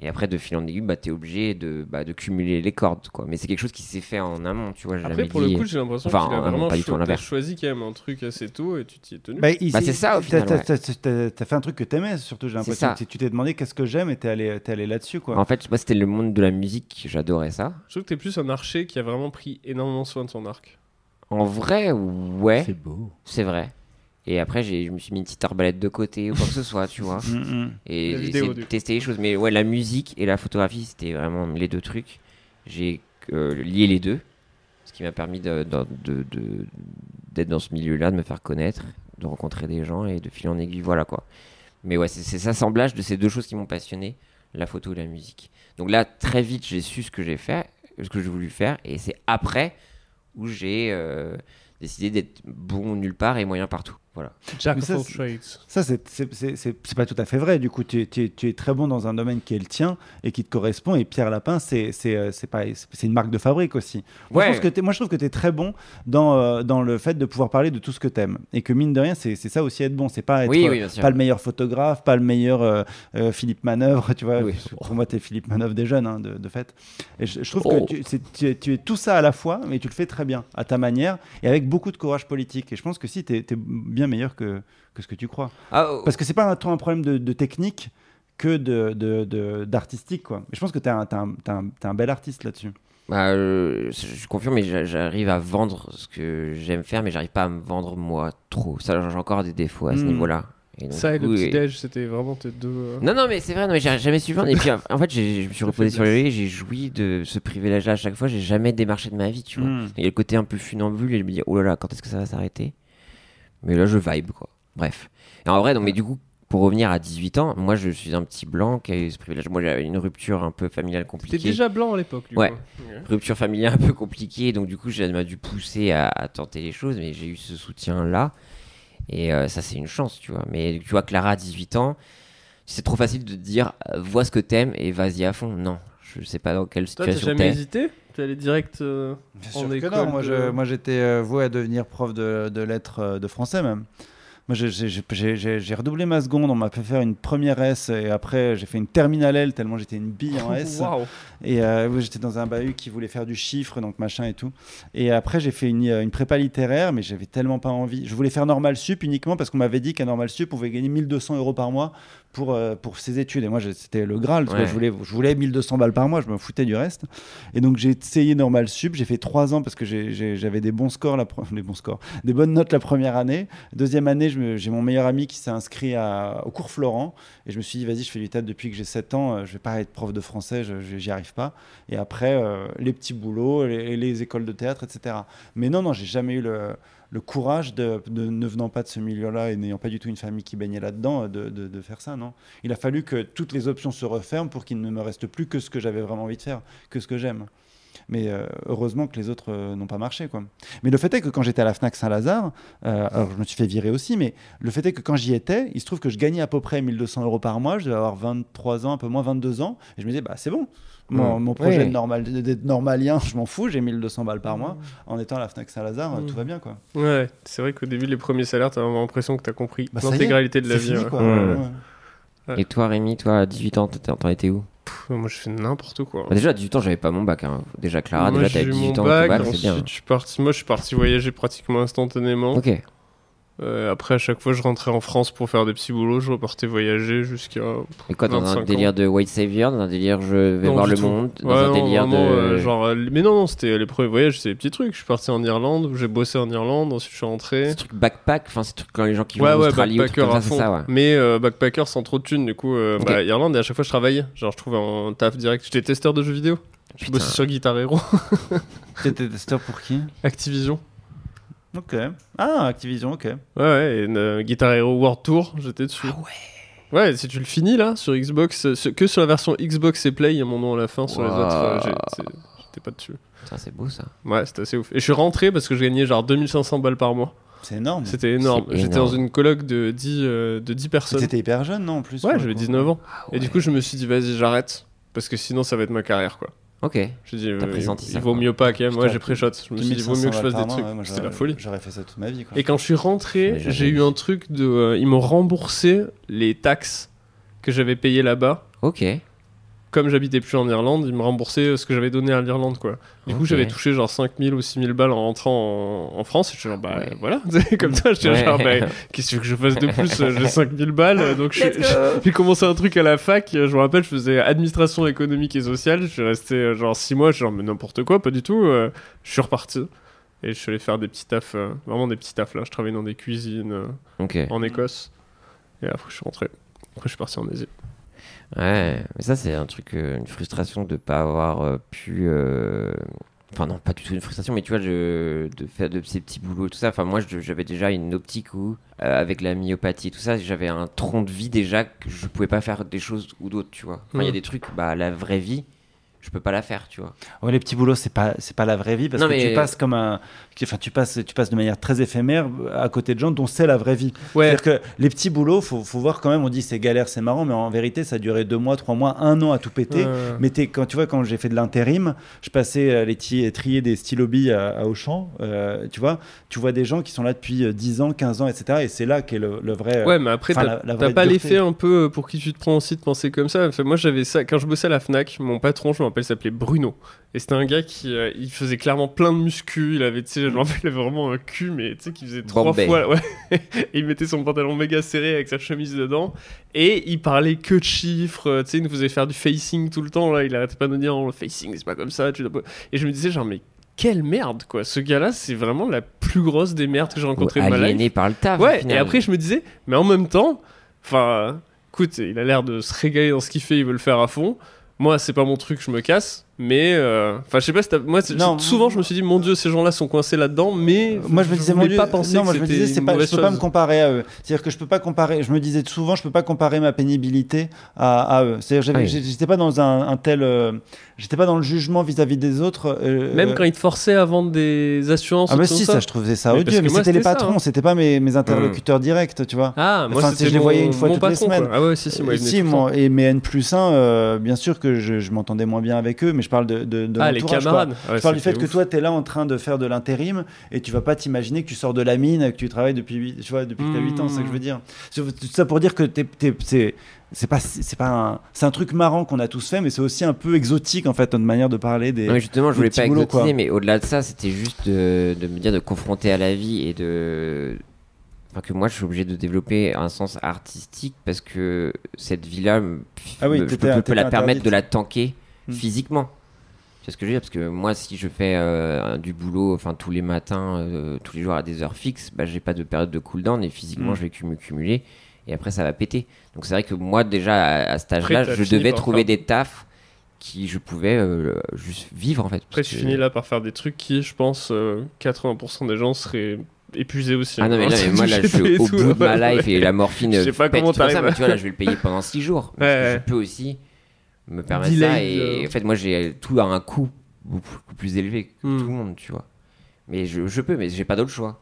Speaker 1: Et après, de fil en aiguille, bah, t'es obligé de, bah, de cumuler les cordes, quoi. Mais c'est quelque chose qui s'est fait en amont, tu vois. j'ai
Speaker 4: Après
Speaker 1: jamais
Speaker 4: pour le
Speaker 1: dit-
Speaker 4: coup j'ai l'impression
Speaker 1: Enfin,
Speaker 4: qu'il a
Speaker 1: ah non,
Speaker 4: vraiment
Speaker 1: pas du tout,
Speaker 4: cho-
Speaker 1: à l'inverse.
Speaker 4: t'as choisi quand même un truc assez tôt et tu t'y es tenu.
Speaker 5: Bah, il-
Speaker 1: Bah,
Speaker 5: il-
Speaker 1: c'est ça, au
Speaker 5: t'as-
Speaker 1: final,
Speaker 5: t'as-
Speaker 1: ouais.
Speaker 5: t'as- T'as t'as fait un truc que t'aimais, surtout, j'ai l'impression.
Speaker 1: ça.
Speaker 5: que Tu tu t'es demandé qu'est-ce que j'aime et t'es allé, t'es allé là-dessus, quoi.
Speaker 1: En fait, moi, c'était le monde de la musique. J'adorais ça.
Speaker 4: Je trouve que t'es plus un archer qui a vraiment pris énormément soin de son arc.
Speaker 1: En vrai, ouais,
Speaker 7: C'est beau.
Speaker 1: c'est vrai. Et après, j'ai- je me suis mis une petite arbalète de côté ou quoi que ce soit, tu vois.
Speaker 5: Mm, mm.
Speaker 1: Et
Speaker 4: La
Speaker 1: j'ai
Speaker 4: vidéo,
Speaker 1: essayé de
Speaker 4: du coup.
Speaker 1: tester les choses. Mais ouais, la musique et la photographie, c'était vraiment les deux trucs. J'ai euh, lié les deux, ce qui m'a permis de- de- de- de- d'être dans ce milieu-là, de me faire connaître, de rencontrer des gens et de fil en aiguille, voilà quoi. Mais ouais, c'est c'est cet assemblage de ces deux choses qui m'ont passionné, la photo et la musique. Donc là, très vite, j'ai su ce que j'ai fait, ce que j'ai voulu faire, et c'est après où j'ai euh, décidé d'être bon nulle part et moyen partout.
Speaker 4: Jack
Speaker 6: Mais ça,
Speaker 4: of all
Speaker 6: c'est-
Speaker 4: trades.
Speaker 6: Ça, c'est- c'est c'est- c'est- c'est pas tout à fait vrai. Du coup, tu, es- tu es- tu es très bon dans un domaine qui est le tien et qui te correspond. Et Pierre Lapin, c'est c'est, euh, c'est pas- c'est- c'est une marque de fabrique aussi. Moi,
Speaker 9: Ouais.
Speaker 6: je pense que t'es- moi, je trouve que tu es très bon dans, euh, dans le fait de pouvoir parler de tout ce que tu aimes. Et que mine de rien, c'est c'est ça aussi être bon. C'est pas être
Speaker 1: Oui,
Speaker 6: euh,
Speaker 1: oui, bien sûr.
Speaker 6: pas le meilleur photographe, pas le meilleur euh, euh, Philippe Manœuvre. Tu vois,
Speaker 1: Oui.
Speaker 6: pour moi, tu es Philippe Manœuvre des jeunes, hein, de, de fait. Et je, je trouve
Speaker 1: Oh.
Speaker 6: que tu, c'est- tu es, tu es tout ça à la fois, mais tu le fais très bien, à ta manière, et avec beaucoup de courage politique. Et je pense que si, tu es, bien meilleur que, que ce que tu crois.
Speaker 1: Ah, oh,
Speaker 6: Parce que c'est pas un- tant un problème de, de technique que d'artistique. De, de, d'artistique, quoi. Et je pense que tu es, un, t'es un- t'es un- t'es un bel artiste là-dessus.
Speaker 1: bah, euh, je je confirme, mais j'a- j'arrive à vendre ce que j'aime faire, mais j'arrive pas à me vendre moi trop. Ça, j'ai encore des défauts à ce
Speaker 6: Mm.
Speaker 1: niveau-là. Et donc,
Speaker 4: Hmm. Ça et
Speaker 1: du
Speaker 4: le
Speaker 1: coup,
Speaker 4: petit
Speaker 1: et-
Speaker 4: déj, c'était vraiment tes deux. euh,
Speaker 1: Non, non, mais c'est vrai, non, mais j'ai jamais suivi. un- Et puis, en en fait, j'ai- je me suis reposé sur le laurier, j'ai joui de ce privilège-là à chaque fois. J'ai jamais démarché de ma vie, tu vois.
Speaker 6: Mm.
Speaker 1: Il y a le côté un peu funambule et je me dis, oh là là, quand est-ce que ça va s'arrêter Mais là, je vibe, quoi. Bref. Et en vrai, donc, mais du coup, pour revenir à 18 ans, moi, je suis un petit blanc qui a eu ce privilège. Moi, j'avais une rupture un peu familiale
Speaker 4: T'étais
Speaker 1: compliquée.
Speaker 4: déjà blanc à l'époque, du
Speaker 1: Ouais.
Speaker 4: coup.
Speaker 1: Rupture familiale un peu compliquée, donc du coup, j'ai- ça m'a dû pousser à, à tenter les choses, mais j'ai eu ce soutien-là. Et euh, ça, c'est une chance, tu vois. Mais tu vois, Clara, à 18 ans, c'est trop facile de te dire, euh, vois ce que t'aimes et vas-y à fond. Non, je sais pas dans quelle
Speaker 4: Toi, t'as
Speaker 1: situation
Speaker 4: jamais
Speaker 1: t'es.
Speaker 4: hésité T'es allé direct. euh,
Speaker 6: Bien
Speaker 4: en
Speaker 6: sûr que
Speaker 4: école
Speaker 6: non. Moi,
Speaker 4: de-
Speaker 6: je- moi, j'étais euh, voué à devenir prof de, de lettres euh, de français même. Moi, j'ai- j'ai- j'ai j'ai- j'ai redoublé ma seconde. On m'a fait faire une première S et après, j'ai fait une terminale L tellement j'étais une bille en S.
Speaker 4: Waouh.
Speaker 6: Et euh, oui, j'étais dans un bahut qui voulait faire du chiffre, donc machin et tout. Et après, j'ai fait une, euh, une prépa littéraire, mais j'avais tellement pas envie. Je voulais faire normal sup uniquement parce qu'on m'avait dit qu'un normal sup pouvait gagner 1200 euros par mois pour, euh, pour ses études. Et moi, je- c'était le Graal. tu vois,
Speaker 1: Ouais.
Speaker 6: je, voulais, je voulais 1200 balles par mois, je me foutais du reste. Et donc, j'ai essayé normal sup. J'ai fait trois ans parce que j'ai- j'ai- j'avais des bons scores, la pre- des bons scores, des bonnes notes la première année. Deuxième année, je me- j'ai mon meilleur ami qui s'est inscrit à- au cours Florent. Et je me suis dit, vas-y, je fais du théâtre depuis que j'ai 7 ans, euh, je vais pas être prof de français, je- je- j'y arrive pas. Et après, euh, les petits boulots, les, les écoles de théâtre, etc. Mais non, non, j'ai jamais eu le, le courage, de, de ne venant pas de ce milieu-là et n'ayant pas du tout une famille qui baignait là-dedans, euh, de, de- de faire ça, non. Il a fallu que toutes les options se referment pour qu'il ne me reste plus que ce que j'avais vraiment envie de faire, que ce que j'aime. Mais euh, heureusement que les autres euh, n'ont pas marché. Quoi. Mais le fait est que quand j'étais à la FNAC Saint-Lazare, euh, alors je me suis fait virer aussi, mais le fait est que quand j'y étais, il se trouve que je gagnais à peu près 1200 euros par mois. Je devais avoir 23 ans, un peu moins 22 ans. Et je me disais, bah, c'est bon. Mon,
Speaker 1: Ouais.
Speaker 6: mon projet
Speaker 1: Ouais.
Speaker 6: de normal, d'être normalien, je m'en fous. J'ai 1200 balles par mois. En étant à la Fnac Saint-Lazare, euh,
Speaker 4: Mm.
Speaker 6: tout va bien. quoi.
Speaker 4: Ouais, c'est vrai qu'au début, les premiers salaires, t'as vraiment l'impression que t'as compris
Speaker 6: Bah, ça y est,
Speaker 4: l'intégralité de la vie.
Speaker 6: C'est
Speaker 4: hein.
Speaker 6: fini,
Speaker 4: ouais.
Speaker 6: quoi.
Speaker 1: Mm.
Speaker 6: Ouais.
Speaker 1: Et toi, Rémi, toi, à 18 ans, t'étais- t'en étais où
Speaker 4: Pff, moi, je fais n'importe quoi.
Speaker 1: Bah, Déjà, à 18 ans, j'avais pas mon bac. hein. Déjà, Clara,
Speaker 4: moi,
Speaker 1: déjà, t'avais
Speaker 4: j'ai eu
Speaker 1: 18
Speaker 4: mon
Speaker 1: ans,
Speaker 4: bac,
Speaker 1: ton bac, c'est
Speaker 4: ensuite,
Speaker 1: bien.
Speaker 4: je suis parti, moi, je suis parti voyager pratiquement instantanément.
Speaker 1: Ok.
Speaker 4: Euh, après, à chaque fois, je rentrais en France pour faire des petits boulots, je repartais voyager jusqu'à.
Speaker 1: Et quoi, dans
Speaker 4: 25
Speaker 1: un
Speaker 4: ans.
Speaker 1: délire de White Savior, dans un délire je vais
Speaker 4: Non,
Speaker 1: voir
Speaker 4: du
Speaker 1: le
Speaker 4: tout.
Speaker 1: monde, dans
Speaker 4: Ouais,
Speaker 1: un
Speaker 4: non,
Speaker 1: délire
Speaker 4: vraiment,
Speaker 1: de.
Speaker 4: euh, genre, euh, mais non, c'était les premiers voyages, c'était des petits trucs. Je suis parti en Irlande, j'ai bossé en Irlande, ensuite je suis rentré.
Speaker 1: ce truc backpack, enfin, ces trucs quand les gens qui
Speaker 4: Ouais,
Speaker 1: vont en
Speaker 4: ouais,
Speaker 1: Australie ou trucs
Speaker 4: backpacker
Speaker 1: comme
Speaker 4: à
Speaker 1: ça, c'est
Speaker 4: fond.
Speaker 1: ça, ouais.
Speaker 4: Mais euh, backpacker sans trop de thunes, du coup, euh,
Speaker 1: Ok.
Speaker 4: bah, Irlande, et à chaque fois, je travaillais. Genre, je trouvais un taf direct. J'étais testeur de jeux vidéo. Je
Speaker 1: Putain.
Speaker 4: bossais sur Guitar Hero,
Speaker 6: T'étais testeur pour qui
Speaker 4: Activision.
Speaker 6: Ok. Ah, Activision, ok.
Speaker 4: Ouais, ouais, et, euh, Guitar Hero World Tour, j'étais dessus.
Speaker 1: Ah
Speaker 4: ouais Ouais, si tu le finis là, sur Xbox, euh, ce- que sur la version Xbox et Play, il y a mon nom à la fin, sur les
Speaker 1: Waouh.
Speaker 4: autres, euh, j'ai- c'est- j'étais pas dessus.
Speaker 1: Putain, c'est beau ça.
Speaker 4: Ouais, c'était assez ouf. Et je suis rentré parce que je gagnais genre 2500 balles par mois.
Speaker 6: C'est énorme.
Speaker 4: C'était énorme.
Speaker 1: C'est
Speaker 4: J'étais
Speaker 1: énorme.
Speaker 4: dans une coloc de 10, euh, de 10 personnes.
Speaker 6: T'étais hyper jeune, non, en plus
Speaker 4: Ah Ouais,
Speaker 6: pour
Speaker 4: j'avais
Speaker 6: le coup. Ah
Speaker 4: 19 ans. Et du
Speaker 1: ouais.
Speaker 4: coup, je me suis dit, vas-y, j'arrête. Parce que sinon, ça va être ma carrière, quoi.
Speaker 1: Ok.
Speaker 4: Je dis,
Speaker 1: T'as
Speaker 4: euh,
Speaker 1: pressenti
Speaker 4: il,
Speaker 1: ça,
Speaker 4: il vaut
Speaker 1: quoi.
Speaker 4: mieux pas quand même. Moi,
Speaker 6: Putain,
Speaker 4: j'ai pré-shot. Je me suis dit, vaut
Speaker 6: 2500
Speaker 4: mieux que je fasse
Speaker 6: balles
Speaker 4: des
Speaker 6: par
Speaker 4: trucs.
Speaker 6: mois, ouais, moi,
Speaker 4: C'était la
Speaker 6: j'aurais-
Speaker 4: folie.
Speaker 6: J'aurais fait ça toute ma vie. Quoi.
Speaker 4: Et quand je suis rentré,
Speaker 1: Mais jamais.
Speaker 4: j'ai eu un truc de. euh, ils m'ont remboursé les taxes que j'avais payées là-bas.
Speaker 1: Ok.
Speaker 4: Comme j'habitais plus en Irlande, ils me remboursaient euh, ce que j'avais donné à l'Irlande, quoi. Du coup,
Speaker 1: Ok.
Speaker 4: j'avais touché genre 5000 ou 6000 balles en rentrant en, en France. Et je suis genre, bah
Speaker 1: Ouais.
Speaker 4: voilà. Comme ça, j'étais genre, bah,
Speaker 1: Ouais.
Speaker 4: Qu'est-ce que tu veux que je fasse de plus Euh, J'ai 5000 balles, euh, donc je- je- j'ai commencé un truc à la fac. euh, Je me rappelle, je faisais administration économique et sociale. Je suis resté euh, genre 6 mois, je suis genre, mais n'importe quoi, pas du tout. euh, Je suis reparti et je suis allé faire des petits tafs, euh, vraiment des petits tafs là. Je travaillais dans des cuisines euh,
Speaker 1: Ok. Ouais.
Speaker 4: en Écosse et après je suis rentré. Après, je suis parti en Asie.
Speaker 1: Mais ça, c'est un truc, euh, une frustration de pas avoir euh, pu. euh, Enfin, non, pas du tout une frustration, mais tu vois, je- de faire de ces petits boulots et tout ça. Enfin, moi, je- j'avais déjà une optique où, euh, avec la myopathie et tout ça, j'avais un tronc de vie déjà que je pouvais pas faire des choses ou d'autres, tu vois. Enfin, il y a
Speaker 4: Mm.
Speaker 1: des trucs, bah, la vraie vie, je peux pas la faire, tu vois.
Speaker 6: Ouais, les petits boulots, c'est pas c'est pas la vraie vie parce
Speaker 1: Non,
Speaker 6: que
Speaker 1: mais-
Speaker 6: tu passes comme un, enfin tu passes tu passes de manière très éphémère à côté de gens dont c'est la vraie vie.
Speaker 4: Ouais,
Speaker 6: C'est-à-dire que les petits boulots, faut faut voir quand même. On dit c'est galère, c'est marrant, mais en vérité, ça durait deux mois, trois mois, un an à tout péter.
Speaker 4: euh,
Speaker 6: Mais t'es- quand tu vois, quand j'ai fait de l'intérim, je passais euh, les ti- trier des stylos billes à, à Auchan. euh, tu vois, tu vois des gens qui sont là depuis euh, 10 ans, 15 ans, etc. Et c'est là qu'est le, le vrai. euh,
Speaker 4: ouais, mais après,
Speaker 6: enfin,
Speaker 4: t'as
Speaker 6: la- la
Speaker 4: T'as
Speaker 6: vraie
Speaker 4: pas
Speaker 6: dureté.
Speaker 4: l'effet un peu euh, pour qui tu te prends aussi de penser comme ça Enfin, Moi j'avais ça, quand je bossais à la FNAC, mon patron, je me rappelle, s'appelait Bruno. Et c'était un gars qui euh, il faisait clairement plein de muscu, il avait, tu sais, je me rappelle, il avait vraiment un cul, mais tu sais, qui faisait trois
Speaker 1: Bombay.
Speaker 4: fois. Ouais. Et il mettait son pantalon méga serré avec sa chemise dedans. Et il parlait que de chiffres, euh, tu sais, il nous faisait faire du facing tout le temps, là, il arrêtait pas de nous dire, oh, le facing, c'est pas comme ça. Tu dois pas- Et je me disais, genre, mais quelle merde, quoi. Ce gars-là, c'est vraiment la plus grosse des merdes que j'ai rencontrées de ma life.
Speaker 1: aliéné par le taf. Ah, au
Speaker 4: Ouais,
Speaker 1: final.
Speaker 4: et après je me disais, mais en même temps, enfin, écoute, il a l'air de se régaler dans ce qu'il fait, il veut le faire à fond. Moi, c'est pas mon truc, je me casse. Mais, euh, enfin, je sais pas si t'as- Moi, c'est-
Speaker 6: Non. euh,
Speaker 4: souvent, je me suis dit, mon Dieu, ces gens-là sont coincés là-dedans, mais.
Speaker 6: Moi, je me disais,
Speaker 4: voulais
Speaker 6: mon Dieu,
Speaker 4: pas penser
Speaker 6: non,
Speaker 4: que
Speaker 6: moi, je me
Speaker 4: c'était
Speaker 6: disais, c'est
Speaker 4: une
Speaker 6: pas, je
Speaker 4: mauvaise
Speaker 6: peux pas me
Speaker 4: chose.
Speaker 6: comparer à eux. C'est-à-dire que je peux pas comparer. Je me disais souvent, je peux pas comparer ma pénibilité à, à eux. C'est-à-dire, j'avais-
Speaker 4: Ah
Speaker 1: Oui.
Speaker 6: j'étais j'étais pas dans un, un tel, euh, j'étais pas dans le jugement vis-à-vis des autres. euh,
Speaker 4: Même
Speaker 6: euh,
Speaker 4: quand ils te forçaient à vendre des assurances.
Speaker 6: ah
Speaker 4: ou
Speaker 6: mais
Speaker 4: tout
Speaker 6: si, ça, je trouvais ça
Speaker 4: hein. Mais parce
Speaker 6: odieux.
Speaker 4: que
Speaker 6: Mais
Speaker 4: moi,
Speaker 6: c'était les
Speaker 4: c'était ça,
Speaker 6: patrons,
Speaker 4: hein.
Speaker 6: c'était pas mes, mes interlocuteurs directs, tu vois.
Speaker 4: Ah, moi,
Speaker 6: Enfin,
Speaker 4: c'était
Speaker 6: si je les
Speaker 4: mon-
Speaker 6: voyais une fois
Speaker 4: mon
Speaker 6: toutes les
Speaker 4: patron,
Speaker 6: semaines.
Speaker 4: quoi. Ah ouais, si, si, moi,
Speaker 6: Euh,
Speaker 4: il venait
Speaker 6: si,
Speaker 4: tout le temps.
Speaker 6: moi, et mes N plus 1, bien sûr que je, je m'entendais moins bien avec eux, mais je parle de, de, de
Speaker 4: Ah,
Speaker 6: mon
Speaker 4: les
Speaker 6: entourage, quoi.
Speaker 4: camarades. Ouais,
Speaker 6: Je parle du
Speaker 4: c'était
Speaker 6: fait que
Speaker 4: ouf.
Speaker 6: toi, tu es là en train de faire de l'intérim et tu vas pas t'imaginer que tu sors de la mine, que tu travailles depuis, huit- tu vois, depuis que tu as 8 ans, c'est ça que je veux dire. C'est- Tout ça pour dire que t'es- t'es- c'est. C'est pas, c'est pas un, c'est un truc marrant qu'on a tous fait, mais c'est aussi un peu exotique en fait notre manière de parler des.
Speaker 1: Non, mais justement, je
Speaker 6: des
Speaker 1: voulais
Speaker 6: petits
Speaker 1: pas
Speaker 6: boulots,
Speaker 1: exotiser,
Speaker 6: quoi.
Speaker 1: mais au-delà de ça, c'était juste de, de me dire de confronter à la vie et de. Enfin, que moi, je suis obligé de développer un sens artistique parce que cette vie-là, me-
Speaker 6: Ah oui,
Speaker 1: me- je
Speaker 6: t'étais-
Speaker 1: peux pas
Speaker 6: t'étais
Speaker 1: la permettre
Speaker 6: interdite.
Speaker 1: de la tanker
Speaker 6: Hmm.
Speaker 1: physiquement. C'est ce que je veux dire, parce que moi, si je fais euh, du boulot enfin tous les matins, euh, tous les jours à des heures fixes, bah, j'ai pas de période de cooldown et physiquement,
Speaker 6: Hmm.
Speaker 1: je vais cum- cumuler et après, ça va péter. Donc, c'est vrai que moi, déjà, à, à cet
Speaker 4: Après,
Speaker 1: âge-là,
Speaker 4: t'as
Speaker 1: je
Speaker 4: fini
Speaker 1: devais
Speaker 4: par
Speaker 1: trouver
Speaker 4: faire-
Speaker 1: des tafs qui je pouvais euh, juste vivre en fait.
Speaker 4: Après,
Speaker 1: parce
Speaker 4: tu
Speaker 1: que-
Speaker 4: finis là par faire des trucs qui, je pense, euh, 80% des gens seraient épuisés aussi.
Speaker 1: Ah non, mais là, mais moi, là, je suis
Speaker 4: J'étais
Speaker 1: au
Speaker 4: tout, hein.
Speaker 1: bout de ma
Speaker 4: ouais.
Speaker 1: life et la morphine.
Speaker 4: Je sais pas
Speaker 1: pète
Speaker 4: comment
Speaker 1: tout comme ça,
Speaker 4: t'arrives à-
Speaker 1: mais tu vois, là, je vais le payer pendant 6 jours. Parce que
Speaker 4: Ouais, ouais.
Speaker 1: Je peux aussi me permettre ça.
Speaker 4: Delay,
Speaker 1: Et
Speaker 4: euh.
Speaker 1: en fait, moi, j'ai tout à un coût beaucoup plus élevé que
Speaker 4: Hmm.
Speaker 1: tout le monde, tu vois. Mais je, je peux, mais j'ai pas d'autre choix.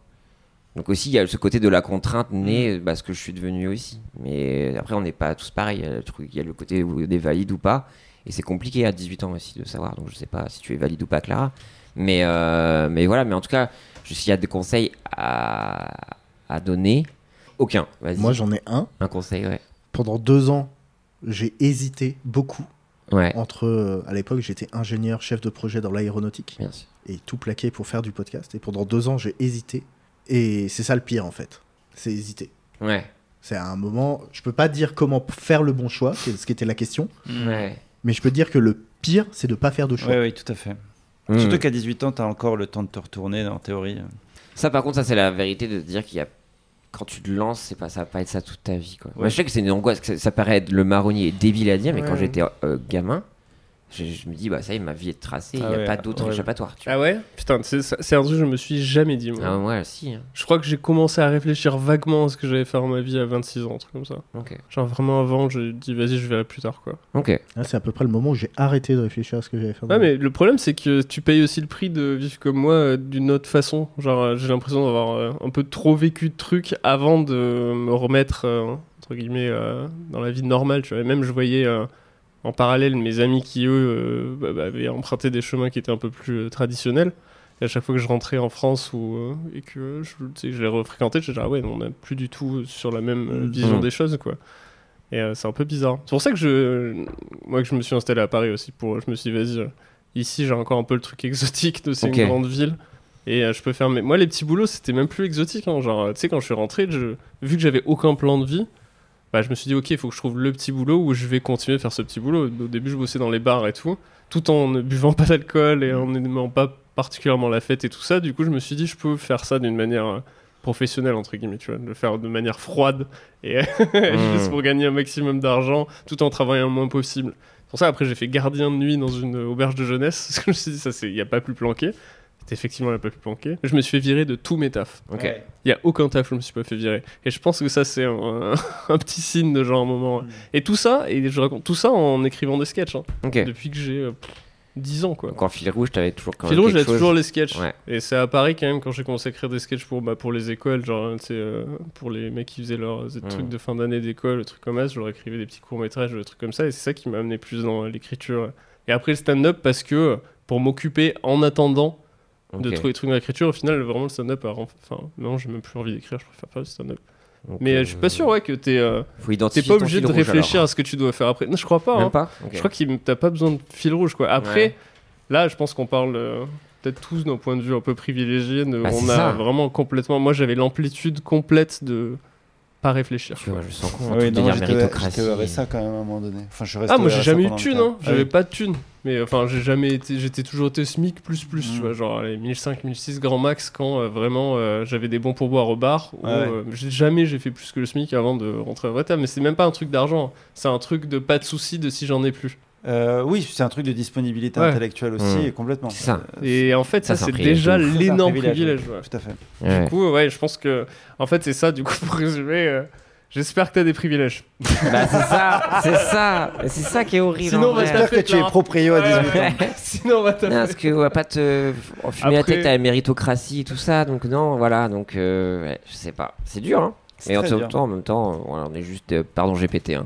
Speaker 1: Donc aussi, il y a ce côté de la contrainte née
Speaker 4: Hmm.
Speaker 1: parce que je suis devenu aussi. Mais après, on n'est pas tous pareils. Il y a le truc- Il y a le côté où des valides ou pas. Et c'est compliqué à 18 ans aussi de savoir. Donc je sais pas si tu es valide ou pas, Clara. Mais, euh, mais voilà, mais en tout cas, je- s'il y a des conseils à, à donner, aucun. Vas-y.
Speaker 7: Moi, j'en ai un.
Speaker 1: un conseil, ouais.
Speaker 7: Pendant deux ans, j'ai hésité beaucoup
Speaker 1: Ouais,
Speaker 7: entre. euh, à l'époque, j'étais ingénieur, chef de projet dans l'aéronautique
Speaker 1: bien sûr.
Speaker 7: et tout plaqué pour faire du podcast. Et pendant deux ans, j'ai hésité. Et c'est ça le pire, en fait. C'est hésiter.
Speaker 1: Ouais,
Speaker 7: C'est à un moment, je peux pas dire comment faire le bon choix, c'est ce qui était la question,
Speaker 1: ouais.
Speaker 7: mais je peux dire que le pire, c'est de pas faire de choix.
Speaker 6: Oui, oui, tout à fait.
Speaker 1: Hmm.
Speaker 6: Surtout qu'à 18 ans, tu as encore le temps de te retourner en théorie.
Speaker 1: Ça, par contre, ça, c'est la vérité de dire qu'il y a. Quand tu te lances, c'est pas, ça va pas être ça toute ta vie. Quoi. Moi, je sais que c'est une angoisse, que ça, ça paraît être le marronnier débile à dire, mais quand
Speaker 4: Ouais.
Speaker 1: j'étais euh, gamin, je, je me dis, bah ça y est, ma vie est tracée, il
Speaker 6: Ah
Speaker 1: n'y a
Speaker 6: ouais,
Speaker 1: pas d'autre
Speaker 6: ouais.
Speaker 1: échappatoire. Tu vois.
Speaker 4: Ah ouais Putain, c'est c'est un truc que je me suis jamais dit, moi.
Speaker 1: Ah, ouais, si. hein.
Speaker 4: Je crois que j'ai commencé à réfléchir vaguement à ce que j'allais faire dans ma vie à 26 ans, un truc comme ça.
Speaker 1: Ok.
Speaker 4: Genre vraiment avant, je dis vas-y, je verrai plus tard quoi.
Speaker 1: Ok.
Speaker 7: Là, c'est à peu près le moment où j'ai arrêté de réfléchir à ce que j'allais faire.
Speaker 4: Ouais, mais le problème c'est que tu payes aussi le prix de vivre comme moi euh, d'une autre façon. Genre euh, j'ai l'impression d'avoir euh, un peu trop vécu de trucs avant de me remettre euh, entre guillemets euh, dans la vie normale, tu vois. Et même je voyais euh, en parallèle mes amis qui eux euh, bah, bah, avaient emprunté des chemins qui étaient un peu plus euh, traditionnels. Et à chaque fois que je rentrais en France ou euh, et que euh, je, tu sais, je les refréquentais, je disais ah ouais, on n'a plus du tout sur la même euh, vision
Speaker 1: Mhm.
Speaker 4: des choses quoi. Et euh, c'est un peu bizarre. C'est pour ça que je, moi que je me suis installé à Paris aussi pour, je me suis dit vas-y, euh, ici j'ai encore un peu le truc exotique de c'est
Speaker 1: Ok.
Speaker 4: une grande ville. Et euh, je peux faire mes... Moi, les petits boulots, c'était même plus exotique. hein. Genre, euh, tu sais, quand je suis rentré, je... vu que j'avais aucun plan de vie, bah, je me suis dit, ok, il faut que je trouve le petit boulot où je vais continuer à faire ce petit boulot. Au début, je bossais dans les bars et tout, tout en ne buvant pas d'alcool et en
Speaker 6: Mm.
Speaker 4: n'aimant pas particulièrement la fête et tout ça. Du coup, je me suis dit, je peux faire ça d'une manière euh, professionnelle, entre guillemets, tu vois, le faire de manière froide et
Speaker 1: Hmm.
Speaker 4: juste pour gagner un maximum d'argent tout en travaillant le moins possible. C'est Pour ça, après, j'ai fait gardien de nuit dans une euh, auberge de jeunesse. Parce que je me suis dit, ça, il n'y a pas plus planqué. C'était effectivement la pas plus planqué. Je me suis fait virer de tous mes tafs.
Speaker 1: Ok.
Speaker 4: Il y a aucun taf, je me suis pas fait virer. Et je pense que ça, c'est un, un petit signe de genre un moment. Et tout ça, et je raconte tout ça en écrivant des sketchs. hein.
Speaker 1: Ok.
Speaker 4: Depuis que j'ai euh, pff, 10 ans, quoi.
Speaker 1: Donc en fil rouge, t'avais toujours quand même.
Speaker 4: Fil rouge,
Speaker 1: quelque
Speaker 4: j'avais
Speaker 1: chose.
Speaker 4: toujours les sketchs.
Speaker 1: Ouais.
Speaker 4: Et c'est à Paris quand même quand j'ai commencé à écrire des sketchs pour, bah, pour les écoles, genre tu sais, euh, pour les mecs qui faisaient leurs
Speaker 1: Hmm.
Speaker 4: euh, trucs de fin d'année d'école, le truc comme ça, je leur écrivais des petits courts-métrages, des trucs comme ça, et c'est ça qui m'a amené plus dans euh, l'écriture. Et après le stand-up, parce que euh, pour m'occuper en attendant de
Speaker 1: Ok,
Speaker 4: trouver des trucs dans l'écriture, au final, vraiment le stand-up, a ren- enfin, non, j'ai même plus envie d'écrire, je préfère faire le stand-up.
Speaker 1: donc,
Speaker 4: Mais euh,
Speaker 1: euh,
Speaker 4: je suis pas sûr, ouais, que t'es euh,
Speaker 1: Faut
Speaker 4: t'es
Speaker 1: identifier.
Speaker 4: pas
Speaker 1: ton
Speaker 4: obligé
Speaker 1: fil
Speaker 4: de
Speaker 1: rouge,
Speaker 4: réfléchir
Speaker 1: alors.
Speaker 4: à ce que tu dois faire après. Non, je crois pas. hein.
Speaker 1: Même pas. Ok.
Speaker 4: Je crois que t'as pas besoin de fil rouge, quoi. Après,
Speaker 1: Ouais.
Speaker 4: là, je pense qu'on parle euh, peut-être tous d'un point de vue un peu privilégié. de-
Speaker 1: Bah,
Speaker 4: on
Speaker 1: c'est
Speaker 4: a
Speaker 1: ça.
Speaker 4: vraiment complètement. Moi, j'avais l'amplitude complète de pas réfléchir.
Speaker 1: Tu vois, je sens qu'on va
Speaker 6: Ah oui,
Speaker 1: tout
Speaker 6: non,
Speaker 1: devenir
Speaker 6: j'étais
Speaker 1: méritocratie.
Speaker 6: j'étais au RSA quand même à un moment donné. Enfin, je suis resté
Speaker 4: Ah,
Speaker 6: au
Speaker 4: moi, j'ai
Speaker 6: RSA
Speaker 4: jamais eu de
Speaker 6: pendant
Speaker 4: thune,
Speaker 6: longtemps.
Speaker 4: hein. J'avais
Speaker 6: Ah oui.
Speaker 4: pas de thune. Mais enfin, j'ai jamais été. J'étais toujours été SMIC plus plus,
Speaker 6: Mm.
Speaker 4: tu vois, genre les 1005, 1006 grand max quand euh, vraiment euh, j'avais des bons pourboires au bar. ou,
Speaker 6: Ouais.
Speaker 4: euh, j'ai- jamais j'ai fait plus que le SMIC avant de rentrer à la vraie table. Mais c'est même pas un truc d'argent. hein. C'est un truc de pas de souci de si j'en ai plus.
Speaker 6: Euh, oui, c'est un truc de disponibilité
Speaker 4: Ouais.
Speaker 6: intellectuelle aussi,
Speaker 1: Mm.
Speaker 6: et complètement.
Speaker 1: C'est ça.
Speaker 4: Et en fait, ça,
Speaker 1: Ça, c'est un
Speaker 4: c'est
Speaker 1: privilège
Speaker 4: déjà
Speaker 1: de ouf.
Speaker 4: l'énorme
Speaker 6: C'est un
Speaker 4: privilège.
Speaker 6: ouais.
Speaker 4: ouais.
Speaker 6: Tout à fait.
Speaker 1: Ouais.
Speaker 4: Du coup, ouais, je pense que. En fait, c'est ça, du coup, pour résumer. euh, J'espère que t'as des privilèges.
Speaker 1: Bah, c'est ça, c'est ça, c'est ça qui est horrible. en
Speaker 4: Sinon, on va
Speaker 1: vrai.
Speaker 4: se
Speaker 6: J'espère que
Speaker 4: fait,
Speaker 6: tu es
Speaker 4: Clara.
Speaker 6: proprio à hein. 18 ans.
Speaker 4: Sinon, on va
Speaker 1: Non,
Speaker 6: Ah,
Speaker 1: parce
Speaker 4: taper.
Speaker 1: qu'on va pas te fumer la
Speaker 4: Après-
Speaker 1: tête à la méritocratie et tout ça, donc non, voilà, donc euh, ouais, je sais pas. C'est dur, hein
Speaker 6: C'est
Speaker 1: Mais en
Speaker 6: très
Speaker 1: même
Speaker 6: dur.
Speaker 1: temps, en même temps, euh, voilà, on est juste. euh, pardon, j'ai pété. Hein.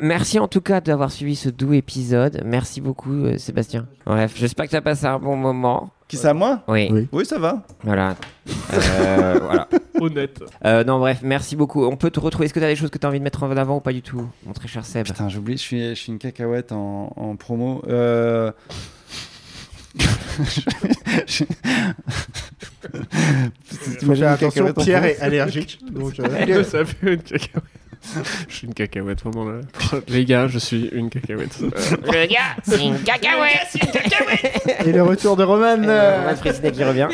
Speaker 1: Merci en tout cas d'avoir suivi ce doux épisode. Merci beaucoup, euh, Sébastien. Bref, j'espère que t'as passé un bon moment.
Speaker 6: Qui ça, moi
Speaker 1: Oui,
Speaker 7: Oui.
Speaker 6: Oui, ça va.
Speaker 1: voilà. Euh, voilà.
Speaker 4: Honnête.
Speaker 1: Euh, non, bref, merci beaucoup. On peut te retrouver. Est-ce que t'as des choses que t'as envie de mettre en avant ou pas du tout, mon très cher Seb
Speaker 6: Putain, j'oublie, je suis, je suis une cacahuète en, en promo. Euh, je-
Speaker 7: Faut faire
Speaker 6: une
Speaker 7: attention,
Speaker 6: cacahuète en
Speaker 7: Pierre
Speaker 6: promo.
Speaker 7: est allergique. Donc, euh,
Speaker 4: Ça fait une cacahuète. Je suis une cacahuète, vraiment là. Les gars, je suis une cacahuète. Euh,
Speaker 1: Le gars, c'est une cacahuète
Speaker 7: et le retour de Roman. euh,
Speaker 1: On a Frisney qui revient.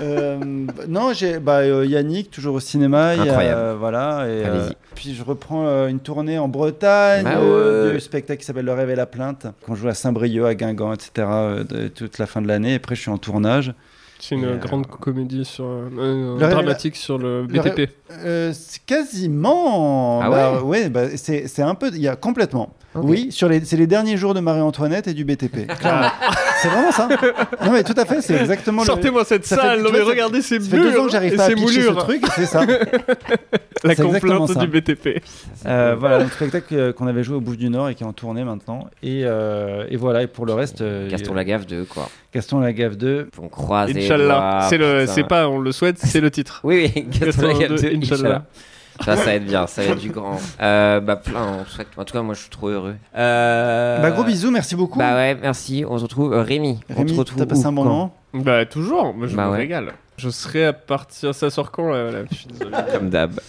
Speaker 6: Euh, bah, non, j'ai bah, euh, Yannick toujours au cinéma. il y a,
Speaker 1: Incroyable.
Speaker 6: euh, voilà. Et, euh,
Speaker 1: Allez-y.
Speaker 6: puis je reprends euh, une tournée en Bretagne.
Speaker 1: Ah
Speaker 6: euh,
Speaker 1: ouais.
Speaker 6: du spectacle qui s'appelle Le Rêve et la Plainte. Qu'on joue à Saint-Brieuc, à Guingamp, etc. euh, de- toute la fin de l'année. Et après, je suis en tournage.
Speaker 4: C'est une
Speaker 6: Euh,
Speaker 4: grande comédie sur. euh, un
Speaker 6: Le ré-
Speaker 4: dramatique sur le
Speaker 6: le ré-
Speaker 4: BTP.
Speaker 6: Euh, c'est quasiment.
Speaker 1: Ah
Speaker 6: bah, ouais. bah, c'est c'est un peu. Il y a complètement.
Speaker 1: Ok. Ah.
Speaker 6: Oui, sur les, c'est les derniers jours de Marie-Antoinette et du BTP. clairement. c'est vraiment ça. Non mais tout à fait, c'est exactement. le...
Speaker 4: Sortez-moi cette
Speaker 6: Ça fait-
Speaker 4: salle,
Speaker 6: tu
Speaker 4: non
Speaker 6: vois,
Speaker 4: mais
Speaker 6: ça-
Speaker 4: regardez ces
Speaker 6: Ça fait deux ans
Speaker 4: murs
Speaker 6: que j'arrive
Speaker 4: et
Speaker 6: pas à
Speaker 4: ces
Speaker 6: pitcher ce
Speaker 4: moulures.
Speaker 6: truc. C'est ça.
Speaker 4: La
Speaker 6: C'est exactement
Speaker 4: complainte du
Speaker 6: ça.
Speaker 4: BTP.
Speaker 6: Euh, voilà, un spectacle euh, qu'on avait joué au Bouffe du Nord et qui est en tournée maintenant. Et, euh, et voilà, et pour le reste, euh,
Speaker 1: Gaston
Speaker 6: euh,
Speaker 1: Lagaffe de quoi
Speaker 6: Gaston Lagaffe 2.
Speaker 1: On croise les
Speaker 4: Inch'Allah.
Speaker 1: doigts,
Speaker 4: C'est le,
Speaker 1: putain.
Speaker 4: c'est pas, on le souhaite, c'est le titre.
Speaker 1: Oui, oui, Gaston Lagaffe
Speaker 4: 82,
Speaker 1: 2,
Speaker 4: Inch'Allah.
Speaker 1: Inch'Allah. Ça, ça va être bien, ça va être du grand. Euh, bah, plein, on souhaite. En tout cas, moi, je suis trop heureux. Euh,
Speaker 6: Bah, gros bisous, merci beaucoup.
Speaker 1: Bah ouais, merci. On se retrouve. euh, Rémi, on
Speaker 6: Rémi,
Speaker 1: se retrouve.
Speaker 6: t'as passé
Speaker 1: où,
Speaker 6: un bon
Speaker 1: quand
Speaker 6: moment.
Speaker 4: Bah toujours, moi je
Speaker 1: Bah
Speaker 4: me
Speaker 1: ouais.
Speaker 4: régale. Je serai à partir, ça sort quand là, là, je suis désolé.
Speaker 1: Comme d'hab.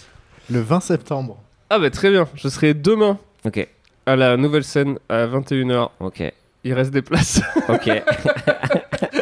Speaker 7: Le 20 septembre.
Speaker 4: Ah bah très bien, je serai demain
Speaker 1: Ok,
Speaker 4: à la nouvelle scène à 21h.
Speaker 1: ok,
Speaker 4: Il reste des places.
Speaker 1: ok.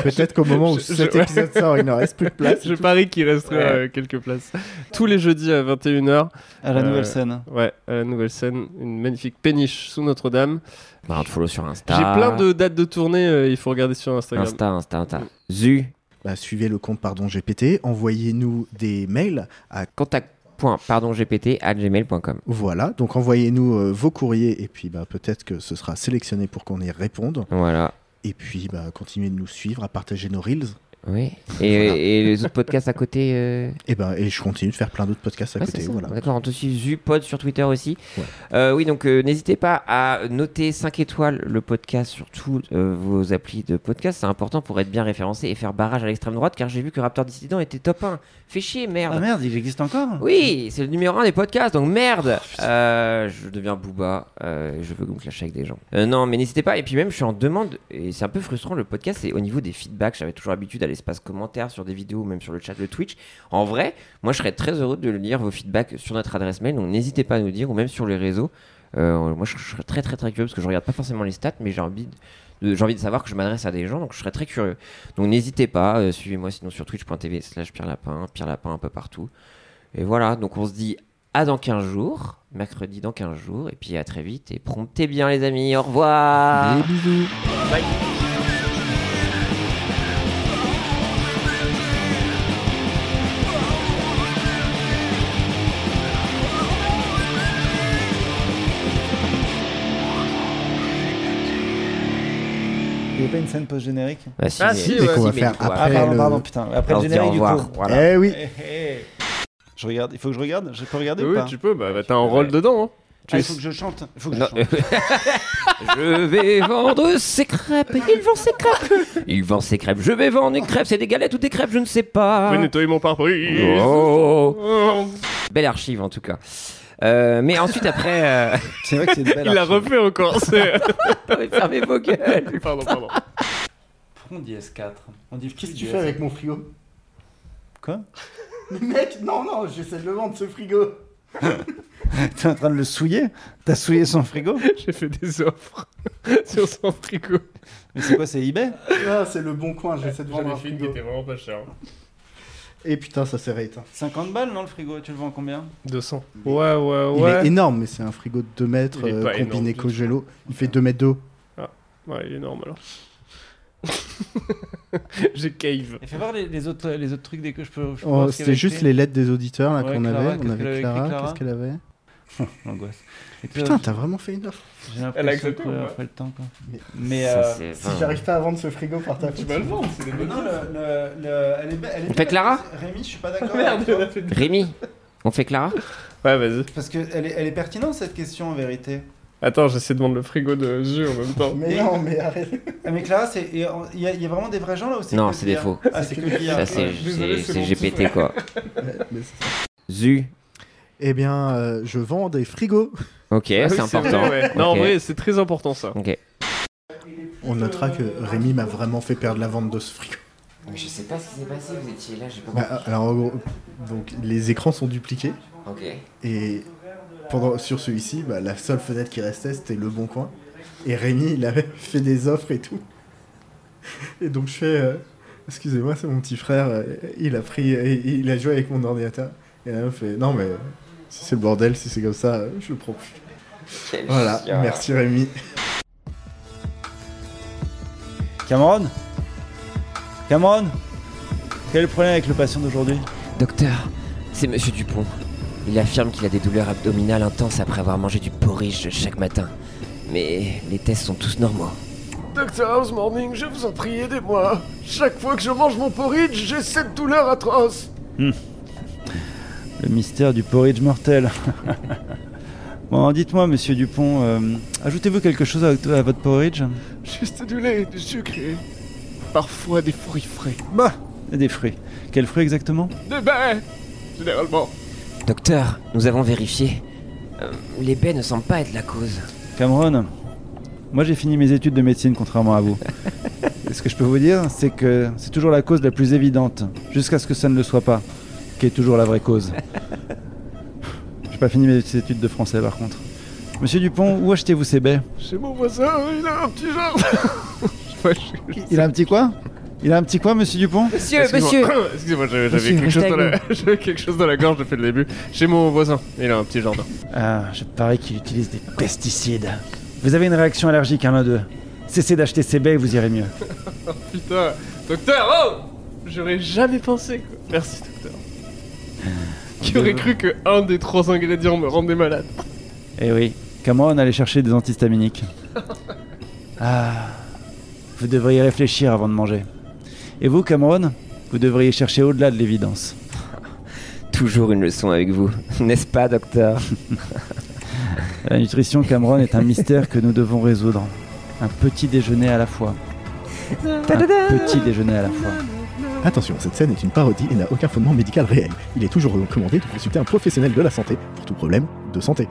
Speaker 7: Peut-être qu'au moment où
Speaker 4: je-
Speaker 7: cet
Speaker 4: je- ouais.
Speaker 7: épisode sort, il ne reste plus de place.
Speaker 4: Je parie qu'il restera
Speaker 1: Ouais.
Speaker 4: euh, quelques places. Tous les jeudis à 21h,
Speaker 6: À la
Speaker 4: Euh,
Speaker 6: nouvelle scène.
Speaker 4: ouais, à la nouvelle scène, une magnifique péniche sous Notre-Dame.
Speaker 1: bah, on te follow sur Insta.
Speaker 4: J'ai plein de dates de tournée, euh, il faut regarder sur Instagram.
Speaker 1: Insta, Insta, Insta. Zu,
Speaker 7: Bah, suivez le compte Pardon GPT, envoyez-nous des mails à
Speaker 1: contact. Point, pardon, GPT, at gmail.com.
Speaker 7: voilà, donc envoyez-nous euh, vos courriers et puis bah, peut-être que ce sera sélectionné pour qu'on y réponde.
Speaker 1: Voilà.
Speaker 7: Et puis bah, continuez de nous suivre, à partager nos reels.
Speaker 1: Oui. Et,
Speaker 7: Voilà.
Speaker 1: et les autres podcasts à côté. euh,
Speaker 7: Et, ben et je continue de faire plein d'autres podcasts à
Speaker 1: Ouais, c'est
Speaker 7: côté.
Speaker 1: ça.
Speaker 7: Voilà.
Speaker 1: D'accord, on te suit Zupod sur Twitter aussi.
Speaker 7: Ouais.
Speaker 1: Euh, oui, donc euh, n'hésitez pas à noter 5 étoiles le podcast sur tous euh, vos applis de podcast. C'est important pour être bien référencé et faire barrage à l'extrême droite, car j'ai vu que Raptor Dissident était top 1. Fais chier, merde.
Speaker 6: Ah merde, il existe encore
Speaker 1: oui, c'est le numéro 1 des podcasts, donc merde Euh, Je deviens booba, euh, je veux me clasher avec des gens. Euh, non, mais n'hésitez pas, et puis même je suis en demande, et c'est un peu frustrant le podcast, c'est au niveau des feedbacks, j'avais toujours l'habitude à l'espace commentaire sur des vidéos, même sur le chat de Twitch. En vrai, moi, je serais très heureux de lire vos feedbacks sur notre adresse mail. Donc, n'hésitez pas à nous dire ou même sur les réseaux. Euh, moi, je, je serais très, très, très curieux parce que je regarde pas forcément les stats, mais j'ai envie de, j'ai envie de savoir que je m'adresse à des gens, donc je serais très curieux. Donc, n'hésitez pas. euh, Suivez-moi sinon sur twitch.tv slash Pierre Lapin, Pierre Lapin un peu partout. Et voilà. Donc, on se dit à dans 15 jours, mercredi dans 15 jours, et puis à très vite. Et promptez bien, les amis. Au revoir.
Speaker 6: Il n'y avait pas une scène post-générique
Speaker 1: Bah, si,
Speaker 4: Ah,
Speaker 1: mais- mais
Speaker 4: si, ouais,
Speaker 1: si,
Speaker 4: si,
Speaker 1: mais
Speaker 7: mais
Speaker 1: quoi.
Speaker 6: Ah,
Speaker 7: Après
Speaker 6: pardon,
Speaker 7: le-
Speaker 6: pardon, putain. Après
Speaker 1: Alors,
Speaker 6: le
Speaker 1: dis
Speaker 6: générique,
Speaker 1: au
Speaker 6: du
Speaker 1: revoir,
Speaker 6: coup.
Speaker 1: voilà.
Speaker 6: Eh oui
Speaker 4: Eh, eh.
Speaker 6: Je regarde, il faut que je regarde Je peux regarder ou
Speaker 4: Oui,
Speaker 6: pas
Speaker 4: tu peux, bah, bah, t'as un rôle dedans. Hein.
Speaker 6: Ah, Il faut que je chante. Il faut que je
Speaker 1: Non. euh,
Speaker 6: chante.
Speaker 1: je vais vendre ses crêpes. Il vend ses crêpes. Il vend ses crêpes. Je vais vendre une crêpe. C'est des galettes ou des crêpes, je ne sais
Speaker 4: Je
Speaker 1: pas.
Speaker 4: vais nettoyer mon pare-brise.
Speaker 1: Oh.
Speaker 4: Oh.
Speaker 1: Belle archive en tout cas. Euh, mais ensuite après, euh...
Speaker 6: C'est vrai que c'est une belle
Speaker 4: Il l'a
Speaker 6: archive.
Speaker 4: refait encore. c'est-
Speaker 1: mais fermez vos gueules.
Speaker 4: pardon, pardon.
Speaker 6: Pourquoi on dit S4 On dit
Speaker 2: Qu'est-ce que
Speaker 6: plus
Speaker 2: tu
Speaker 6: du
Speaker 2: fais
Speaker 6: S4.
Speaker 2: avec mon frigo
Speaker 6: Quoi
Speaker 2: Mais mec, non, non, j'essaie de le vendre ce frigo.
Speaker 6: T'es en train de le souiller T'as souillé son frigo
Speaker 4: J'ai fait des offres sur son frigo.
Speaker 6: Mais c'est quoi, c'est eBay
Speaker 2: Ah, c'est le bon coin, j'essaie de vendre
Speaker 4: J'en ai
Speaker 2: un
Speaker 4: fait une qui
Speaker 2: frigo.
Speaker 4: était vraiment pas chère.
Speaker 2: Et putain, ça s'est
Speaker 7: hein.
Speaker 2: rééteint.
Speaker 6: 50 balles, non, le frigo Tu le vends combien
Speaker 4: 200. Ouais, ouais,
Speaker 7: Il
Speaker 4: ouais.
Speaker 7: est énorme, mais c'est un frigo de 2 mètres
Speaker 4: Il est
Speaker 7: euh,
Speaker 4: pas énorme
Speaker 7: combiné
Speaker 4: du tout.
Speaker 7: Cogelo. Il fait 2 mètres d'eau.
Speaker 4: Ouais, il est énorme alors. J'ai cave.
Speaker 6: Et fais voir les, les autres, les autres trucs dès que je peux. je peux
Speaker 7: Oh,
Speaker 6: voir ce qu'il y
Speaker 7: C'était
Speaker 6: avait
Speaker 7: juste
Speaker 6: écrit.
Speaker 7: les lettres des auditeurs là
Speaker 6: Ouais,
Speaker 7: qu'on
Speaker 6: Clara,
Speaker 7: avait.
Speaker 6: qu'est-ce
Speaker 7: On
Speaker 6: qu'elle
Speaker 7: avait
Speaker 6: avait écrit,
Speaker 7: Clara,
Speaker 6: Clara
Speaker 7: qu'est-ce qu'elle avait
Speaker 6: L'angoisse. Et puis,
Speaker 7: Putain, t'as vraiment fait une offre.
Speaker 6: j'ai
Speaker 4: Elle a
Speaker 6: l'impression
Speaker 4: accepté
Speaker 6: que
Speaker 4: ou pas
Speaker 6: euh, après le temps, quoi.
Speaker 2: Mais-
Speaker 6: Mais.
Speaker 1: Ça,
Speaker 6: euh,
Speaker 1: c'est-
Speaker 2: Si j'arrive pas à vendre ce frigo par ta
Speaker 4: Tu vas le vendre, c'est des
Speaker 6: mais
Speaker 4: bonnes
Speaker 6: non, le, le- le- elle est belle. elle est
Speaker 1: On fait
Speaker 6: belle.
Speaker 1: Clara
Speaker 6: Rémi, je suis pas d'accord.
Speaker 4: Merde,
Speaker 6: avec toi.
Speaker 4: on a fait une-
Speaker 1: Rémi, on fait Clara.
Speaker 4: Ouais, vas-y.
Speaker 6: Parce qu'elle est, elle est pertinente cette question en vérité.
Speaker 4: Attends, j'essaie de vendre le frigo de Zu en même temps.
Speaker 2: Mais non, mais arrête.
Speaker 6: Ah, mais Clara, c'est- et on- il y, a- il y a vraiment des vrais gens là ou c'est
Speaker 1: Non,
Speaker 6: que
Speaker 1: c'est
Speaker 6: le
Speaker 1: des
Speaker 6: pire
Speaker 1: faux.
Speaker 6: Ah, c'est que
Speaker 1: Ça
Speaker 6: pire.
Speaker 1: c'est
Speaker 4: désolé,
Speaker 1: c'est-
Speaker 4: c'est
Speaker 1: c'est
Speaker 4: mon
Speaker 1: GPT quoi.
Speaker 7: mais c'est
Speaker 1: Zu.
Speaker 7: Eh bien, euh, je vends des frigos.
Speaker 1: Ok,
Speaker 4: Ah oui,
Speaker 1: c'est important.
Speaker 4: vrai, ouais. Non, en
Speaker 1: Ok.
Speaker 4: vrai, c'est très important ça.
Speaker 1: Ok.
Speaker 7: On notera que Rémi m'a vraiment fait perdre la vente de ce frigo.
Speaker 1: je sais pas ce qui s'est passé. Vous étiez là, j'ai pas.
Speaker 7: Bah, alors, en gros, donc, les écrans sont dupliqués.
Speaker 1: Ok.
Speaker 7: Et pendant, sur celui-ci, bah, la seule fenêtre qui restait, c'était le bon coin. Et Rémi, il avait fait des offres et tout. Et donc je fais, euh, excusez-moi, c'est mon petit frère, euh, il a pris, euh, il il a joué avec mon ordinateur. Et la meuf fait, non mais si c'est le bordel, si c'est comme ça, euh, je le prends plus. Voilà, merci Rémi.
Speaker 6: Cameron Cameron Quel est le problème avec le patient d'aujourd'hui
Speaker 1: Docteur, c'est Monsieur Dupont. Il affirme qu'il a des douleurs abdominales intenses après avoir mangé du porridge chaque matin. Mais les tests sont tous normaux.
Speaker 5: Docteur House Morning, je vous en prie, aidez-moi. Chaque fois que je mange mon porridge, j'ai cette douleur atroce.
Speaker 6: Le mystère du porridge mortel. bon, dites-moi, monsieur Dupont, euh, ajoutez-vous quelque chose à, à votre porridge
Speaker 5: Juste du lait, du sucre et parfois des fruits frais.
Speaker 6: Bah Des fruits. Quels fruits exactement
Speaker 5: Des baies, généralement.
Speaker 1: Docteur, nous avons vérifié. Euh, les baies ne semblent pas être la cause.
Speaker 6: Cameron, moi j'ai fini mes études de médecine contrairement à vous. Et ce que je peux vous dire, c'est que c'est toujours la cause la plus évidente, jusqu'à ce que ça ne le soit pas, qui est toujours la vraie cause. J'ai pas fini mes études de français par contre. Monsieur Dupont, où achetez-vous ces baies
Speaker 5: Chez mon voisin, il a un petit jardin.
Speaker 6: Il a un petit quoi Il a un petit quoi, monsieur Dupont
Speaker 1: Monsieur,
Speaker 4: Excusez-moi, Excusez-moi, j'avais j'avais
Speaker 1: Monsieur,
Speaker 4: quelque, chose
Speaker 1: restez
Speaker 4: dans la... j'avais quelque chose dans la gorge depuis le début. Chez mon voisin, il a un petit jardin.
Speaker 6: Ah, je parie qu'il utilise des pesticides. Vous avez une réaction allergique à l'un d'eux. Cessez d'acheter ces baies, vous irez mieux.
Speaker 4: Putain, docteur, oh J'aurais jamais pensé. quoi. Merci, docteur. Ah, Qui aurait cru que un des trois ingrédients me rendait malade
Speaker 6: Eh oui, Cameron allait chercher des antihistaminiques. Ah, vous devriez réfléchir avant de manger. Et vous, Cameron, vous devriez chercher au-delà de l'évidence.
Speaker 1: Toujours une leçon avec vous, n'est-ce pas, docteur
Speaker 6: La nutrition, Cameron, est un mystère que nous devons résoudre. Un petit déjeuner à la fois. Un petit déjeuner à la fois.
Speaker 7: Attention, cette scène est une parodie et n'a aucun fondement médical réel. Il est toujours recommandé de consulter un professionnel de la santé pour tout problème de santé.